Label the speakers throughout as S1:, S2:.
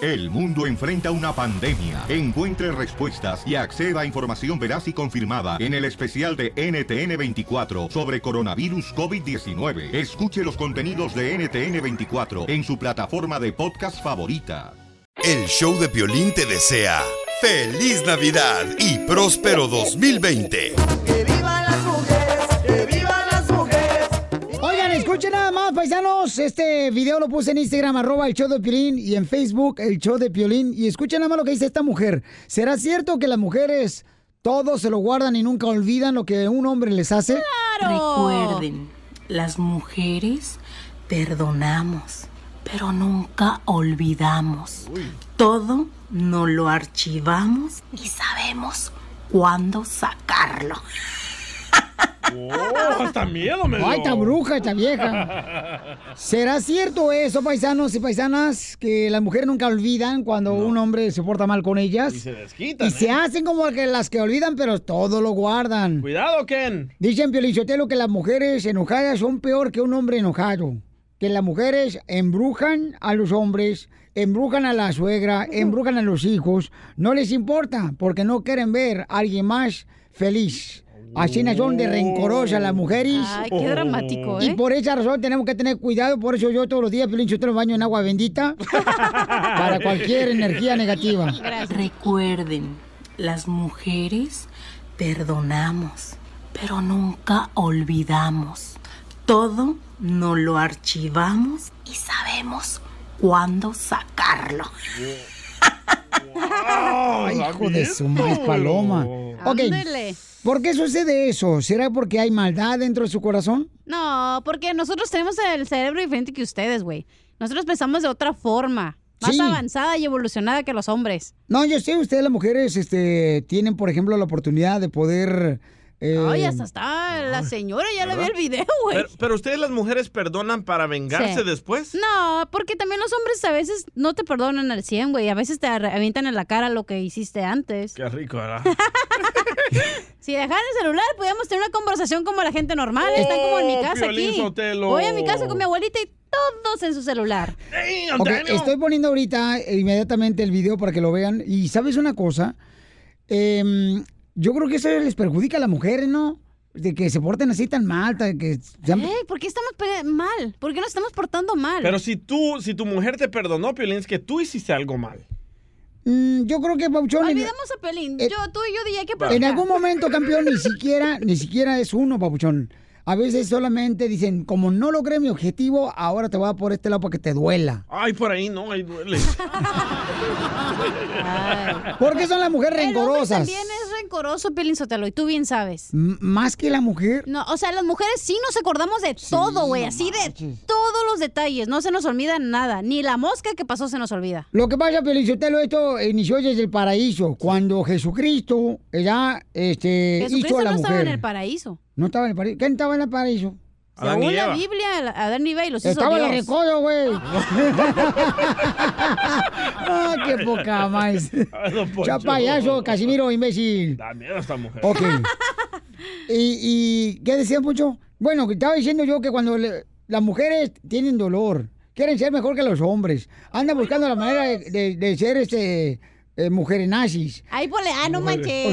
S1: El mundo enfrenta una pandemia. Encuentre respuestas y acceda a información veraz y confirmada en el especial de NTN24 sobre coronavirus COVID-19. Escuche los contenidos de NTN24 en su plataforma de podcast favorita.
S2: El show de Piolín te desea feliz Navidad y próspero 2020.
S3: Oigan, escuchen nada más, paisanos. Este video lo puse en Instagram, arroba el show de Piolín, y en Facebook, el show de Piolín. Y escuchen nada más lo que dice esta mujer. ¿Será cierto que las mujeres todos se lo guardan y nunca olvidan lo que un hombre les hace?
S4: Recuerden, las mujeres perdonamos, pero nunca olvidamos. Todo no lo archivamos y sabemos cuándo sacarlo.
S5: Oh, hasta miedo me dio.
S3: Ay, esta bruja, esta vieja. ¿Será cierto eso, paisanos y paisanas, que las mujeres nunca olvidan cuando un hombre se porta mal con ellas? Y se
S5: desquitan,
S3: Y se
S5: ¿eh?
S3: hacen como que las que olvidan, pero todo lo guardan.
S5: Cuidado, Ken.
S3: Dicen, Piolichotelo, que las mujeres enojadas son peor que un hombre enojado. Que las mujeres embrujan a los hombres, embrujan a la suegra, embrujan a los hijos. No les importa porque no quieren ver a alguien más feliz. Así no son
S5: Oh.
S3: de rencorosas las mujeres.
S6: Ay, qué dramático,
S3: Y
S6: ¿eh?
S3: por esa razón tenemos que tener cuidado. Por eso yo todos los días, Piolichotelo, baño en agua bendita para cualquier energía negativa.
S4: Recuerden, las mujeres perdonamos, pero nunca olvidamos. Todo no lo archivamos y sabemos cuándo sacarlo.
S3: Ay, hijo de su maíz paloma. Ok.
S6: Ándele.
S3: ¿Por qué sucede eso? ¿Será porque hay maldad dentro de su corazón?
S6: No, porque nosotros tenemos el cerebro diferente que ustedes, güey. Nosotros pensamos de otra forma, más
S3: Sí.
S6: avanzada y evolucionada que los hombres.
S3: No, yo sé, ustedes las mujeres este, tienen, por ejemplo, la oportunidad de poder... eh,
S6: Ay, hasta está la señora, ya le vi el video, güey.
S5: Pero, pero ustedes las mujeres perdonan para vengarse
S6: Sí.
S5: después.
S6: No, porque también los hombres a veces no te perdonan al 100, güey. A veces te arre- avientan en la cara lo que hiciste antes.
S5: Qué rico, ¿verdad?
S6: Si dejaran el celular, podíamos tener una conversación como la gente normal. Están como en mi
S5: Oh,
S6: casa
S5: Piolín
S6: aquí.
S5: Sotelo.
S6: Voy a mi casa con mi abuelita y todos en su celular.
S3: ok, estoy poniendo ahorita eh, inmediatamente el video para que lo vean. Y sabes una cosa, Em, yo creo que eso les perjudica a las mujeres, ¿no? De que se porten así tan mal, tan- que... sean-
S6: Ey, ¿Eh? ¿por qué estamos pe- mal? ¿Por qué nos estamos portando mal?
S5: Pero si tú, si tu mujer te perdonó, Piolín, es que tú hiciste algo mal.
S3: Mm, yo creo que, Pauchón... en-
S6: Olvidamos a Pelín.
S3: Eh,
S6: yo, tú y yo diría que
S3: En algún momento, campeón, ni siquiera, ni siquiera es uno, papuchón. A veces solamente dicen, como no logré mi objetivo, ahora te voy a por este lado para que te duela.
S5: Ay, por ahí no, ahí duele.
S3: ¿Por qué son las mujeres
S6: El hombre
S3: rencorosas? Mm,
S6: también es rencoroso, Pelín Sotelo, y tú bien sabes.
S3: M- Más que la mujer.
S6: No, o sea, las mujeres sí nos acordamos de todo, güey, así de todos los detalles, no se nos olvida nada, ni la mosca que pasó se nos olvida.
S3: Lo que pasa, Felicitelo, esto inició desde el paraíso, cuando Jesucristo ya este, hizo
S6: Jesucristo
S3: a la
S6: no
S3: mujer.
S6: estaba en el paraíso.
S3: No estaba en el paraíso. ¿Quién estaba en el paraíso?
S6: Según la Biblia, la- Adán y Eva y los hizo
S3: Estaba en el
S6: Dios.
S3: recodo, güey. ¡Ah, qué poca más! Ya payaso, Casimiro, imbécil.
S5: Da miedo esta mujer.
S3: Ok. ¿Y, y qué decía Pucho? Bueno, que estaba diciendo yo que cuando le- las mujeres tienen dolor, quieren ser mejor que los hombres, andan buscando la manera de, de- de ser este, eh, mujeres nazis.
S6: Ahí ponle, ah, no manches.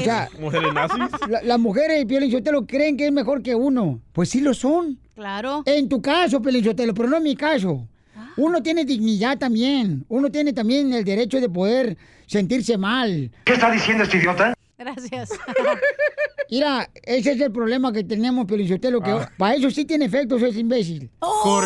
S3: O sea,
S5: ¿Mujeres nazis?
S3: la- las mujeres, Piolín Sotelo, creen que es mejor que uno. Pues sí lo son.
S6: Claro. Ah.
S3: En tu caso, Piolín Sotelo, pero no en mi caso. Uno tiene dignidad también. Uno tiene también el derecho de poder sentirse mal.
S7: ¿Qué está diciendo este idiota?
S6: Gracias.
S3: Mira, ese es el problema que tenemos, Pelizotelo, que
S6: Ah.
S3: para eso sí tiene efectos ese imbécil.
S6: Oh.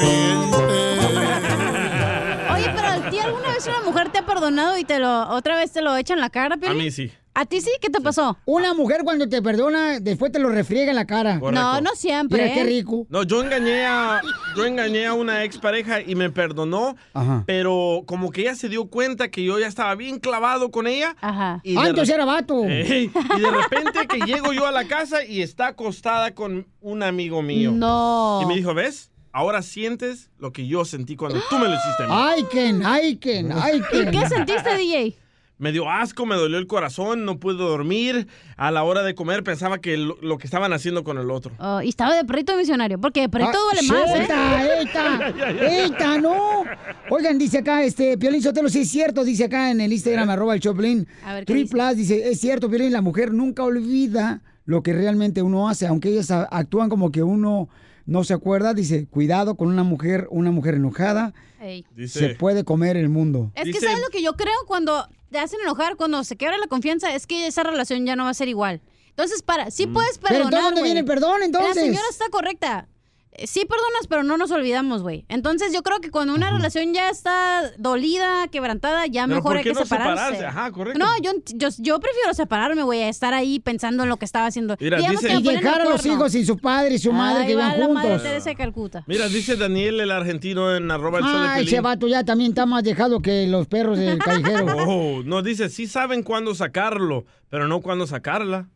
S6: Oye, pero ¿a ti alguna vez una mujer te ha perdonado y te lo otra vez te lo echa en la cara,
S5: A
S6: Piolín?
S5: mí sí.
S6: ¿A ti sí? ¿Qué te pasó?
S3: Una mujer cuando te perdona, después te lo refriega en la cara.
S5: Correcto.
S6: No, no siempre.
S3: Mira qué
S6: ¿eh?
S3: rico.
S5: No, yo engañé a, yo engañé a una expareja y me perdonó,
S3: Ajá.
S5: pero como que ella se dio cuenta que yo ya estaba bien clavado con ella.
S6: Ajá.
S5: Y
S3: Ah,
S5: de
S3: entonces
S5: re-
S3: era vato.
S6: Eh.
S5: Ey, y de repente que llego yo a la casa y está acostada con un amigo mío.
S6: No.
S5: Y me dijo, ¿ves? Ahora sientes lo que yo sentí cuando tú me lo hiciste a mí".
S3: Ay, Ken, ay, Ken, ay, Ken.
S6: ¿Qué sentiste, DJ?
S5: me dio asco, me dolió el corazón, no pude dormir. A la hora de comer pensaba que lo, lo que estaban haciendo con el otro.
S6: Oh, y estaba de perrito misionario, porque de perrito
S3: Ah,
S6: duele más, ¿eh?
S3: ¡Eta, eta! ¡Eta, no! Oigan, dice acá, este, Piolín Sotelo, sí es cierto, dice acá en el Instagram, arroba el Choplin.
S6: Eh. A ver, ¿qué
S3: Three
S6: dice?
S3: Plus dice, es cierto, Piolín, la mujer nunca olvida lo que realmente uno hace, aunque ellas a- actúan como que uno no se acuerda, dice, cuidado con una mujer, una mujer enojada,
S6: Ey.
S5: Dice,
S3: se puede comer el mundo.
S6: Es
S5: Dice-
S6: que sabes lo que yo creo cuando te hacen enojar, cuando se quiebra la confianza, es que esa relación ya no va a ser igual. Entonces, para,
S5: Mm.
S6: sí puedes
S3: Pero
S6: perdonar.
S3: entonces, ¿dónde
S6: güey.
S3: viene el perdón, entonces?
S6: La señora está correcta. Eh, Sí perdonas, pero no nos olvidamos, güey. Entonces yo creo que cuando una relación ya está dolida, quebrantada, ya
S5: Pero
S6: mejor
S5: ¿por
S6: hay
S5: qué
S6: que
S5: no
S6: separarse.
S5: separarse? Ajá, correcto.
S6: No, yo, yo, yo prefiero separarme, güey, a estar ahí pensando en lo que estaba haciendo.
S5: Mira,
S6: Digamos
S5: dice-
S6: que me
S3: Y
S6: ponen el
S3: dejar a los
S6: cuerno.
S3: hijos y su padre y su madre
S6: Ahí
S3: que
S6: va
S3: vivan
S6: la madre
S3: juntos.
S6: Teresa de Calcuta.
S5: mira, dice Daniel el argentino en arroba el show de
S3: Ah, ese
S5: Piolín.
S3: vato ya también está más dejado que los perros del callejero.
S5: Oh, no, dice, sí saben cuándo sacarlo, pero no cuándo sacarla.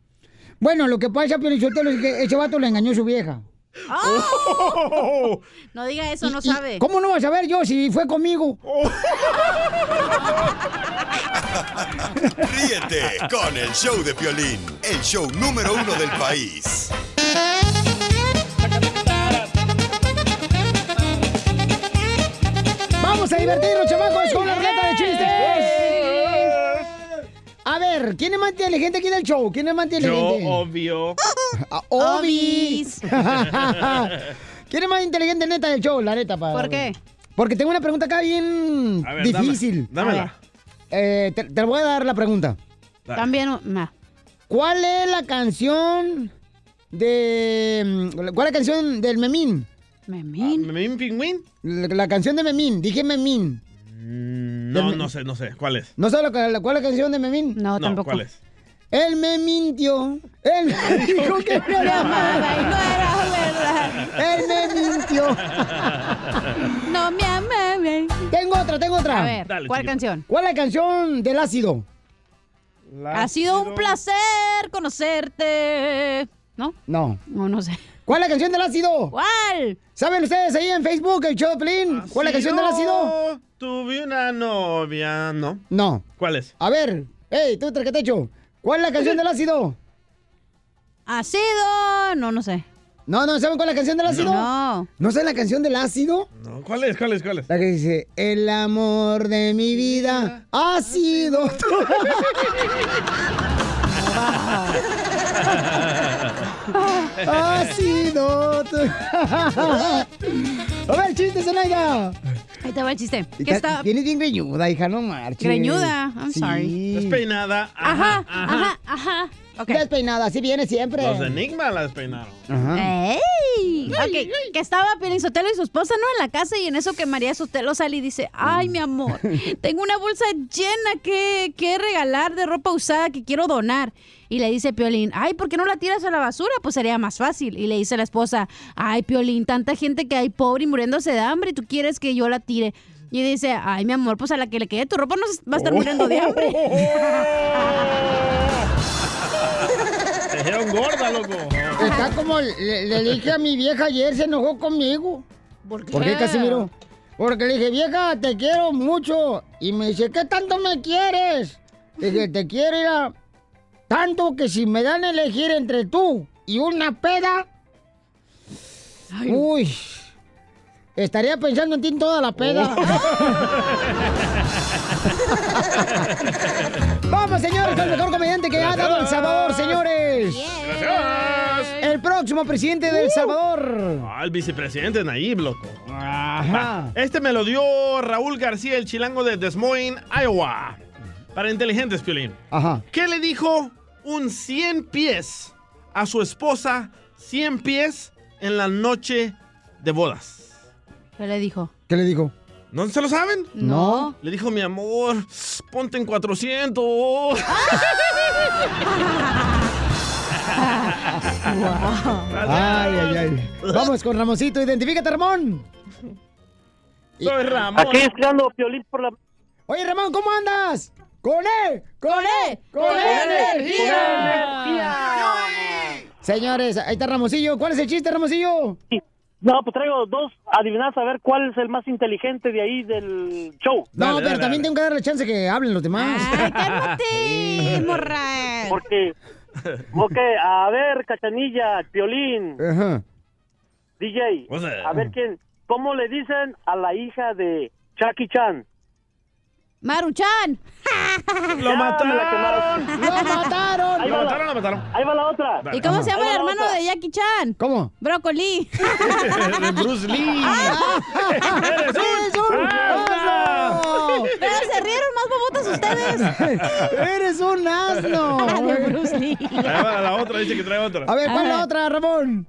S3: Bueno, lo que pasa, Piolichotelo, es que ese vato le engañó su vieja.
S5: Oh,
S6: No diga eso, no
S3: Y-
S6: sabe.
S3: ¿Cómo no vas a ver yo si fue conmigo?
S5: Oh.
S2: Ríete con el show de Piolín, el show número uno del país.
S3: Vamos a divertirnos, chamacos, con la ruleta de chistes. A ver, ¿quién es más inteligente aquí del show? ¿Quién es más
S5: yo,
S3: inteligente?
S5: obvio.
S3: Ah, obis. ¿Quién es más inteligente neta del show, la neta? Para
S6: ¿Por qué?
S3: Porque tengo una pregunta acá bien
S5: A ver, dame-
S3: difícil.
S6: Ah,
S5: Dámela.
S3: Eh, te, te voy a dar la pregunta.
S5: Dale.
S6: También, nah.
S3: ¿Cuál es la canción de... mm, ¿Cuál es la canción del Memín?
S6: Memín.
S5: Ah, ¿Memín Pingüín?
S3: La, la canción de Memín, dije Memín.
S5: Mm, No,
S3: Del-
S5: no sé, no sé. ¿Cuál es?
S3: ¿No sabes la, la- cuál es la canción de Memín?
S6: No,
S5: No,
S6: tampoco.
S5: ¿cuál es?
S3: Él me mintió, él me dijo que me amaba,
S6: Amaba y no era verdad.
S3: él me mintió.
S6: No me amé, güey.
S3: Tengo otra, tengo otra.
S6: A ver,
S5: Dale,
S6: ¿cuál
S5: chiquito.
S6: canción?
S3: ¿Cuál es la canción del ácido?
S6: Ha sido un placer conocerte. ¿No?
S3: No.
S6: No, no sé.
S3: ¿Cuál es la canción del ácido?
S6: ¿Cuál?
S3: ¿Saben ustedes ahí en Facebook, el Choplin? ¿Cuál es la canción del ácido?
S5: ácido? Tuve una novia, ¿no?
S3: No.
S5: ¿Cuál es?
S3: A ver, hey, tú traquetecho, ¿cuál es la canción del ácido?
S6: Ha sido. No, no sé.
S3: No, no, ¿saben cuál es la canción del ácido?
S6: No.
S3: ¿No saben la canción del ácido?
S5: No, ¿Cuál es? ¿Cuál es? ¿Cuál es?
S3: La que dice, el amor de mi vida ha sido tú. ha sido tú. A ver, chiste, Zenaida.
S6: Ahí te va el chiste. ¿Qué
S3: Está-
S6: está?
S3: Vienes bien greñuda, hija, no marches.
S6: Greñuda, I'm sorry.
S5: Despeinada. Ajá,
S6: Ajá, ajá, ajá. Ok.
S3: Despeinada, así viene siempre.
S5: Los de Enigma la despeinaron.
S3: Ajá.
S6: ¿Eh? ¡Ey! Ok, que estaba Piolín Sotelo y su esposa, ¿no? En la casa y en eso que María Sotelo sale y dice, ay, mi amor, tengo una bolsa llena que, que regalar de ropa usada que quiero donar. Y le dice Piolín, ay, ¿por qué no la tiras a la basura? Pues sería más fácil. Y le dice la esposa, ay, Piolín, tanta gente que hay pobre y muriéndose de hambre y tú quieres que yo la tire. Y dice, ay, mi amor, pues a la que le quede tu ropa no se- va a estar muriendo de hambre.
S5: Te dijeron gorda, loco.
S3: Está como le, le dije a mi vieja ayer, se enojó conmigo.
S6: ¿Por qué?
S3: ¿Por qué, Casimiro? Porque le dije, vieja, te quiero mucho. Y me dice, ¿qué tanto me quieres? Le dije, te quiero ir tanto que si me dan a elegir entre tú y una peda,
S6: Ay,
S3: uy, estaría pensando en ti en toda la peda.
S6: Oh.
S3: Vamos, señores, el mejor comediante que ha dado El Salvador, señores.
S5: Gracias.
S3: El próximo presidente
S6: Uh.
S3: de El Salvador.
S5: Ah, el vicepresidente Nayib, loco.
S3: Ajá.
S5: Este me lo dio Raúl García, el chilango de Des Moines, Iowa. Para inteligentes, Piolín.
S3: Ajá.
S5: ¿Qué le dijo un 100 pies a su esposa 100 pies en la noche de bodas?
S6: ¿Qué le dijo?
S3: ¿Qué le dijo?
S5: ¿No se lo saben?
S3: No.
S5: Le dijo, mi amor, ponte en 400.
S3: Ay, ay, ay. Vamos con Ramosito, identifícate, Ramón.
S5: Soy Ramón.
S7: Aquí estudiando violín por la...
S3: Oye, Ramón, ¿cómo andas? ¡Con él! ¡Con él! ¡Con
S6: él,
S3: energía! Señores, ahí está Ramosillo. ¿Cuál es el chiste, Ramosillo?
S7: No, pues traigo dos adivinanzas a ver cuál es el más inteligente de ahí del show.
S3: No, pero también tengo que darle chance que hablen los demás.
S6: Ay, cálmate, morra.
S7: Porque, ok, a ver, Cachanilla, Piolín,
S3: Ajá.
S7: DJ,
S5: What's that?
S7: a ver quién, ¿cómo le dicen a la hija de Chucky Chan?
S6: Maruchan.
S5: ¡Lo
S7: me la
S5: mataron!
S7: quemaron.
S3: ¡Lo mataron!
S7: Ahí
S5: ¡Lo
S7: va
S5: mataron,
S7: la,
S5: lo mataron!
S7: ahí va la otra.
S6: ¿Y cómo se llama el
S7: Ahí va la
S6: hermano
S7: otra.
S6: de Jackie Chan?
S3: ¿Cómo?
S6: Brócoli.
S5: De Bruce Lee. ¡Eres
S3: ¡Eres
S5: un
S3: un
S5: asno!
S3: asno!
S6: Pero se rieron más bobotas ustedes.
S3: ¡Eres un
S6: De
S3: asno!
S6: Bruce Lee.
S5: Ahí va la otra, dice que trae otra.
S3: A ver, ¿cuál es la
S6: Ah.
S3: otra, Ramón?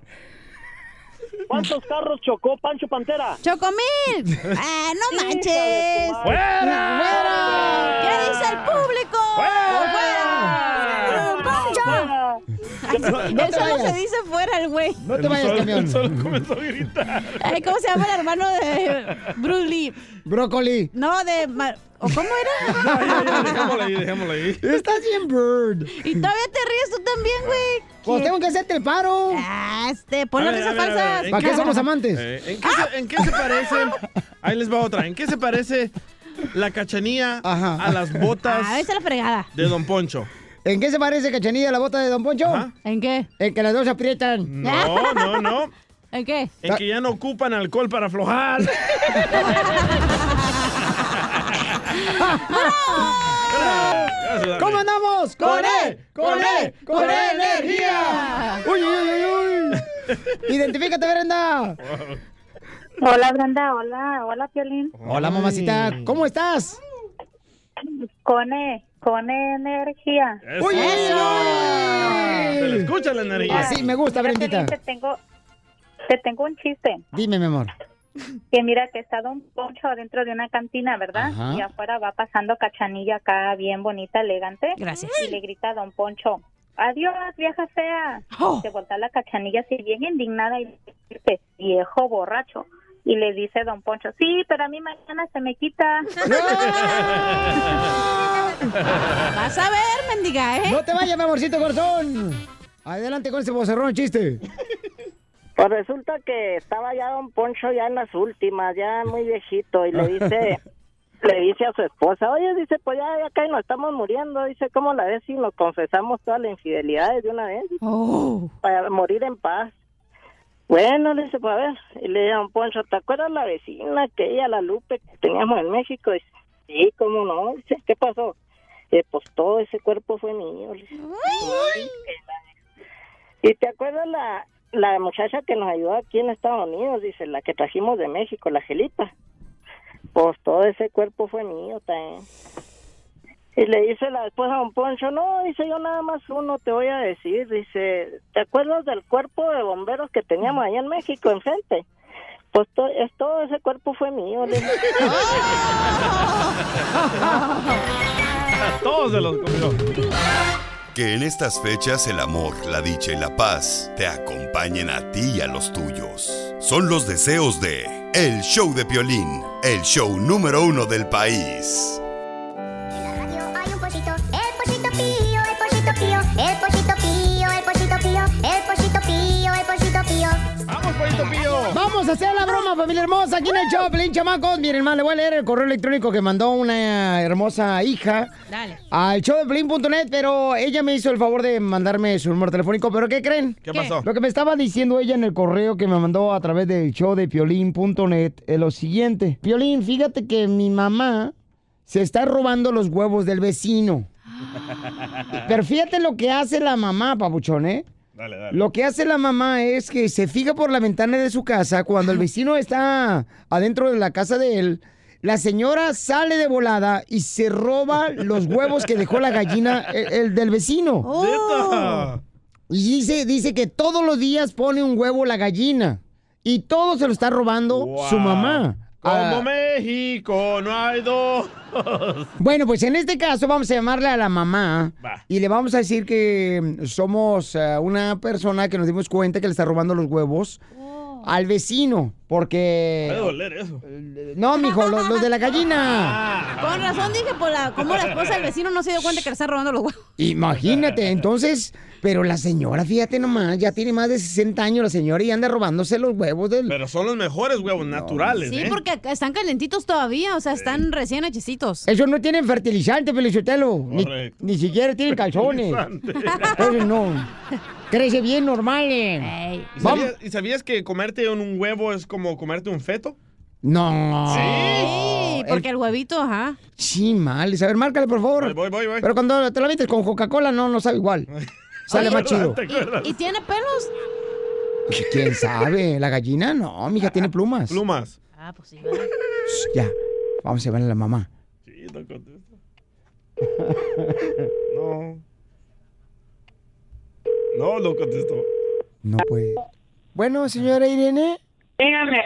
S7: ¿Cuántos carros chocó Pancho Pantera?
S6: Chocomil. Ah, no manches.
S7: Hija de tu madre.
S5: ¡Fuera!
S6: ¿Qué dice el público?
S5: ¡Fuera!
S6: ¡Fuera!
S3: No
S6: Él
S3: te
S6: solo
S3: vayas.
S6: se dice fuera el güey.
S3: No te vayas,
S5: Solo-
S3: camión.
S5: Solo comenzó a gritar.
S6: Ay, ¿Cómo se llama el hermano de Bruce Lee?
S3: Brócoli.
S6: No, de... Mar- ¿O cómo
S5: Ya,
S6: era?
S5: ya, ya, Dejémoslo ahí, dejémoslo ahí.
S3: Estás bien, Bird.
S6: Y todavía te ríes tú también, güey.
S3: Pues tengo que hacerte el paro.
S6: Ah, este, pon
S5: A
S6: las
S5: ver,
S6: risas
S5: a ver, a ver,
S6: falsas.
S5: ¿en
S3: ¿Para qué somos amantes?
S5: Eh, ¿en, qué se, en qué se parece? Ahí les va otra. ¿En qué se parece la cachanía
S3: Ajá.
S5: a las botas
S6: Ah, esa es la fregada.
S5: de Don Poncho?
S3: ¿En qué se parece Cachanilla a la bota de Don Poncho?
S5: Ajá.
S6: ¿En qué?
S3: En que las dos aprietan.
S5: No, no, no.
S6: ¿En qué?
S5: En que ya no ocupan alcohol para aflojar.
S3: ¿Cómo andamos? ¡Con
S5: E! ¡Con E! ¡Con E energía!
S3: ¡Uy, uy, uy, uy! ¡Identifícate, Brenda!
S8: Hola Brenda, hola, hola Piolín.
S3: Hola, mamacita.
S5: Mm.
S3: ¿Cómo estás?
S8: Con E, con E energía.
S5: Eso.
S3: ¡Uy, uy, uy,
S5: Se le
S3: uy!
S5: escucha la energía.
S3: Así me gusta,
S8: Mira,
S3: Brendita.
S8: Piolín, te tengo, te tengo un chiste.
S3: Dime, mi amor.
S8: Que mira que está Don Poncho adentro de una cantina, ¿verdad?
S3: Ajá.
S8: Y afuera va pasando Cachanilla acá, bien bonita, elegante.
S6: Gracias.
S8: Y le grita a Don Poncho, adiós vieja fea.
S6: Oh.
S8: Se voltea la Cachanilla así bien indignada y le dice, viejo borracho. Y le dice Don Poncho, sí, pero a mí mañana se me quita.
S6: Vas a ver, mendiga, ¿eh?
S3: ¡No te vayas, mi amorcito corazón! Adelante con ese vocerrón chiste.
S9: Pues resulta que estaba ya don Poncho ya en las últimas, ya muy viejito, y le dice, le dice a su esposa, oye, dice, pues ya, ya casi nos estamos muriendo, dice, ¿cómo la ves si nos confesamos todas las infidelidades de una vez
S6: Oh.
S9: para morir en paz? Bueno, le dice, pues a ver, y le dice a don Poncho, ¿te acuerdas la vecina que ella, la Lupe, que teníamos en México? Dice, sí, ¿cómo no? Dice, ¿qué pasó? Eh, pues todo ese cuerpo fue mío. le dice. ¿Y te acuerdas la, la muchacha que nos ayudó aquí en Estados Unidos? Dice, la que trajimos de México, la Gelita. Pues todo ese cuerpo fue mío eh. también. Y le dice la esposa a don Poncho, no, dice yo nada más uno te voy a decir, dice, ¿te acuerdas del cuerpo de bomberos que teníamos allá en México enfrente? Pues to- es, todo ese cuerpo fue mío. le dice.
S5: A todos se los comió.
S2: Que en estas fechas el amor, la dicha y la paz te acompañen a ti y a los tuyos. Son los deseos de El Show de Piolín, el show número uno del país.
S10: Hay un pocito, el pocito pío, el pocito pío, el pocito pío, el pocito pío, el pocito pío, el pocito pío.
S5: ¡Vamos, Polito Pío!
S3: Vamos a hacer la broma, familia hermosa. Aquí en el Choplin, chamacos. Miren, más, le voy a leer el correo electrónico que mandó una hermosa hija
S6: Dale.
S3: al showdeplin.net, pero ella me hizo el favor de mandarme su número telefónico. ¿Pero qué creen?
S5: ¿Qué
S6: ¿Qué?
S5: pasó?
S3: Lo que me estaba diciendo ella en el correo que me mandó a través del show de piolín.net es lo siguiente. Piolín, fíjate que mi mamá se está robando los huevos del vecino. Pero fíjate lo que hace la mamá, papuchón, ¿eh?
S5: Dale, dale.
S3: Lo que hace la mamá es que se fija por la ventana de su casa cuando el vecino está adentro de la casa de él. La señora sale de volada y se roba los huevos que dejó la gallina el, el del vecino.
S6: Oh.
S5: ¡Neta!
S3: Y dice, dice que todos los días pone un huevo la gallina. Y todo se lo está robando
S5: Wow.
S3: su mamá.
S5: Como
S3: Ah,
S5: México, no hay dos.
S3: bueno, pues en este caso vamos a llamarle a la mamá
S5: Va.
S3: y le vamos a decir eh, que mm, somos ah, una persona que nos dimos cuenta que le está robando los huevos al vecino, porque...
S5: Puede doler eso.
S3: No, mijo, los, los de la gallina.
S6: Con razón dije, por la, como la esposa del vecino no se dio cuenta que le está robando los huevos.
S3: Imagínate, entonces, pero la señora, fíjate nomás, ya tiene más de 60 años la señora y anda robándose los huevos del...
S5: Pero son los mejores huevos naturales,
S6: Sí,
S5: ¿eh?
S6: porque acá están calentitos todavía, o sea, están recién hechecitos.
S3: Eso no tienen fertilizante, Felicitelo. Ni,
S6: Correcto.
S3: ni siquiera tienen calzones. Eso no. Crece bien normal. eh.
S5: ¿Y
S3: Vamos.
S5: sabías, y sabías que comerte un, un huevo es como comerte un feto?
S3: No.
S6: Sí, porque el huevito, ajá.
S3: Sí, mal. A ver, márcale, por favor.
S6: Voy, voy, voy, voy.
S3: Pero cuando te la metes con Coca-Cola, no, no sabe igual. Sale
S6: Oye,
S3: más chido.
S6: ¿Y, y tiene pelos?
S3: ¿Quién sabe? ¿La gallina? No, mija, tiene plumas. Plumas.
S6: Ah, pues sí.
S3: Ya. Vamos a llevarle a la mamá.
S5: Sí, no contesto. No. No, no contesto.
S3: No puede. Bueno, señora Irene. Dígame,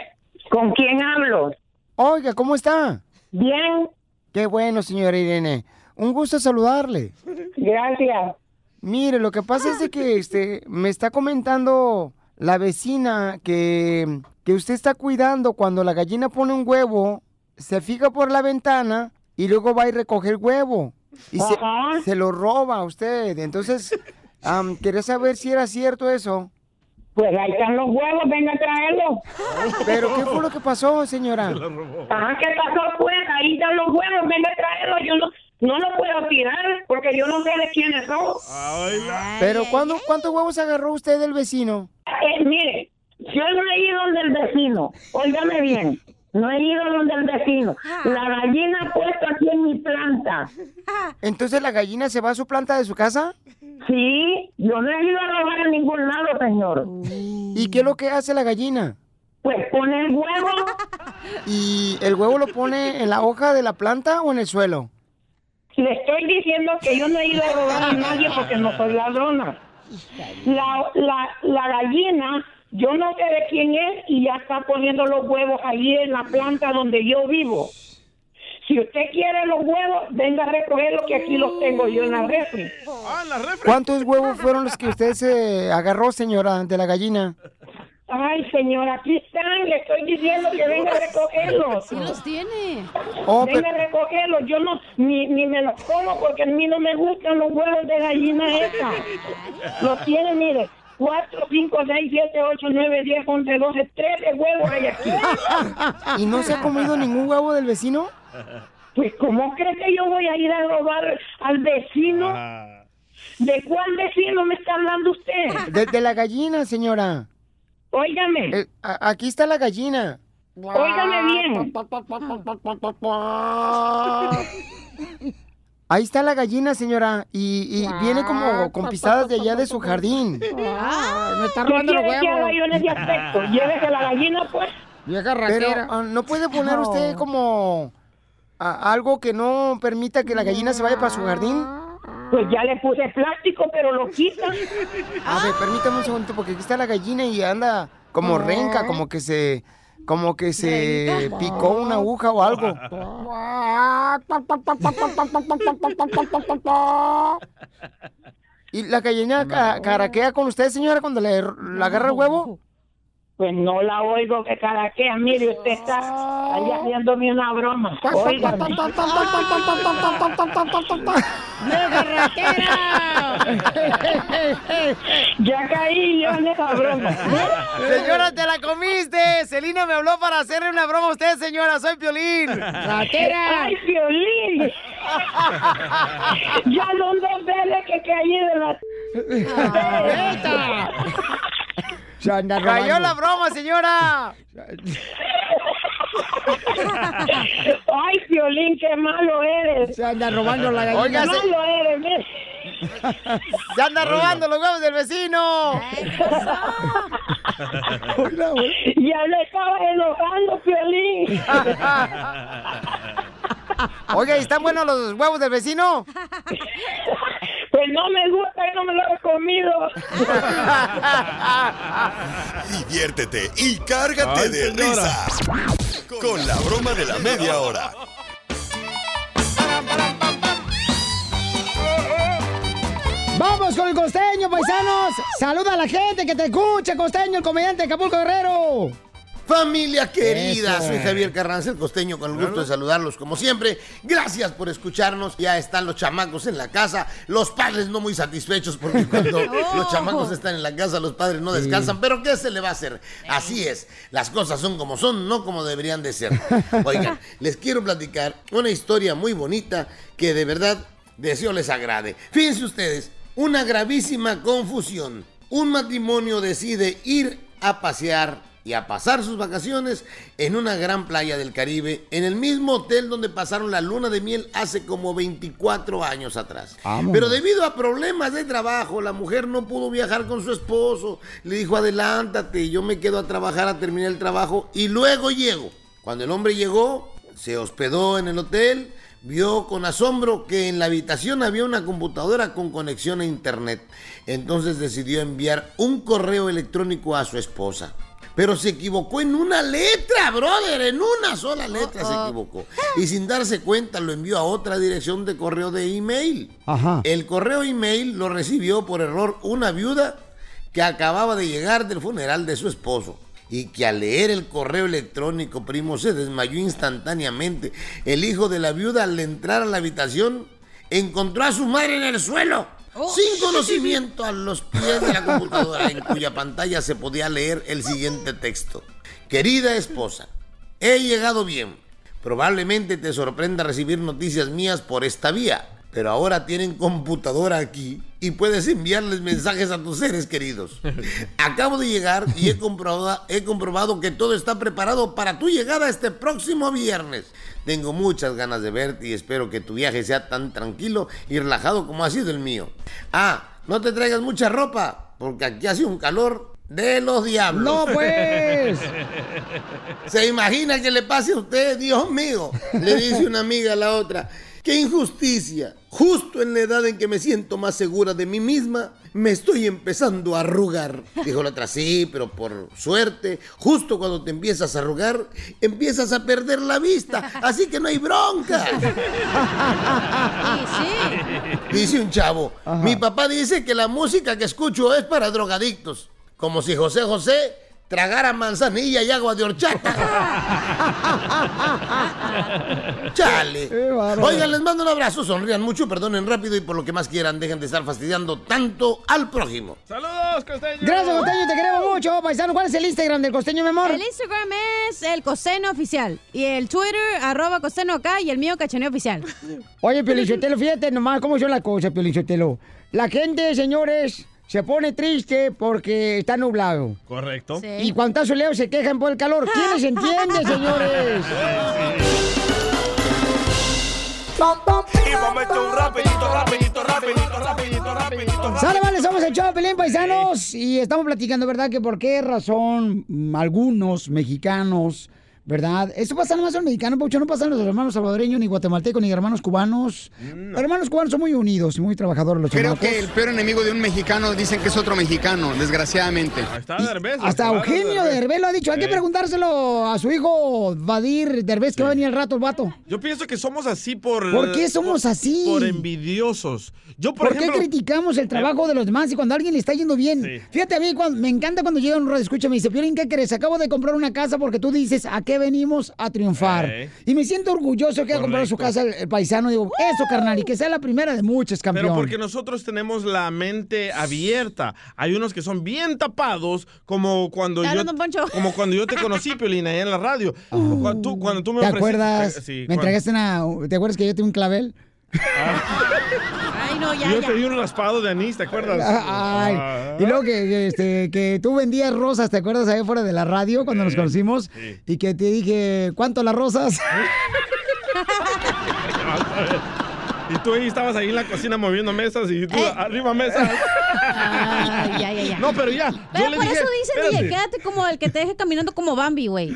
S3: ¿con quién hablo? Oiga, ¿cómo está? Bien. Qué bueno, señora Irene. Un gusto saludarle. Gracias. Mire, lo que pasa es de que este, me está comentando la vecina que, que usted está cuidando cuando la gallina pone un huevo, se fija por la ventana y luego va y recoge el huevo. Y se, se lo roba a usted. Entonces, am, quería saber si era cierto eso. Pues ahí están los huevos, venga a traerlos. Pero, ¿qué fue lo que pasó, señora?
S11: Ajá, ¿qué pasó pues? Ahí están los huevos, venga a traerlos. Yo no, no los puedo tirar porque yo no sé de quiénes son.
S3: Pero, ¿cuándo, ¿cuántos huevos agarró usted del vecino?
S11: Eh, mire, yo no he ido donde el vecino, óigame bien, no he ido donde el vecino. La gallina ha puesto aquí en mi planta.
S3: ¿Entonces la gallina se va a su planta de su casa?
S11: Sí, yo no he ido a robar a ningún lado, señor.
S3: Uh. ¿Y qué es lo que hace la gallina?
S11: Pues pone el huevo.
S3: ¿Y el huevo lo pone en la hoja de la planta o en el suelo?
S11: Le estoy diciendo que yo no he ido a robar a nadie porque Ah, no soy ladrona. La, la, la gallina, yo no sé de quién es y ya está poniendo los huevos ahí en la planta donde yo vivo. Si usted quiere los huevos, venga a recogerlos que aquí los tengo yo en la refri.
S3: ¿Cuántos huevos fueron los que usted se agarró, señora, de la gallina?
S11: Ay, señora, aquí están, le estoy diciendo que venga a recogerlos.
S6: Sí los tiene.
S3: Oh,
S11: venga
S3: pero-
S11: a recogerlos, yo no, ni, ni me los como porque a mí no me gustan los huevos de gallina esa. Los tiene, mire, 4, 5, 6, 7, 8, 9, 10, 11, 12, 13 huevos hay aquí.
S3: ¿Y no se ha comido ningún huevo del vecino?
S11: Pues, ¿cómo cree que yo voy a ir a robar al vecino? ¿De cuál vecino me está hablando usted?
S3: De, de la gallina, señora. Eh,
S11: Óigame.
S3: aquí está la gallina.
S11: Óigame bien.
S3: Ahí está la gallina, señora. Y, y viene como con pisadas de allá de su jardín. me está robando los
S11: ¿Qué quiere que
S3: huevos.
S11: haga yo en ese aspecto? Llévese la gallina, pues.
S3: Vieja
S11: ratera.
S3: Pero, ah, ¿no puede poner usted como a- algo que no permita que la gallina se vaya para su jardín?
S11: Pues ya le puse plástico, pero lo quita.
S3: A ver, permítame un segundito, porque aquí está la gallina y anda como renca, como que se... Como que se picó una aguja o algo. ¿Y la gallina ca- caraquea con usted, señora, cuando le, le agarra el huevo?
S11: Pues no la oigo que caraquea. Mire, usted está ahí haciéndome una broma. Óigame. ya caí yo en esa broma.
S3: Señora, te la comiste. Celina me habló para hacerle una broma a usted, señora. Soy Piolín.
S11: ¡Ay, Piolín! ya son dos veces que caí de la...
S3: Cayó
S11: robando.
S3: la broma, señora.
S11: ¡Ay, Piolín, qué malo eres!
S3: Se anda robando la gallina.
S11: Oiga,
S3: Oiga,
S11: ¡Qué
S3: se-
S11: malo eres! mire.
S3: Se anda robando los huevos del vecino.
S11: Ya le estaba enojando, Piolín.
S3: Oiga, ¿y están buenos los huevos del vecino?
S11: Pues no me gusta, no me lo he comido.
S2: Diviértete y cárgate
S11: Ay,
S2: de
S11: señora.
S2: risas con la broma de la media hora.
S3: Vamos con el costeño, paisanos, saluda a la gente que te escucha, costeño, el comediante de Acapulco Guerrero.
S12: Familia querida,
S3: Eso.
S12: soy Javier Carranza, el costeño, con el gusto de saludarlos como siempre. Gracias por escucharnos. Ya están los chamacos en la casa, los padres no muy satisfechos porque cuando los chamacos están en la casa, los padres no descansan. Pero ¿qué se le va a hacer? Así es, las cosas son como son, no como deberían de ser. Oigan, les quiero platicar una historia muy bonita que de verdad deseo les agrade. Fíjense ustedes, una gravísima confusión. Un matrimonio decide ir a pasear y a pasar sus vacaciones en una gran playa del Caribe, en el mismo hotel donde pasaron la luna de miel hace como 24 años atrás.
S1: Vámonos.
S12: Pero debido a problemas de trabajo, la mujer no pudo viajar con su esposo. Le dijo, adelántate, yo me quedo a trabajar a terminar el trabajo y luego llego. Cuando el hombre llegó, se hospedó en el hotel, vio con asombro que en la habitación había una computadora con conexión a internet. Entonces decidió enviar un correo electrónico a su esposa. Pero se equivocó en una letra, brother, en una sola letra se equivocó. Y sin darse cuenta lo envió a otra dirección de correo de email.
S3: Ajá.
S12: El correo email lo recibió por error una viuda que acababa de llegar del funeral de su esposo y que al leer el correo electrónico, primo, se desmayó instantáneamente. El hijo de la viuda al entrar a la habitación encontró a su madre en el suelo. Sin conocimiento a los pies de la computadora en cuya pantalla se podía leer el siguiente texto. Querida esposa, he llegado bien. Probablemente te sorprenda recibir noticias mías por esta vía, pero ahora tienen computadora aquí y puedes enviarles mensajes a tus seres queridos. Acabo de llegar y he comprobado, he comprobado que todo está preparado para tu llegada este próximo viernes. Tengo muchas ganas de verte y espero que tu viaje sea tan tranquilo y relajado como ha sido el mío. Ah, no te traigas mucha ropa, porque aquí hace un calor de los diablos.
S3: No, pues.
S12: ¿Se imagina que le pase a usted, Dios mío? Le dice una amiga a la otra. ¡Qué injusticia! Justo en la edad en que me siento más segura de mí misma, me estoy empezando a arrugar. Dijo la otra, sí, pero por suerte, justo cuando te empiezas a arrugar, empiezas a perder la vista. Así que no hay bronca. Dice un chavo, mi papá dice que la música que escucho es para drogadictos. Como si José José tragara manzanilla y agua de horchata. Chale. Oigan, les mando un abrazo, sonrían mucho, perdonen rápido y por lo que más quieran, dejen de estar fastidiando tanto al prójimo.
S5: ¡Saludos, Costeño!
S3: Gracias, costeño, te queremos mucho, paisano. ¿Cuál es el Instagram del costeño, mi amor?
S6: El Instagram es el Coseno Oficial. Y el Twitter, arroba Coseno acá. Y el mío, Cachaneo Oficial.
S3: Oye, Piolichotelo, fíjate nomás cómo son las cosas, Piolichotelo. La gente, señores, se pone triste porque está nublado.
S5: Correcto.
S3: Y cuando está soleado se quejan por el calor. ¿Quién les entiende, señores?
S1: Y vamos a echar un rapidito, rapidito, rapidito, rapidito, rapidito.
S3: Sale, vale, somos el show, Pelín, paisanos. Y estamos platicando, ¿verdad? Que por qué razón mm, algunos mexicanos, ¿verdad? Esto pasa nomás en los mexicanos, Paucho, no pasa en los hermanos salvadoreños, ni guatemaltecos, ni hermanos cubanos. Los hermanos cubanos son muy unidos y muy trabajadores los
S13: Creo
S3: chamacos.
S13: que el peor enemigo de un mexicano dicen que es otro mexicano, desgraciadamente.
S3: Hasta Eugenio Derbez lo ha dicho. Hay que preguntárselo a su hijo Vadir Derbez, que va a venir al rato el vato.
S5: Yo pienso que somos así por...
S3: ¿Por qué somos
S5: por-
S3: así?
S5: Por envidiosos. Yo, por,
S3: ¿Por,
S5: ejemplo...
S3: qué criticamos el trabajo de los demás y cuando a alguien le está yendo bien? Fíjate, a mí cuando- me encanta cuando llega un radio escucha me dice, Piolín, ¿qué crees? Acabo de comprar una casa porque tú dices, ¿a qué venimos a triunfar?
S5: Ey.
S3: Y me siento orgulloso que ha comprado su casa el, el paisano. Digo, eso, carnal, y que sea la primera de muchas, campeón.
S5: Pero porque nosotros tenemos la mente abierta. Hay unos que son bien tapados, como cuando
S6: Claro,
S5: yo
S6: don Poncho.
S5: como cuando yo te conocí, Piolina, allá en la radio. cuando, tú, cuando tú me
S3: Oh. ¿Te
S5: ofreciste-
S3: acuerdas?
S5: Sí,
S3: me
S5: cuando-
S3: entregaste una... ¿Te acuerdas que yo tuve un clavel?
S6: Ay, no, ya,
S5: Yo
S6: ya.
S5: te di un raspado de anís, ¿te acuerdas?
S3: Ay,
S5: Ah.
S3: y luego que, que, este, que tú vendías rosas, ¿te acuerdas ahí fuera de la radio cuando nos conocimos?
S5: sí.
S3: Y que te dije, ¿cuánto las rosas?
S5: Y tú ahí estabas ahí en la cocina moviendo mesas y tú arriba mesas.
S6: Ay, ya, Eh. ya, ya.
S5: No, pero ya. yo
S6: Pero
S5: le
S6: por
S5: dije,
S6: eso dicen,
S5: espérate. Ah,
S6: DJ, quédate como el que te deje caminando como Bambi, güey.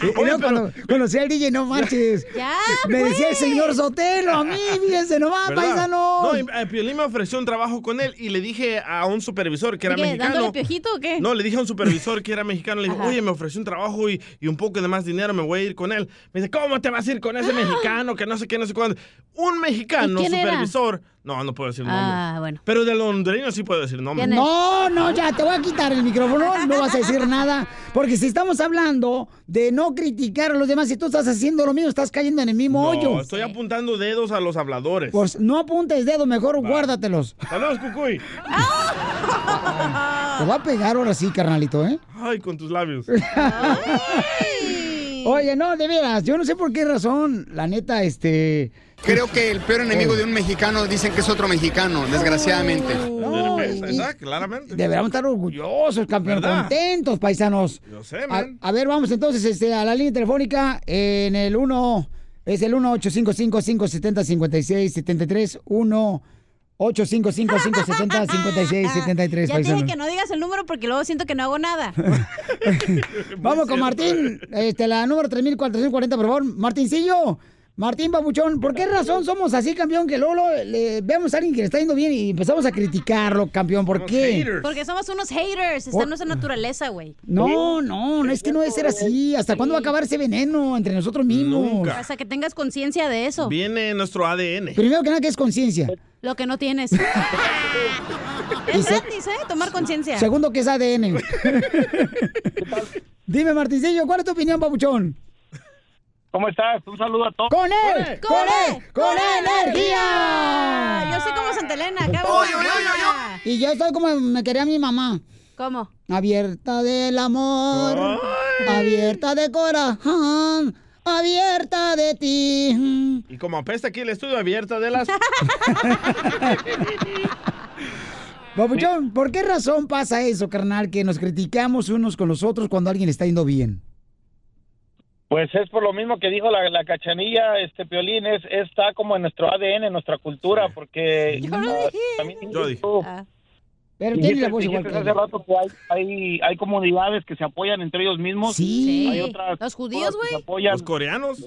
S3: Y luego cuando conocí al DJ, no marches.
S6: Ya,
S3: Me
S6: pues.
S3: decía el señor Sotelo, a mí, fíjense nomás,
S5: ¿Verdad?
S3: paisanos.
S5: No, y, eh, Piolín me ofreció un trabajo con él y le dije a un supervisor que era
S6: ¿Qué,
S5: mexicano.
S6: ¿Dándole piojito o qué?
S5: No, le dije a un supervisor que era mexicano, le dije, oye, me ofreció un trabajo y, y un poco de más dinero, me voy a ir con él. Me dice, ¿cómo te vas a ir con ese mexicano que no sé qué, que no sé cuándo. Un
S6: ¡Ah!
S5: mexicano,
S6: ¿Y quién era?
S5: supervisor. No, no puedo decir nombre.
S6: Ah, bueno.
S5: Pero de londrino sí puedo decir nombre.
S3: No, no, ya te voy a quitar el micrófono, no vas a decir nada, porque si estamos hablando de no criticar a los demás, si tú estás haciendo lo mismo, estás cayendo en el mismo
S5: No,
S3: hoyo.
S5: estoy apuntando dedos a los habladores.
S3: Pues no apuntes dedo, mejor guárdatelos.
S5: Saludos, Cucuy.
S3: Te va a pegar ahora sí, carnalito, ¿eh?
S5: Ay, con tus labios.
S3: Oye, no, de veras, yo no sé por qué razón, la neta, este...
S13: Creo que el peor enemigo de un mexicano dicen que es otro mexicano, desgraciadamente.
S3: Oh.
S5: Exacto, claramente.
S3: Deberíamos estar orgullosos, campeón,
S13: ¿Verdad?
S3: contentos, paisanos.
S5: Yo
S13: sé,
S3: a, a ver, vamos entonces este, a la línea telefónica en el 1, es el 1-855-570-5673, 1-855-570-5673,
S6: Ya te dije
S3: paisanos.
S6: que no digas el número porque luego siento que no hago nada.
S3: Vamos con Martín, este, la número 3440, por favor. Martincillo, Martín Babuchón, ¿por qué razón somos así, campeón? Que Lolo, le, vemos a alguien que le está yendo bien y empezamos a criticarlo, campeón, ¿por qué?
S6: Porque somos unos haters, está en nuestra naturaleza, güey.
S3: No, no, no es que no debe ser así. ¿Hasta cuándo va a acabar ese veneno entre nosotros mismos?
S6: Hasta que tengas conciencia de eso.
S5: Viene nuestro ADN.
S3: Primero que nada, que es conciencia.
S6: Lo que no tienes.
S3: Y
S6: es
S3: se-
S6: gratis, ¿eh? Tomar conciencia.
S3: Segundo, que es ADN. Dime, Martincillo, ¿cuál es tu opinión, Babuchón?
S14: ¿Cómo estás? Un saludo a todos.
S3: ¡Con él! ¡Con él! ¡Con energía!
S6: Ah, Yo soy como Santa Elena, acá.
S3: Y yo estoy como me quería mi mamá.
S6: ¿Cómo?
S3: Abierta del amor, abierta de corazón, abierta de ti.
S5: Y como apesta aquí el estudio abierto de las...
S3: Papuchón, ¿por qué razón pasa eso, carnal, que nos criticamos unos con los otros cuando alguien le está yendo bien?
S14: Pues es por lo mismo que dijo la, la cachanilla, este Piolín, es, está como en nuestro ADN, en nuestra cultura, porque...
S3: Yo lo
S14: ah,
S3: dije.
S14: también-
S3: Yo dije.
S14: tú-
S6: Ah.
S3: Pero tiene la
S14: dijiste-
S3: voz igual
S14: dijiste
S3: que
S14: hace
S3: ella.
S14: rato que hay, hay, hay comunidades que se apoyan entre ellos mismos.
S3: Sí.
S14: Hay otras
S6: Los judíos, güey.
S5: Los coreanos.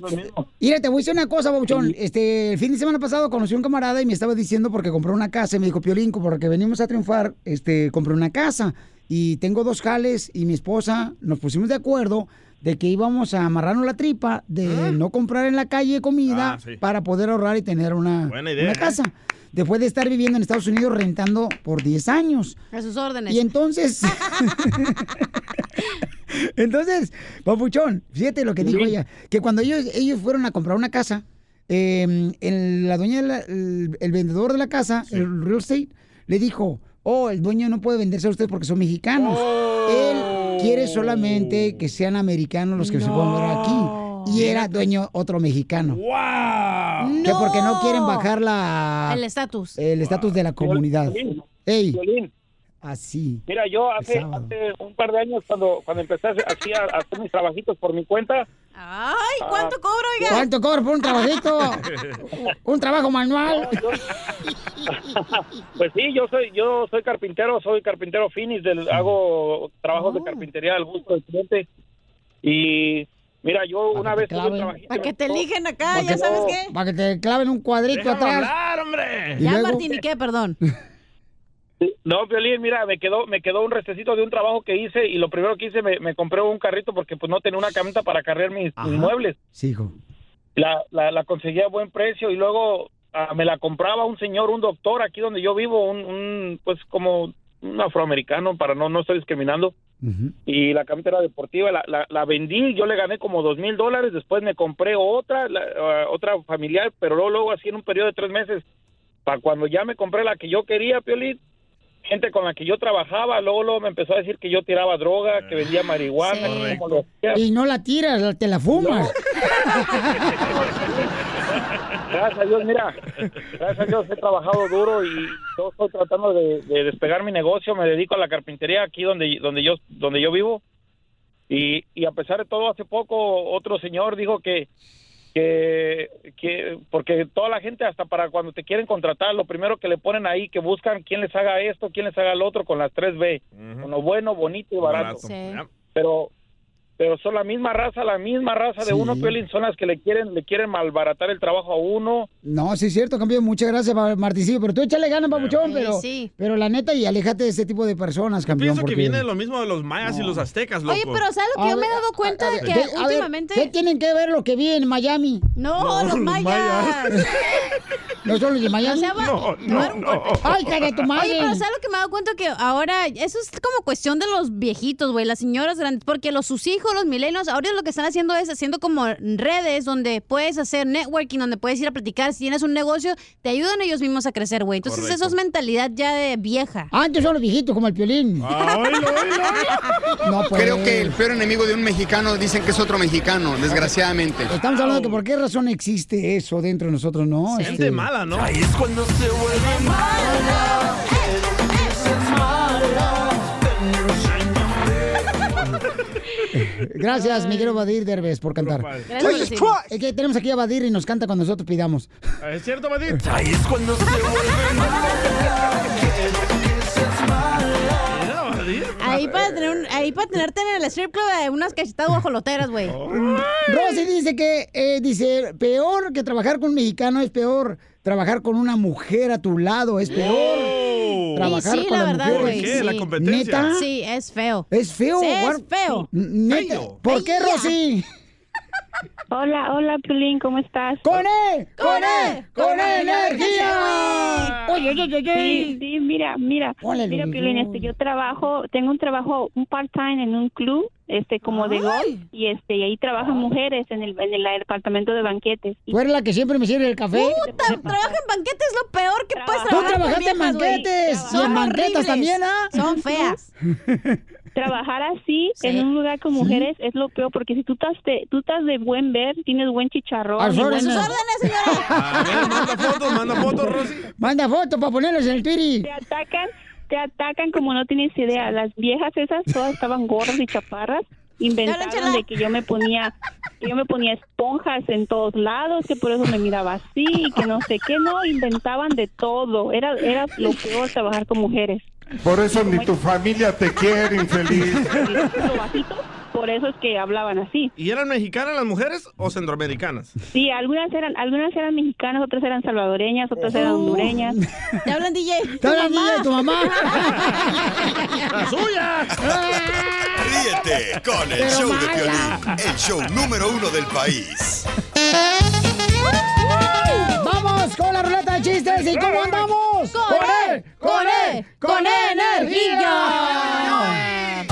S3: Mira, te voy a decir una cosa, Babuchón. Este, el fin de semana pasado conocí a un camarada y me estaba diciendo porque compró una casa y me dijo, Piolín, porque venimos a triunfar, este, compré una casa y tengo dos jales y mi esposa nos pusimos de acuerdo de que íbamos a amarrarnos la tripa de no comprar en la calle comida
S15: Ah, sí.
S3: para poder ahorrar y tener una,
S15: Buena idea,
S3: una
S15: ¿eh?
S3: casa. Después de estar viviendo en Estados Unidos rentando por 10 años.
S6: A sus órdenes.
S3: Y entonces. entonces, Papuchón, fíjate lo que dijo ella: que cuando ellos, ellos fueron a comprar una casa, eh, el, la dueña de la- el, el vendedor de la casa, el real estate, le dijo: Oh, el dueño no puede venderse a ustedes porque son mexicanos. Él quiere
S6: Oh.
S3: solamente que sean americanos los que se puedan ver aquí. Y era dueño otro mexicano.
S5: ¡Wow!
S3: Que porque no quieren bajar la.
S6: El estatus.
S3: El estatus de la comunidad.
S14: Piolín,
S3: Ey.
S14: Piolín.
S3: Así.
S14: Mira, yo hace,
S3: sábado.
S14: hace un par de años cuando, cuando empecé a hacer- así a- a hacer mis trabajitos por mi cuenta, Ah,
S6: Ay, ¿cuánto cobro, oiga?
S3: ¿Cuánto cobro por un trabajito? Un trabajo manual.
S14: Pues sí, yo soy yo soy carpintero, soy carpintero finis, del, hago trabajos
S6: Ah.
S14: de carpintería al gusto del cliente. Y mira, yo una vez tuve un trabajito.
S6: Para que te eligen acá,
S3: Para
S6: ya
S3: que-
S6: sabes qué.
S3: Para que te claven un cuadrito
S14: Déjalo
S3: atrás.
S14: hablar, hombre.
S3: Y
S6: Ya,
S3: luego-
S6: Martín, ¿y qué? Perdón.
S14: No, Violín, mira, me quedó me quedó un restecito de un trabajo que hice y lo primero que hice me, me compré un carrito porque pues no tenía una camioneta para cargar mis, mis muebles.
S3: Sí, hijo.
S14: La, la, la conseguí a buen precio y luego ah, me la compraba un señor, un doctor aquí donde yo vivo, un, un pues como un afroamericano para no no estoy discriminando. y la camioneta era deportiva, la, la, la vendí, yo le gané como dos mil dólares, después me compré otra, la- uh, otra familiar, pero luego, luego así en un periodo de tres meses, para cuando ya me compré la que yo quería, Piolín, gente con la que yo trabajaba, luego, luego me empezó a decir que yo tiraba droga, que vendía marihuana, que cómo lo hacía.
S3: Y no la tiras, la- te la fumas.
S14: Gracias a Dios, mira, gracias a Dios he trabajado duro y yo estoy tratando de, de despegar mi negocio, me dedico a la carpintería aquí donde, donde, yo, donde yo vivo y, y a pesar de todo, hace poco otro señor dijo que, que, que, porque toda la gente hasta para cuando te quieren contratar, lo primero que le ponen ahí, que buscan quién les haga esto, quién les haga lo otro con las 3B, con lo bueno, bonito y barato.
S15: Barato. Sí.
S14: Pero pero son la misma raza, la misma raza
S3: Sí.
S14: de uno, Piolín, son las que le quieren, le quieren malbaratar el trabajo a uno.
S3: No, sí es cierto, campeón. Muchas gracias, pa- Martincillo. Pero tú échale ganas, papuchón.
S14: Sí,
S3: pero, pero la neta, y aléjate de este tipo de personas, campeón.
S5: Pienso
S3: porque-
S5: que viene lo mismo de los mayas y los aztecas, loco.
S6: Oye, pero ¿sabes lo que
S3: A
S6: yo me he
S3: ver,
S6: dado cuenta?
S5: a
S6: de
S5: ver,
S6: que
S5: ve- a ver,
S6: últimamente...
S3: ¿Qué tienen que ver lo que vi en Miami?
S6: No, los mayas.
S3: ¿No son los de Miami?
S6: O sea, va-
S3: no, no, no. Ay, cara, tu madre.
S6: Oye, pero ¿sabes lo que me he dado cuenta? Que ahora, eso es como cuestión de los viejitos, güey, las señoras grandes, porque los sus hijos, los milenios, ahora lo que están haciendo es haciendo como redes donde puedes hacer networking, donde puedes ir a platicar. Si tienes un negocio, te ayudan ellos mismos a crecer, güey. Entonces,
S3: Correcto.
S6: eso es mentalidad ya de vieja.
S3: Ah, entonces son los viejitos, como el piolín. No, pues.
S13: Creo que el peor enemigo de un mexicano dicen que es otro mexicano, desgraciadamente.
S3: Estamos hablando de que por qué razón existe eso dentro de nosotros, ¿no? Este-
S13: ¿no?
S1: Ahí es cuando se vuelve mala. Es mala.
S3: Gracias, mi querido Badir Derbez, por cantar.
S1: Gracias,
S3: Oye,
S1: Valentín.
S3: es que tenemos aquí a Badir y nos canta cuando nosotros pidamos.
S5: ¿Es cierto, Badir?
S1: Ahí es cuando se vuelve mala.
S6: Ahí para, tener un- ahí para tenerte en el strip club de unas cachetadas guajoloteras, güey.
S3: Oh. Rosy dice que, eh, dice, peor que trabajar con un mexicano es peor. Trabajar con una mujer a tu lado es peor. Trabajar
S6: sí,
S3: con
S6: la
S3: las
S6: verdad,
S3: mujeres.
S6: güey. sí.
S3: ¿Neta?
S6: Sí, es feo.
S3: Es feo.
S6: Sí, es
S3: guar-
S6: feo.
S3: N- neta. ¿Por qué, Rosy?
S8: Hola, hola, Piolín, ¿cómo estás?
S3: ¡Con él! ¡Con él!
S6: E,
S3: ¡Con energía! ¡Oye, oye, oye, oye!
S8: Sí, sí, mira, mira, mira,
S3: Lulú.
S8: Piolín, este, yo trabajo, tengo un trabajo, un part-time en un club, este, como de golf, y este, y ahí trabajan mujeres en el, en el departamento de banquetes. Y
S3: ¿Tú eres la que siempre me sirve el café?
S6: Puta, trabaja en banquetes, es lo peor que puedes
S3: Tú
S6: trabajar.
S3: trabajaste en banquetes y en banquetas también, ¿ah?
S6: Son feas.
S8: trabajar así en un lugar con mujeres es lo peor, porque si tú estás, de, tú estás de buen ver, tienes buen chicharrón.
S3: A
S8: y
S3: sus
S8: buen-
S3: órdenes.
S5: Ah, manda fotos, manda fotos, Rosy.
S3: Manda fotos para ponerlos en el Twitter.
S8: Te atacan, te atacan como no tienes idea. Las viejas esas todas estaban gordas y chaparras. Inventaron de que yo me ponía, que yo me ponía esponjas en todos lados, que por eso me miraba así, y que no sé qué, no, inventaban de todo. Era, era lo peor trabajar con mujeres.
S16: Por eso ni tu familia te quiere, infeliz.
S8: Por eso es que hablaban así.
S5: ¿Y eran mexicanas las mujeres o centroamericanas?
S8: Sí, algunas eran, algunas eran mexicanas, otras eran salvadoreñas, otras
S3: Oh.
S8: eran hondureñas.
S6: Te hablan DJ.
S8: Te hablan
S3: DJ, tu mamá.
S5: ¡La suya!
S2: Ríete con el
S1: Pero
S2: show
S1: mala.
S2: de Piolín, el show número uno del país.
S3: ¡Vamos con la ruleta de chistes! ¿Y cómo andamos? E,
S1: Con él, con él, con E energía.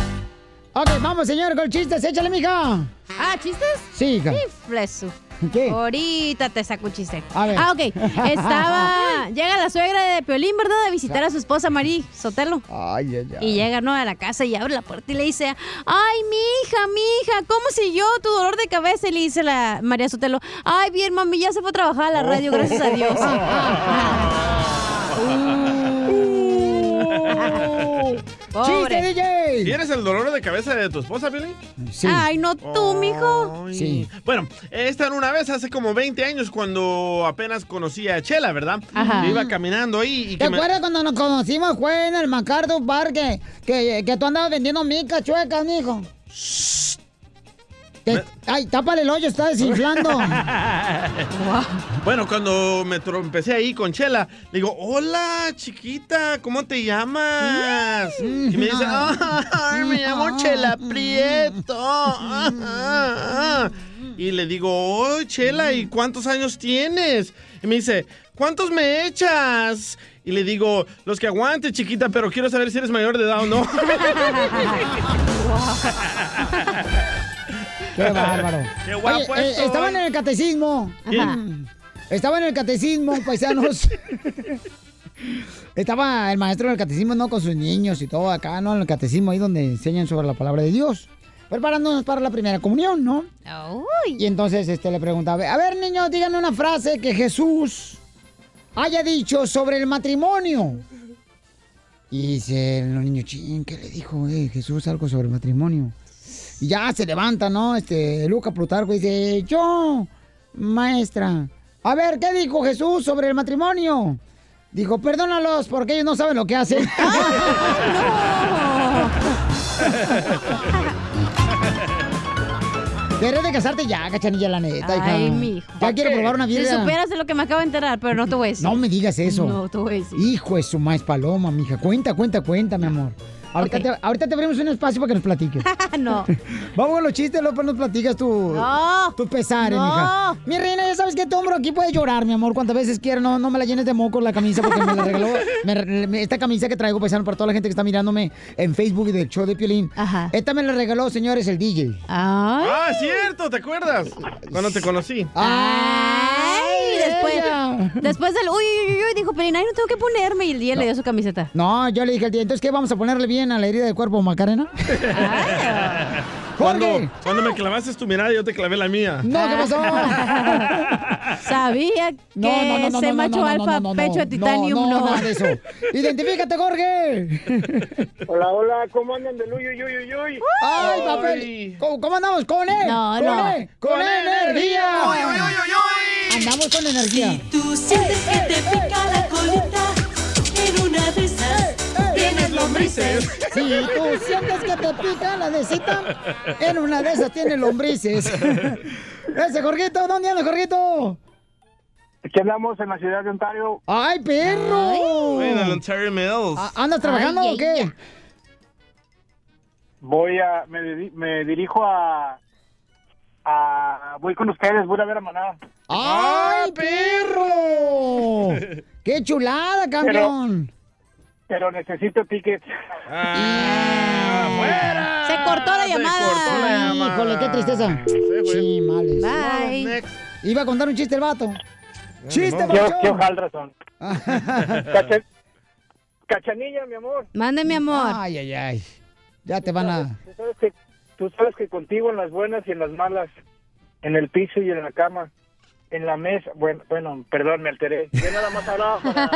S3: Ok, vamos, señor, con chistes. Échale, mija.
S6: Ah, ¿chistes?
S3: Sí, hija.
S6: Flesu.
S3: ¿Qué?
S6: Ahorita te saco un chiste.
S3: A ver.
S6: Ah, ok. Estaba. Llega la suegra de Piolín, ¿verdad? A visitar a su esposa Marí Sotelo.
S3: Ay, ay,
S6: Y llega, ¿no? A la casa y abre la puerta y le dice, ay, mi hija, mi hija, ¿cómo siguió tu dolor de cabeza? Y le dice la María Sotelo, ay, bien, mami, ya se fue a trabajar a la
S3: Oh.
S6: radio, gracias a Dios.
S3: Uh. ¡Chiste, DJ!
S5: ¿Tienes el dolor de cabeza de tu esposa, Billy?
S6: Ay, no tú, mijo.
S3: Sí.
S5: Bueno, esta era una vez hace como 20 años cuando apenas conocí a Chela, ¿verdad?
S3: Ajá.
S5: Yo iba caminando ahí y
S3: ¿Te
S5: que me-
S3: acuerdas cuando nos conocimos, fue en el Macardo Parque, que, que tú andabas vendiendo micas chuecas, mijo? Te- Ay, tápale el hoyo, está desinflando.
S5: Bueno, cuando me trompecé ahí con Chela, le digo, hola, chiquita, ¿cómo te llamas? Y me dice,
S3: "Ah,
S5: ay, me llamo Chela Prieto. Ah, ah, ah. Y le digo, oh, Chela, ¿y cuántos años tienes? Y me dice, ¿cuántos me echas? Y le digo, los que aguante, chiquita, pero quiero saber si eres mayor de edad o no.
S3: Qué bárbaro.
S1: Qué guapo
S3: Oye, eh,
S1: estoy.
S3: estaban en el catecismo.
S1: ¿Quién?
S3: Ajá. Estaban en el catecismo, paisanos. Estaba el maestro en el catecismo, ¿no? Con sus niños y todo acá, ¿no? En el catecismo, ahí donde enseñan sobre la palabra de Dios. Preparándonos para la primera comunión, ¿no? Y entonces este, le preguntaba, a ver, niños, díganme una frase que Jesús haya dicho sobre el matrimonio. Y dice el niño, ching, ¿qué le dijo eh, Jesús algo sobre el matrimonio? Y ya se levanta, ¿no? Este, Luca Plutarco dice, yo, maestra, a ver, ¿qué dijo Jesús sobre el matrimonio? Dijo, perdónalos porque ellos no saben lo que hacen. Deberías de casarte ya, cachanilla, la neta, hija.
S6: Ay, mi hijo.
S3: Ya quiero probar una vida.
S6: Si supieras de lo que me acabo de enterar, pero no te voy a decir.
S3: No me digas eso.
S6: No te voy a decir.
S3: Hijo es su maíz paloma, mija. Cuenta, cuenta, cuenta, mi amor. Ahorita,
S6: Ok.
S3: te, ahorita te abrimos un espacio para que nos platiques.
S6: no.
S3: Vamos con los chistes, López, nos platicas tu, tus pesares,
S6: no.
S3: mija. Mi reina, ya sabes que tu hombro aquí puede llorar, mi amor, cuantas veces quieras. No, no me la llenes de moco la camisa porque me la regaló. me re- me- esta camisa que traigo, paisano, para toda la gente que está mirándome en Facebook y del show de Piolín. Esta me la regaló, señores, el DJ.
S5: Ah, cierto, ¿te acuerdas? Cuando te conocí.
S6: Ay, después, después del. Uy, uy, uy, uy, dijo Pelín, ay, no tengo que ponerme. Y el día le dio su camiseta.
S3: No, yo le dije al día, entonces, ¿qué vamos a ponerle bien a la herida del cuerpo, Macarena?
S5: Cuando, cuando me clavaste tu mirada, yo te clavé la mía.
S3: No, ¿qué pasó?
S6: Sabía que
S3: No, no, no, no, no,
S6: ese
S3: no,
S6: macho
S3: no, no, no,
S6: alfa,
S3: no,
S6: pecho de
S3: no, no,
S6: titanium, no.
S3: nada de eso. Identifícate, Jorge.
S17: Hola, hola, ¿cómo andan de uy, uy, uy, uy?
S3: ¡Ay, papel! ¿Cómo, cómo andamos? ¿Con él?
S17: No,
S3: Eh, ¡Con
S17: no.
S3: él! ¡Con,
S17: Con
S3: energía!
S17: energía. Uy, uy,
S3: Andamos con energía.
S17: Tú sientes que te pica la colita en una de esas. Tienes lombrices.
S3: Si Eh, tú sientes que te pica la necesita, en una de esas tiene lombrices. Ese Jorgito, ¿dónde anda Jorgito?
S17: Aquí andamos en la ciudad de Ontario.
S3: ¡Ay, perro!
S5: En el Ontario Mills.
S3: Ah, ¿Andas trabajando
S17: Ay,
S3: o qué?
S17: Voy a, me, diri- me dirijo a, a, voy con ustedes, voy a ver a Maná.
S3: Ah, ¡Ay, perro! ¡Qué chulada, campeón!
S17: Pero necesito tickets.
S3: Ah,
S17: Ah,
S6: Se cortó la llamada.
S3: Híjole, qué tristeza. Sí, males.
S6: Bye.
S3: Iba a contar un chiste el vato.
S17: Yo,
S3: ¡Chiste, macho!
S17: yo jal razón. Cacha- Cachanilla, mi amor.
S6: Mande, mi amor.
S3: Ay, ay, ay. Ya te van a...
S17: Tú sabes, que, tú sabes que contigo en las buenas y en las malas, en el piso y en la cama, en la mesa, bueno, bueno perdón, me alteré. Yo nada más hablaba para,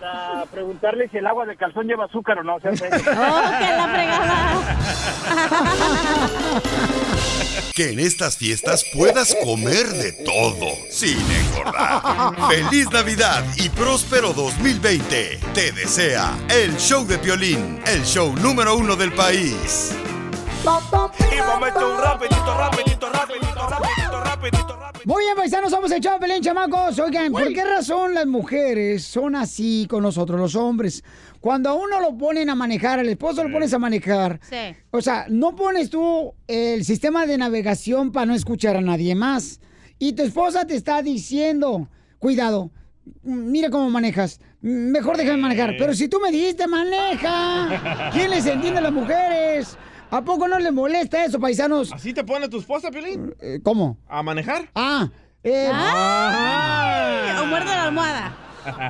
S17: para preguntarle si el agua de calzón lleva azúcar o no. ¡Oh, que la
S2: Que en estas fiestas puedas comer de todo sin engordar. Feliz Navidad y próspero 2020. Te desea el show de Piolín, el show número uno del país.
S15: Y momento un rapidito, rapidito, rapidito, rapidito, rapidito.
S3: Muy bien, paisanos, somos el Chavo Pelín, chamacos. Oigan, ¿por qué razón las mujeres son así con nosotros los hombres? Cuando a uno lo ponen a manejar, al esposo lo pones a manejar.
S6: Sí.
S3: O sea, no pones tú el sistema de navegación para no escuchar a nadie más. Y tu esposa te está diciendo, cuidado, m- mira cómo manejas. m- Mejor déjame manejar. Pero si tú me dijiste, maneja. ¿Quién les entiende a las mujeres? ¿A poco no les molesta eso, paisanos?
S5: ¿Así te pone tu esposa, Pelín?
S3: Eh, ¿Cómo?
S5: ¿A manejar?
S3: Ah. eh,
S5: Ah.
S6: O muerde la almohada.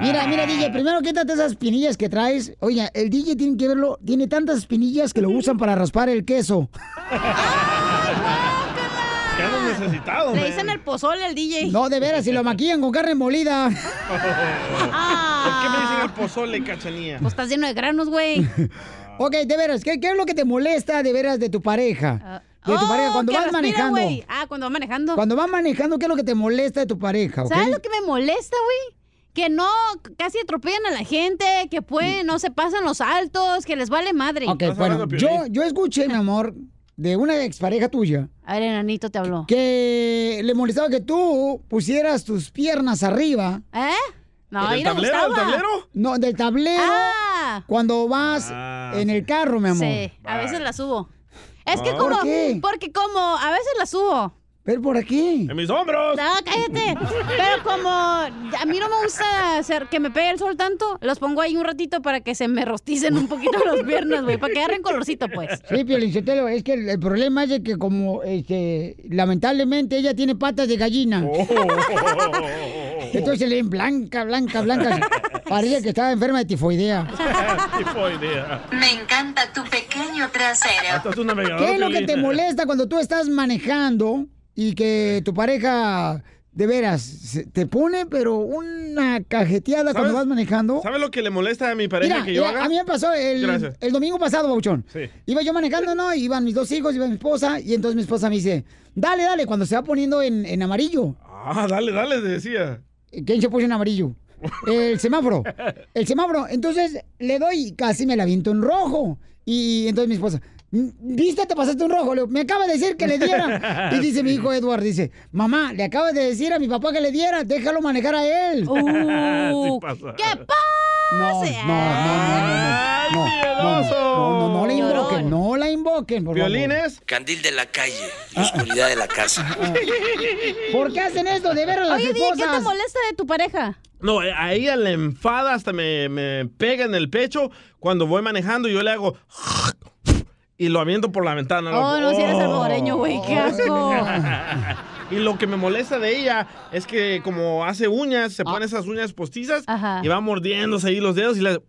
S3: Mira, mira,
S6: Ah.
S3: DJ, primero quítate esas espinillas que traes. Oye, el DJ tiene que verlo, tiene tantas espinillas que lo usan para raspar el queso.
S5: ¿Qué hemos necesitado,
S6: Le
S5: man?
S6: dicen el pozole al DJ.
S3: No, de veras, si lo maquillan con carne molida.
S5: ¿Por qué me dicen el pozole, cachanía?
S6: Pues estás lleno de granos, güey.
S3: Ok, de veras, ¿qué, qué es lo que te molesta de veras de tu pareja? De tu
S6: Oh,
S3: pareja, cuando
S6: que
S3: vas
S6: respira,
S3: manejando.
S6: güey. Ah, cuando vas manejando.
S3: Cuando vas manejando, ¿qué es lo que te molesta de tu pareja? ok?
S6: ¿Sabes lo que me molesta, güey? Que no, c- casi atropellan a la gente, que pueden, no se pasan los altos, que les vale madre.
S3: Mm. Ok, bueno, yo, yo escuché, mi amor, de una expareja tuya.
S6: A ver, enanito te habló.
S3: Que le molestaba que tú pusieras tus piernas arriba.
S6: ¿Eh? No, ahí le gustaba. Ah.
S3: No, del tablero. Cuando vas en el carro, mi amor.
S6: Sí, a veces la subo. Es que
S3: Ah.
S6: como,
S3: ¿Por qué?
S6: porque como, a veces la subo.
S3: ¿Pero por aquí?
S5: ¡En mis hombros!
S6: No, cállate. Pero como a mí no me gusta hacer que me pegue el sol tanto, los pongo ahí un ratito para que se me rosticen un poquito las piernas, güey, para que agarren colorcito, pues.
S3: Sí, Piolinsotelo, es que el, el problema es de que como, este, lamentablemente ella tiene patas de gallina. Entonces le ven blanca, blanca, blanca. Parecía que estaba enferma de tifoidea.
S5: Tipo idea.
S18: Me encanta tu pequeño trasero.
S5: Hasta tu navegador.
S3: ¿Qué es lo que
S5: Piolín.
S3: te molesta cuando tú estás manejando y que tu pareja, de veras, se- te pone pero una cajeteada cuando vas manejando?
S5: ¿Sabes lo que le molesta a mi pareja
S3: Mira,
S5: que yo
S3: mira,
S5: haga?
S3: a mí me pasó el,
S5: Gracias.
S3: el domingo pasado, Bauchón.
S5: Sí.
S3: Iba yo manejando, ¿no? Iban mis dos hijos, iba mi esposa, y entonces mi esposa me dice, dale, dale, cuando se va poniendo en, en amarillo.
S5: Ah, dale, dale, te decía.
S3: ¿Quién se puso en amarillo? El semáforo. El semáforo. Entonces le doy y casi me la viento en rojo. Y entonces mi esposa, ¿Viste? Te pasaste un rojo. Le digo, me acaba de decir que le diera. Y dice mi hijo Edward, dice, mamá, le acabas de decir a mi papá que le diera, déjalo manejar a él.
S15: Uh,
S6: ¿Qué
S3: No, no, no, no, no, no, no, no, no, no, no la invoquen, no la invoquen, por favor.
S5: ¿Violines?
S15: Candil de la calle,
S12: Ah.
S15: la oscuridad de la casa.
S3: Ah. ¿Por qué hacen esto de ver a las
S6: Oye, DJ, ¿qué te
S3: esposas?
S6: molesta de tu pareja?
S5: No, eh, a ella le enfada, hasta me, me pega en el pecho. Cuando voy manejando, yo le hago. Y lo aviento por la ventana. loco.
S6: Oh, no, si eres
S5: Oh.
S6: salvadoreño, güey, qué asco.
S5: Y lo que me molesta de ella es que, como hace uñas, se pone esas uñas postizas
S6: Ajá.
S5: y va mordiéndose ahí los dedos y, le-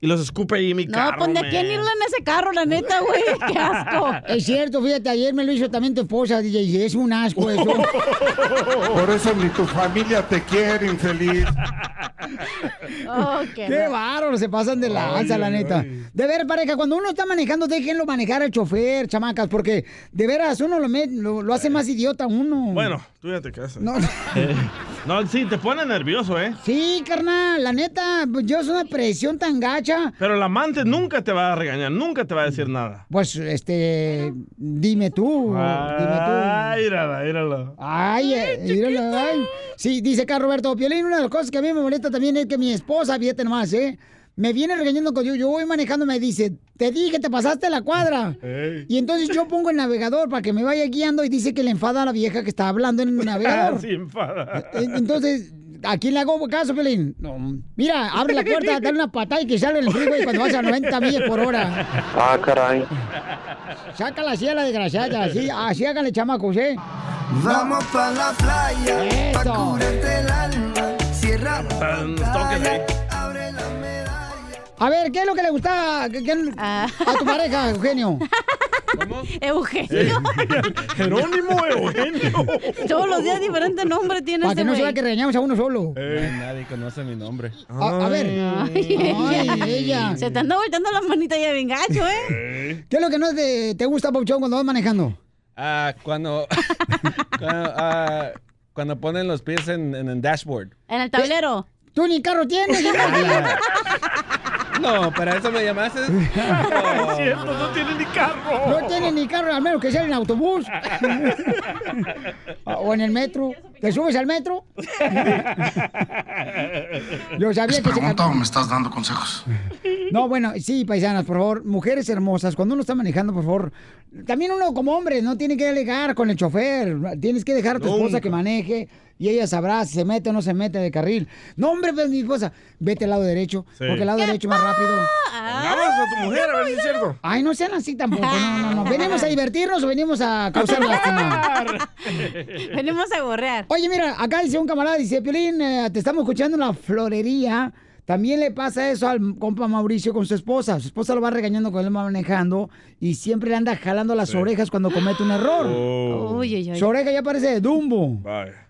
S5: y los escupe ahí en mi
S6: No,
S5: carro.
S6: pon de
S5: man.
S6: aquí en irla en ese carro, la neta, güey, qué asco.
S3: Es cierto, fíjate, ayer me lo hizo también tu esposa, DJ, y es un
S6: Oh,
S3: asco eso.
S16: Por eso ni tu familia te quiere, infeliz.
S6: oh,
S3: qué bárbaro, se pasan de lanza, la neta. De ver, pareja, cuando uno está manejando, déjenlo manejar al chofer, chamacas, porque de veras uno lo, met- lo, lo hace más idiota uno.
S5: Eh. Bueno, tú ya te casas.
S3: No.
S5: Eh, no, sí, te pone nervioso, ¿eh?
S3: Sí, carnal, la neta, pues, yo soy una presión tan gacha.
S5: Pero el amante nunca te va a regañar, nunca te va a decir nada.
S3: Pues, este, dime tú, dime
S5: Ay,
S3: tú.
S5: mírala, mírala.
S3: Ay, eh, míralo, ay. Sí, dice acá Roberto Piolín, una de las cosas que a mí me molesta también es que mi esposa, fíjate nomás, ¿eh? Me viene regañando cuando yo, yo voy manejando, me dice, te dije, te pasaste la cuadra.
S15: Ey.
S3: Y entonces yo pongo el navegador para que me vaya guiando y dice que le enfada a la vieja que está hablando en el
S1: Ah,
S3: navegador.
S5: Sí, enfada.
S3: En- Entonces, ¿a quién le hago caso, Piolín? No. Mira, abre la puerta, dale una patada y que salga el freeway cuando vas a 90 millas por hora.
S15: Ah, caray.
S3: Sácala así a la desgraciada, así, así háganle chamacos, ¿eh?
S15: Vamos pa' la playa,
S3: Eso.
S15: el alma. Cierra
S3: A ver, ¿qué es lo que le gusta que- que-
S6: Ah.
S3: a tu pareja, Eugenio?
S6: Eugenio.
S5: Jerónimo
S3: eh.
S5: Eugenio.
S6: Todos los días diferente nombre tiene
S3: Para
S6: este
S3: que no se vea
S6: güey.
S3: que regañamos a uno solo.
S19: Nadie conoce mi nombre.
S3: Ah, A, a ver. ella.
S6: Se te anda volteando la manita ya bien gacho, ¿eh?
S3: ¿Qué es lo que no te, te gusta, Pauchón, cuando vas manejando?
S19: Ah, cuando, cuando, ah, cuando ponen los pies en, en el dashboard.
S6: En el tablero.
S3: Tú ni carro tienes.
S19: No, para eso me llamaste.
S5: Es cierto, no tiene ni carro.
S3: No tiene ni carro, al menos que sea en autobús. o en el metro. ¿Te subes al metro? Yo sabía que se
S20: pregunta o me estás dando consejos?
S3: No, bueno, sí, paisanas, por favor, mujeres hermosas, cuando uno está manejando, por favor, también uno como hombre no tiene que alegar con el chofer, tienes que dejar a tu esposa que maneje y ella sabrá si se mete o no se mete de carril. No, hombre, pero mi esposa, vete al lado derecho,
S5: Sí.
S3: porque el lado
S5: ¿Qué
S3: derecho es más rápido.
S5: Pongamos a tu mujer, a ver si es cierto.
S3: Ay, no sean así tampoco, no, no, no. ¿Venimos a divertirnos o venimos a causar lástima?
S6: Venimos a gorrear.
S3: Oye, mira, acá dice un camarada, dice, Piolín, eh, te estamos escuchando en la florería. También le pasa eso al compa Mauricio con su esposa. Su esposa lo va regañando cuando él va manejando y siempre le anda jalando las orejas cuando comete un error.
S6: Uy, uy, uy.
S3: Su oreja ya parece de Dumbo.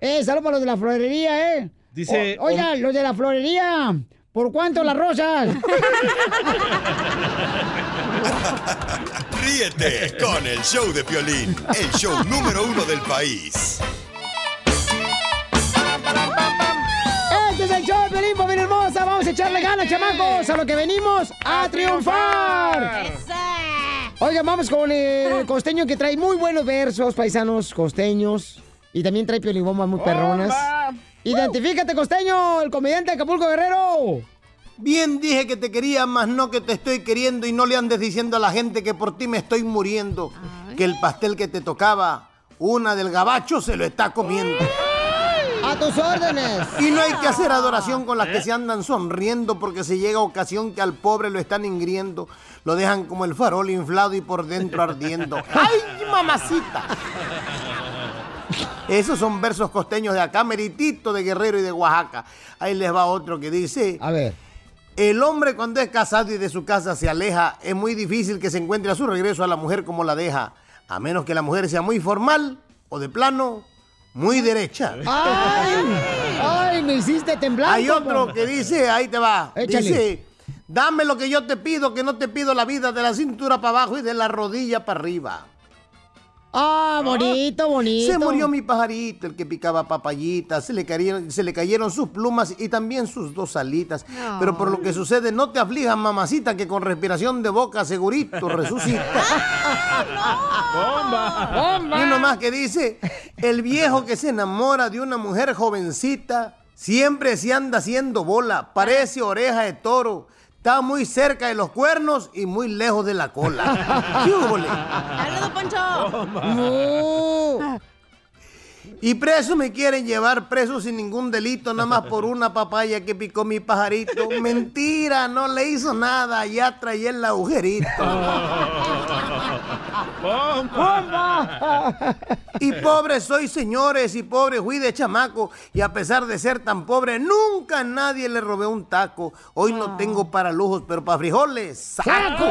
S3: Eh, saludos para los de la florería, eh.
S5: Dice-
S3: O- oiga, los de la florería, ¿por cuánto las rosas?
S2: Ríete con el show de Piolín, el show número uno del país.
S3: Este es el show de Piolín, familia hermosa. Vamos a echarle ganas, chamacos, a lo que venimos a triunfar. Oigan, vamos con el costeño que trae muy buenos versos, paisanos costeños. Y también trae piolibombas muy perronas. Identifícate, costeño, el comediante de Acapulco Guerrero.
S12: Bien dije que te quería, más no que te estoy queriendo y no le andes diciendo a la gente que por ti me estoy muriendo. Que el pastel que te tocaba, una del gabacho se lo está comiendo.
S3: A tus órdenes.
S12: Y no hay que hacer adoración con las que se andan sonriendo porque se llega ocasión que al pobre lo están ingriendo. Lo dejan como el farol inflado y por dentro ardiendo. ¡Ay, mamacita! Esos son versos costeños de acá, meritito de Guerrero y de Oaxaca. Ahí les va otro que dice...
S3: A ver.
S12: El hombre cuando es casado y de su casa se aleja, es muy difícil que se encuentre a su regreso a la mujer como la deja, a menos que la mujer sea muy formal o de plano muy derecha.
S3: ¡Ay! ¡Ay, me hiciste temblar!
S12: Hay otro
S3: compa.
S12: que dice, ahí te va,
S3: Échale.
S12: dice, dame lo que yo te pido, que no te pido la vida de la cintura para abajo y de la rodilla para arriba.
S3: Ah, bonito, bonito.
S12: Se murió mi pajarito, el que picaba papayitas, se le cayeron, se le cayeron sus plumas y también sus dos alitas.
S3: No.
S12: Pero por lo que sucede, no te aflijas, mamacita, que con respiración de boca segurito resucita.
S15: ¡Bomba!
S12: Y uno más que dice, el viejo que se enamora de una mujer jovencita, siempre se anda haciendo bola, parece oreja de toro. Está muy cerca de los cuernos y muy lejos de la cola. ¡Qué húbole? No. Y preso me quieren llevar preso sin ningún delito, nada más por una papaya que picó mi pajarito. Mentira, no le hizo nada, ya traía el agujerito. Y pobre soy, señores, y pobre fui de chamaco. Y a pesar de ser tan pobre, nunca a nadie le robé un taco. Hoy no tengo para lujos, pero para frijoles, saco.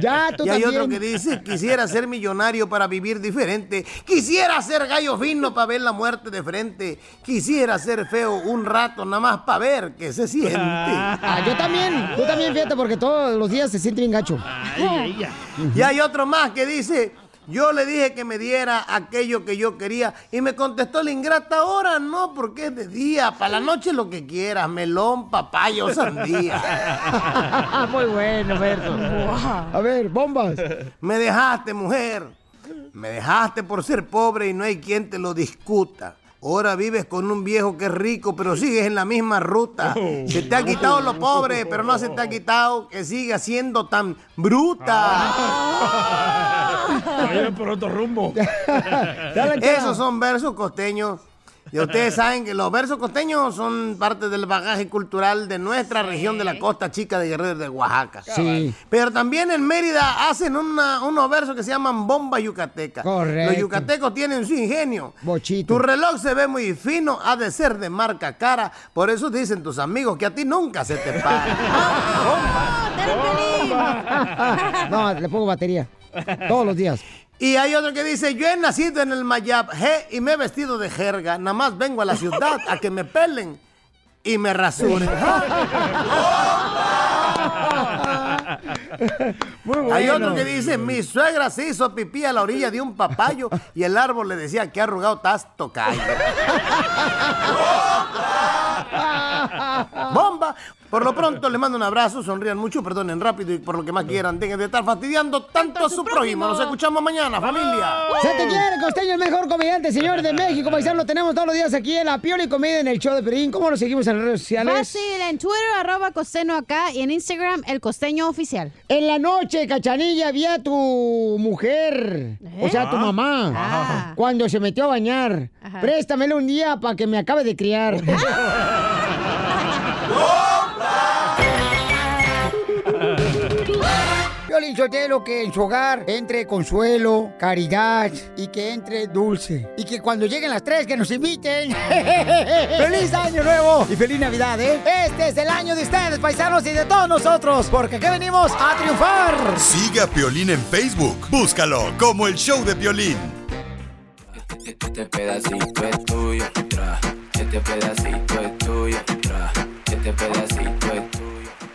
S3: Ya, tú
S12: y hay
S3: también.
S12: otro que dice, quisiera ser millonario para vivir diferente. Quisiera ser gallo fino para ver la muerte de frente. Quisiera ser feo un rato nada más para ver qué se siente.
S3: Ah, yo también, yo también, fíjate, porque todos los días se siente bien gacho.
S12: Y hay otro más que dice, yo le dije que me diera aquello que yo quería y me contestó la ingrata, ahora no, porque es de día, para la noche lo que quieras, melón, papaya o sandía.
S3: Ah, Muy bueno, Berto. A ver, bombas.
S12: Me dejaste, mujer. Me dejaste por ser pobre y no hay quien te lo discuta. Ahora vives con un viejo que es rico, pero sigues en la misma ruta. Se te ha quitado lo pobre, pero no se te ha quitado que siga siendo tan bruta.
S3: Ah.
S15: Vayan por otro rumbo.
S12: Esos son versos costeños. Y ustedes saben que los versos costeños son parte del bagaje cultural de nuestra región de la costa chica de Guerrero de Oaxaca.
S3: Sí.
S12: Pero también en Mérida hacen una- unos versos que se llaman bomba yucateca.
S3: Correcto.
S12: Los yucatecos tienen su ingenio.
S3: Bochito.
S12: Tu reloj se ve muy fino, ha de ser de marca cara. Por eso dicen tus amigos que a ti nunca se te para.
S3: No, le pongo batería. Todos los días.
S12: Y hay otro que dice, yo he nacido en el Mayab je, y me he vestido de jerga. Nada más vengo a la ciudad a que me pelen y me rasuren. Hay otro que dice, mi suegra se hizo pipí a la orilla de un papayo y el árbol le decía que arrugado estás tocayo. ¡Bomba! Por lo pronto les mando un abrazo, sonrían mucho, perdonen rápido y por lo que más quieran, dejen de estar fastidiando tanto a su prójimo. Nos escuchamos mañana, familia.
S3: Se te quiere, Costeño, el mejor comediante, señor de México. Paisano, lo tenemos todos los días aquí en La Piola y Comedia en el show de Perín. ¿Cómo lo seguimos en las redes sociales?
S6: Fácil, en Twitter, arroba costeño acá y en Instagram, el costeño oficial.
S3: En la noche, Cachanilla, había tu mujer, o sea, tu
S6: Ah.
S3: mamá, cuando se metió a bañar.
S6: Ajá.
S3: Préstamelo un día para que me acabe de criar. Violín Sotelo, que en su hogar entre consuelo, caridad y que entre dulce. Y que cuando lleguen las tres, que nos inviten. ¡Feliz Año Nuevo! Y feliz Navidad, ¿eh? Este es el año de ustedes, paisanos, y de todos nosotros, porque aquí venimos a triunfar.
S2: Sigue a Piolín en Facebook. Búscalo como el show de Piolín.
S15: Este pedacito es tuyo, tra. Este pedacito es tuyo, tra. Este pedacito es tuyo.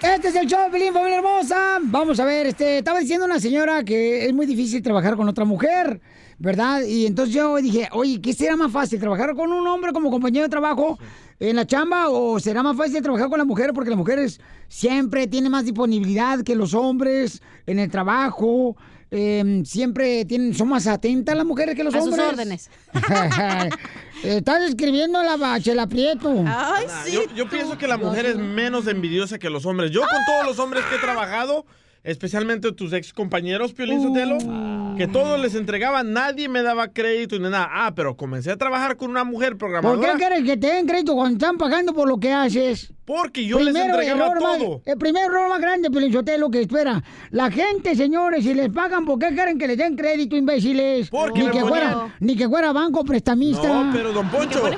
S3: Este es el show, de Pelín, familia hermosa. Vamos a ver, este, estaba diciendo una señora que es muy difícil trabajar con otra mujer, ¿verdad? Y entonces yo dije, oye, ¿qué será más fácil? ¿Trabajar con un hombre como compañero de trabajo en la chamba o será más fácil trabajar con la mujer? Porque las mujeres siempre tienen más disponibilidad que los hombres en el trabajo. eh, siempre tienen, son más atentas las mujeres que los
S6: A sus
S3: hombres.
S6: órdenes.
S3: Estás escribiendo la bachela Prieto. Ay,
S5: Ah, yo, yo pienso que la mujer es menos envidiosa que los hombres. Yo con todos los hombres que he trabajado, especialmente tus ex compañeros, Piolín
S3: Uh.
S5: Sotelo,
S19: Ah.
S5: que todos les entregaba, nadie me daba crédito ni nada. Ah, pero comencé a trabajar con una mujer
S3: ¿Por qué
S5: programadora.
S3: quieres que te den crédito cuando están pagando por lo que haces?
S5: Porque yo les entregaba
S3: error más-
S5: todo.
S3: el primer error más grande, lo que espera. La gente, señores, si les pagan, ¿por qué quieren que les den crédito, imbéciles?
S5: Porque
S3: ni
S5: me
S3: que,
S5: ponían-
S3: fuera, ni que fuera banco prestamista.
S5: No, pero don Poncho,
S6: ¿eh?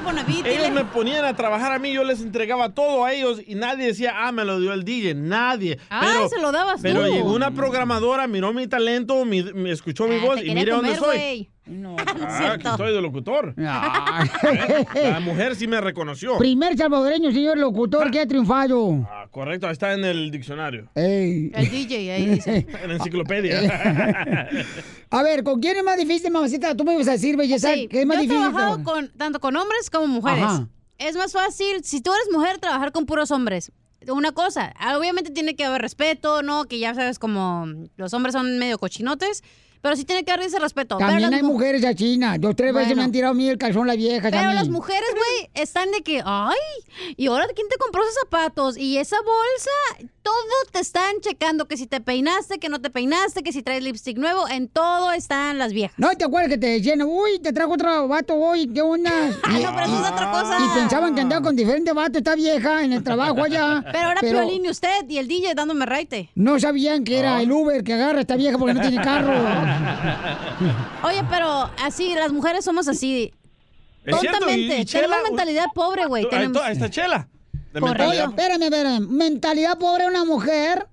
S5: ellos me ponían a trabajar a mí, yo les entregaba todo a ellos y nadie decía, ah, me lo dio el DJ, nadie.
S6: Ay,
S5: pero,
S6: Ah, se lo dabas
S5: Pero
S6: tú.
S5: llegó una programadora, miró mi talento, mi- mi- escuchó mi
S6: Ah,
S5: voz
S6: te
S5: y
S6: quería
S5: mire dónde
S6: comer,
S5: estoy.
S6: güey.
S3: No.
S5: Ah, aquí estoy de locutor. ¿Eh? La mujer sí me reconoció.
S3: Primer salvadoreño, señor locutor, que ha triunfado.
S5: Ah, correcto, ahí está en el diccionario.
S3: Ey.
S6: DJ
S5: En la enciclopedia.
S3: A ver, ¿con quién es más difícil, mamacita? Tú me ibas a decir, belleza,
S6: Sí,
S3: que es más
S6: yo he
S3: difícil.
S6: trabajado
S3: trabajar?
S6: con, tanto con hombres como mujeres.
S3: Ajá.
S6: Es más fácil, si tú eres mujer, trabajar con puros hombres. Una cosa, obviamente tiene que haber respeto, ¿no? Que ya sabes como los hombres son medio cochinotes, pero sí tiene que haber ese respeto. Pero
S3: También
S6: las
S3: hay
S6: mu-
S3: mujeres a China. Dos, tres veces
S6: Bueno.
S3: me han tirado a mí el calzón las viejas. a
S6: Pero
S3: mí.
S6: las mujeres, güey, están de que, ay, ¿y ahora quién te compró esos zapatos? Y esa bolsa, todo te están checando, que si te peinaste, que no te peinaste, que si traes lipstick nuevo, en todo están las viejas.
S3: No te acuerdas que te decían, uy, te trajo otro vato hoy, ¿qué onda? Y,
S6: Ah, no, pero eso es otra cosa.
S3: y pensaban que andaba con diferente vato, está vieja en el trabajo allá.
S6: Pero ahora Piolín y usted y el DJ dándome raite.
S3: No sabían que era el Uber que agarra esta vieja porque no tiene carro.
S6: Oye, pero así, las mujeres somos así.
S3: Es cierto,
S6: Tontamente.
S3: y- y
S6: tenemos
S3: Chela,
S6: mentalidad pobre,
S5: Ah,
S6: güey. Tenemos...
S5: Chela.
S6: de
S3: Oye,
S6: mentalidad.
S3: espérame, espérame. Mentalidad pobre de una mujer.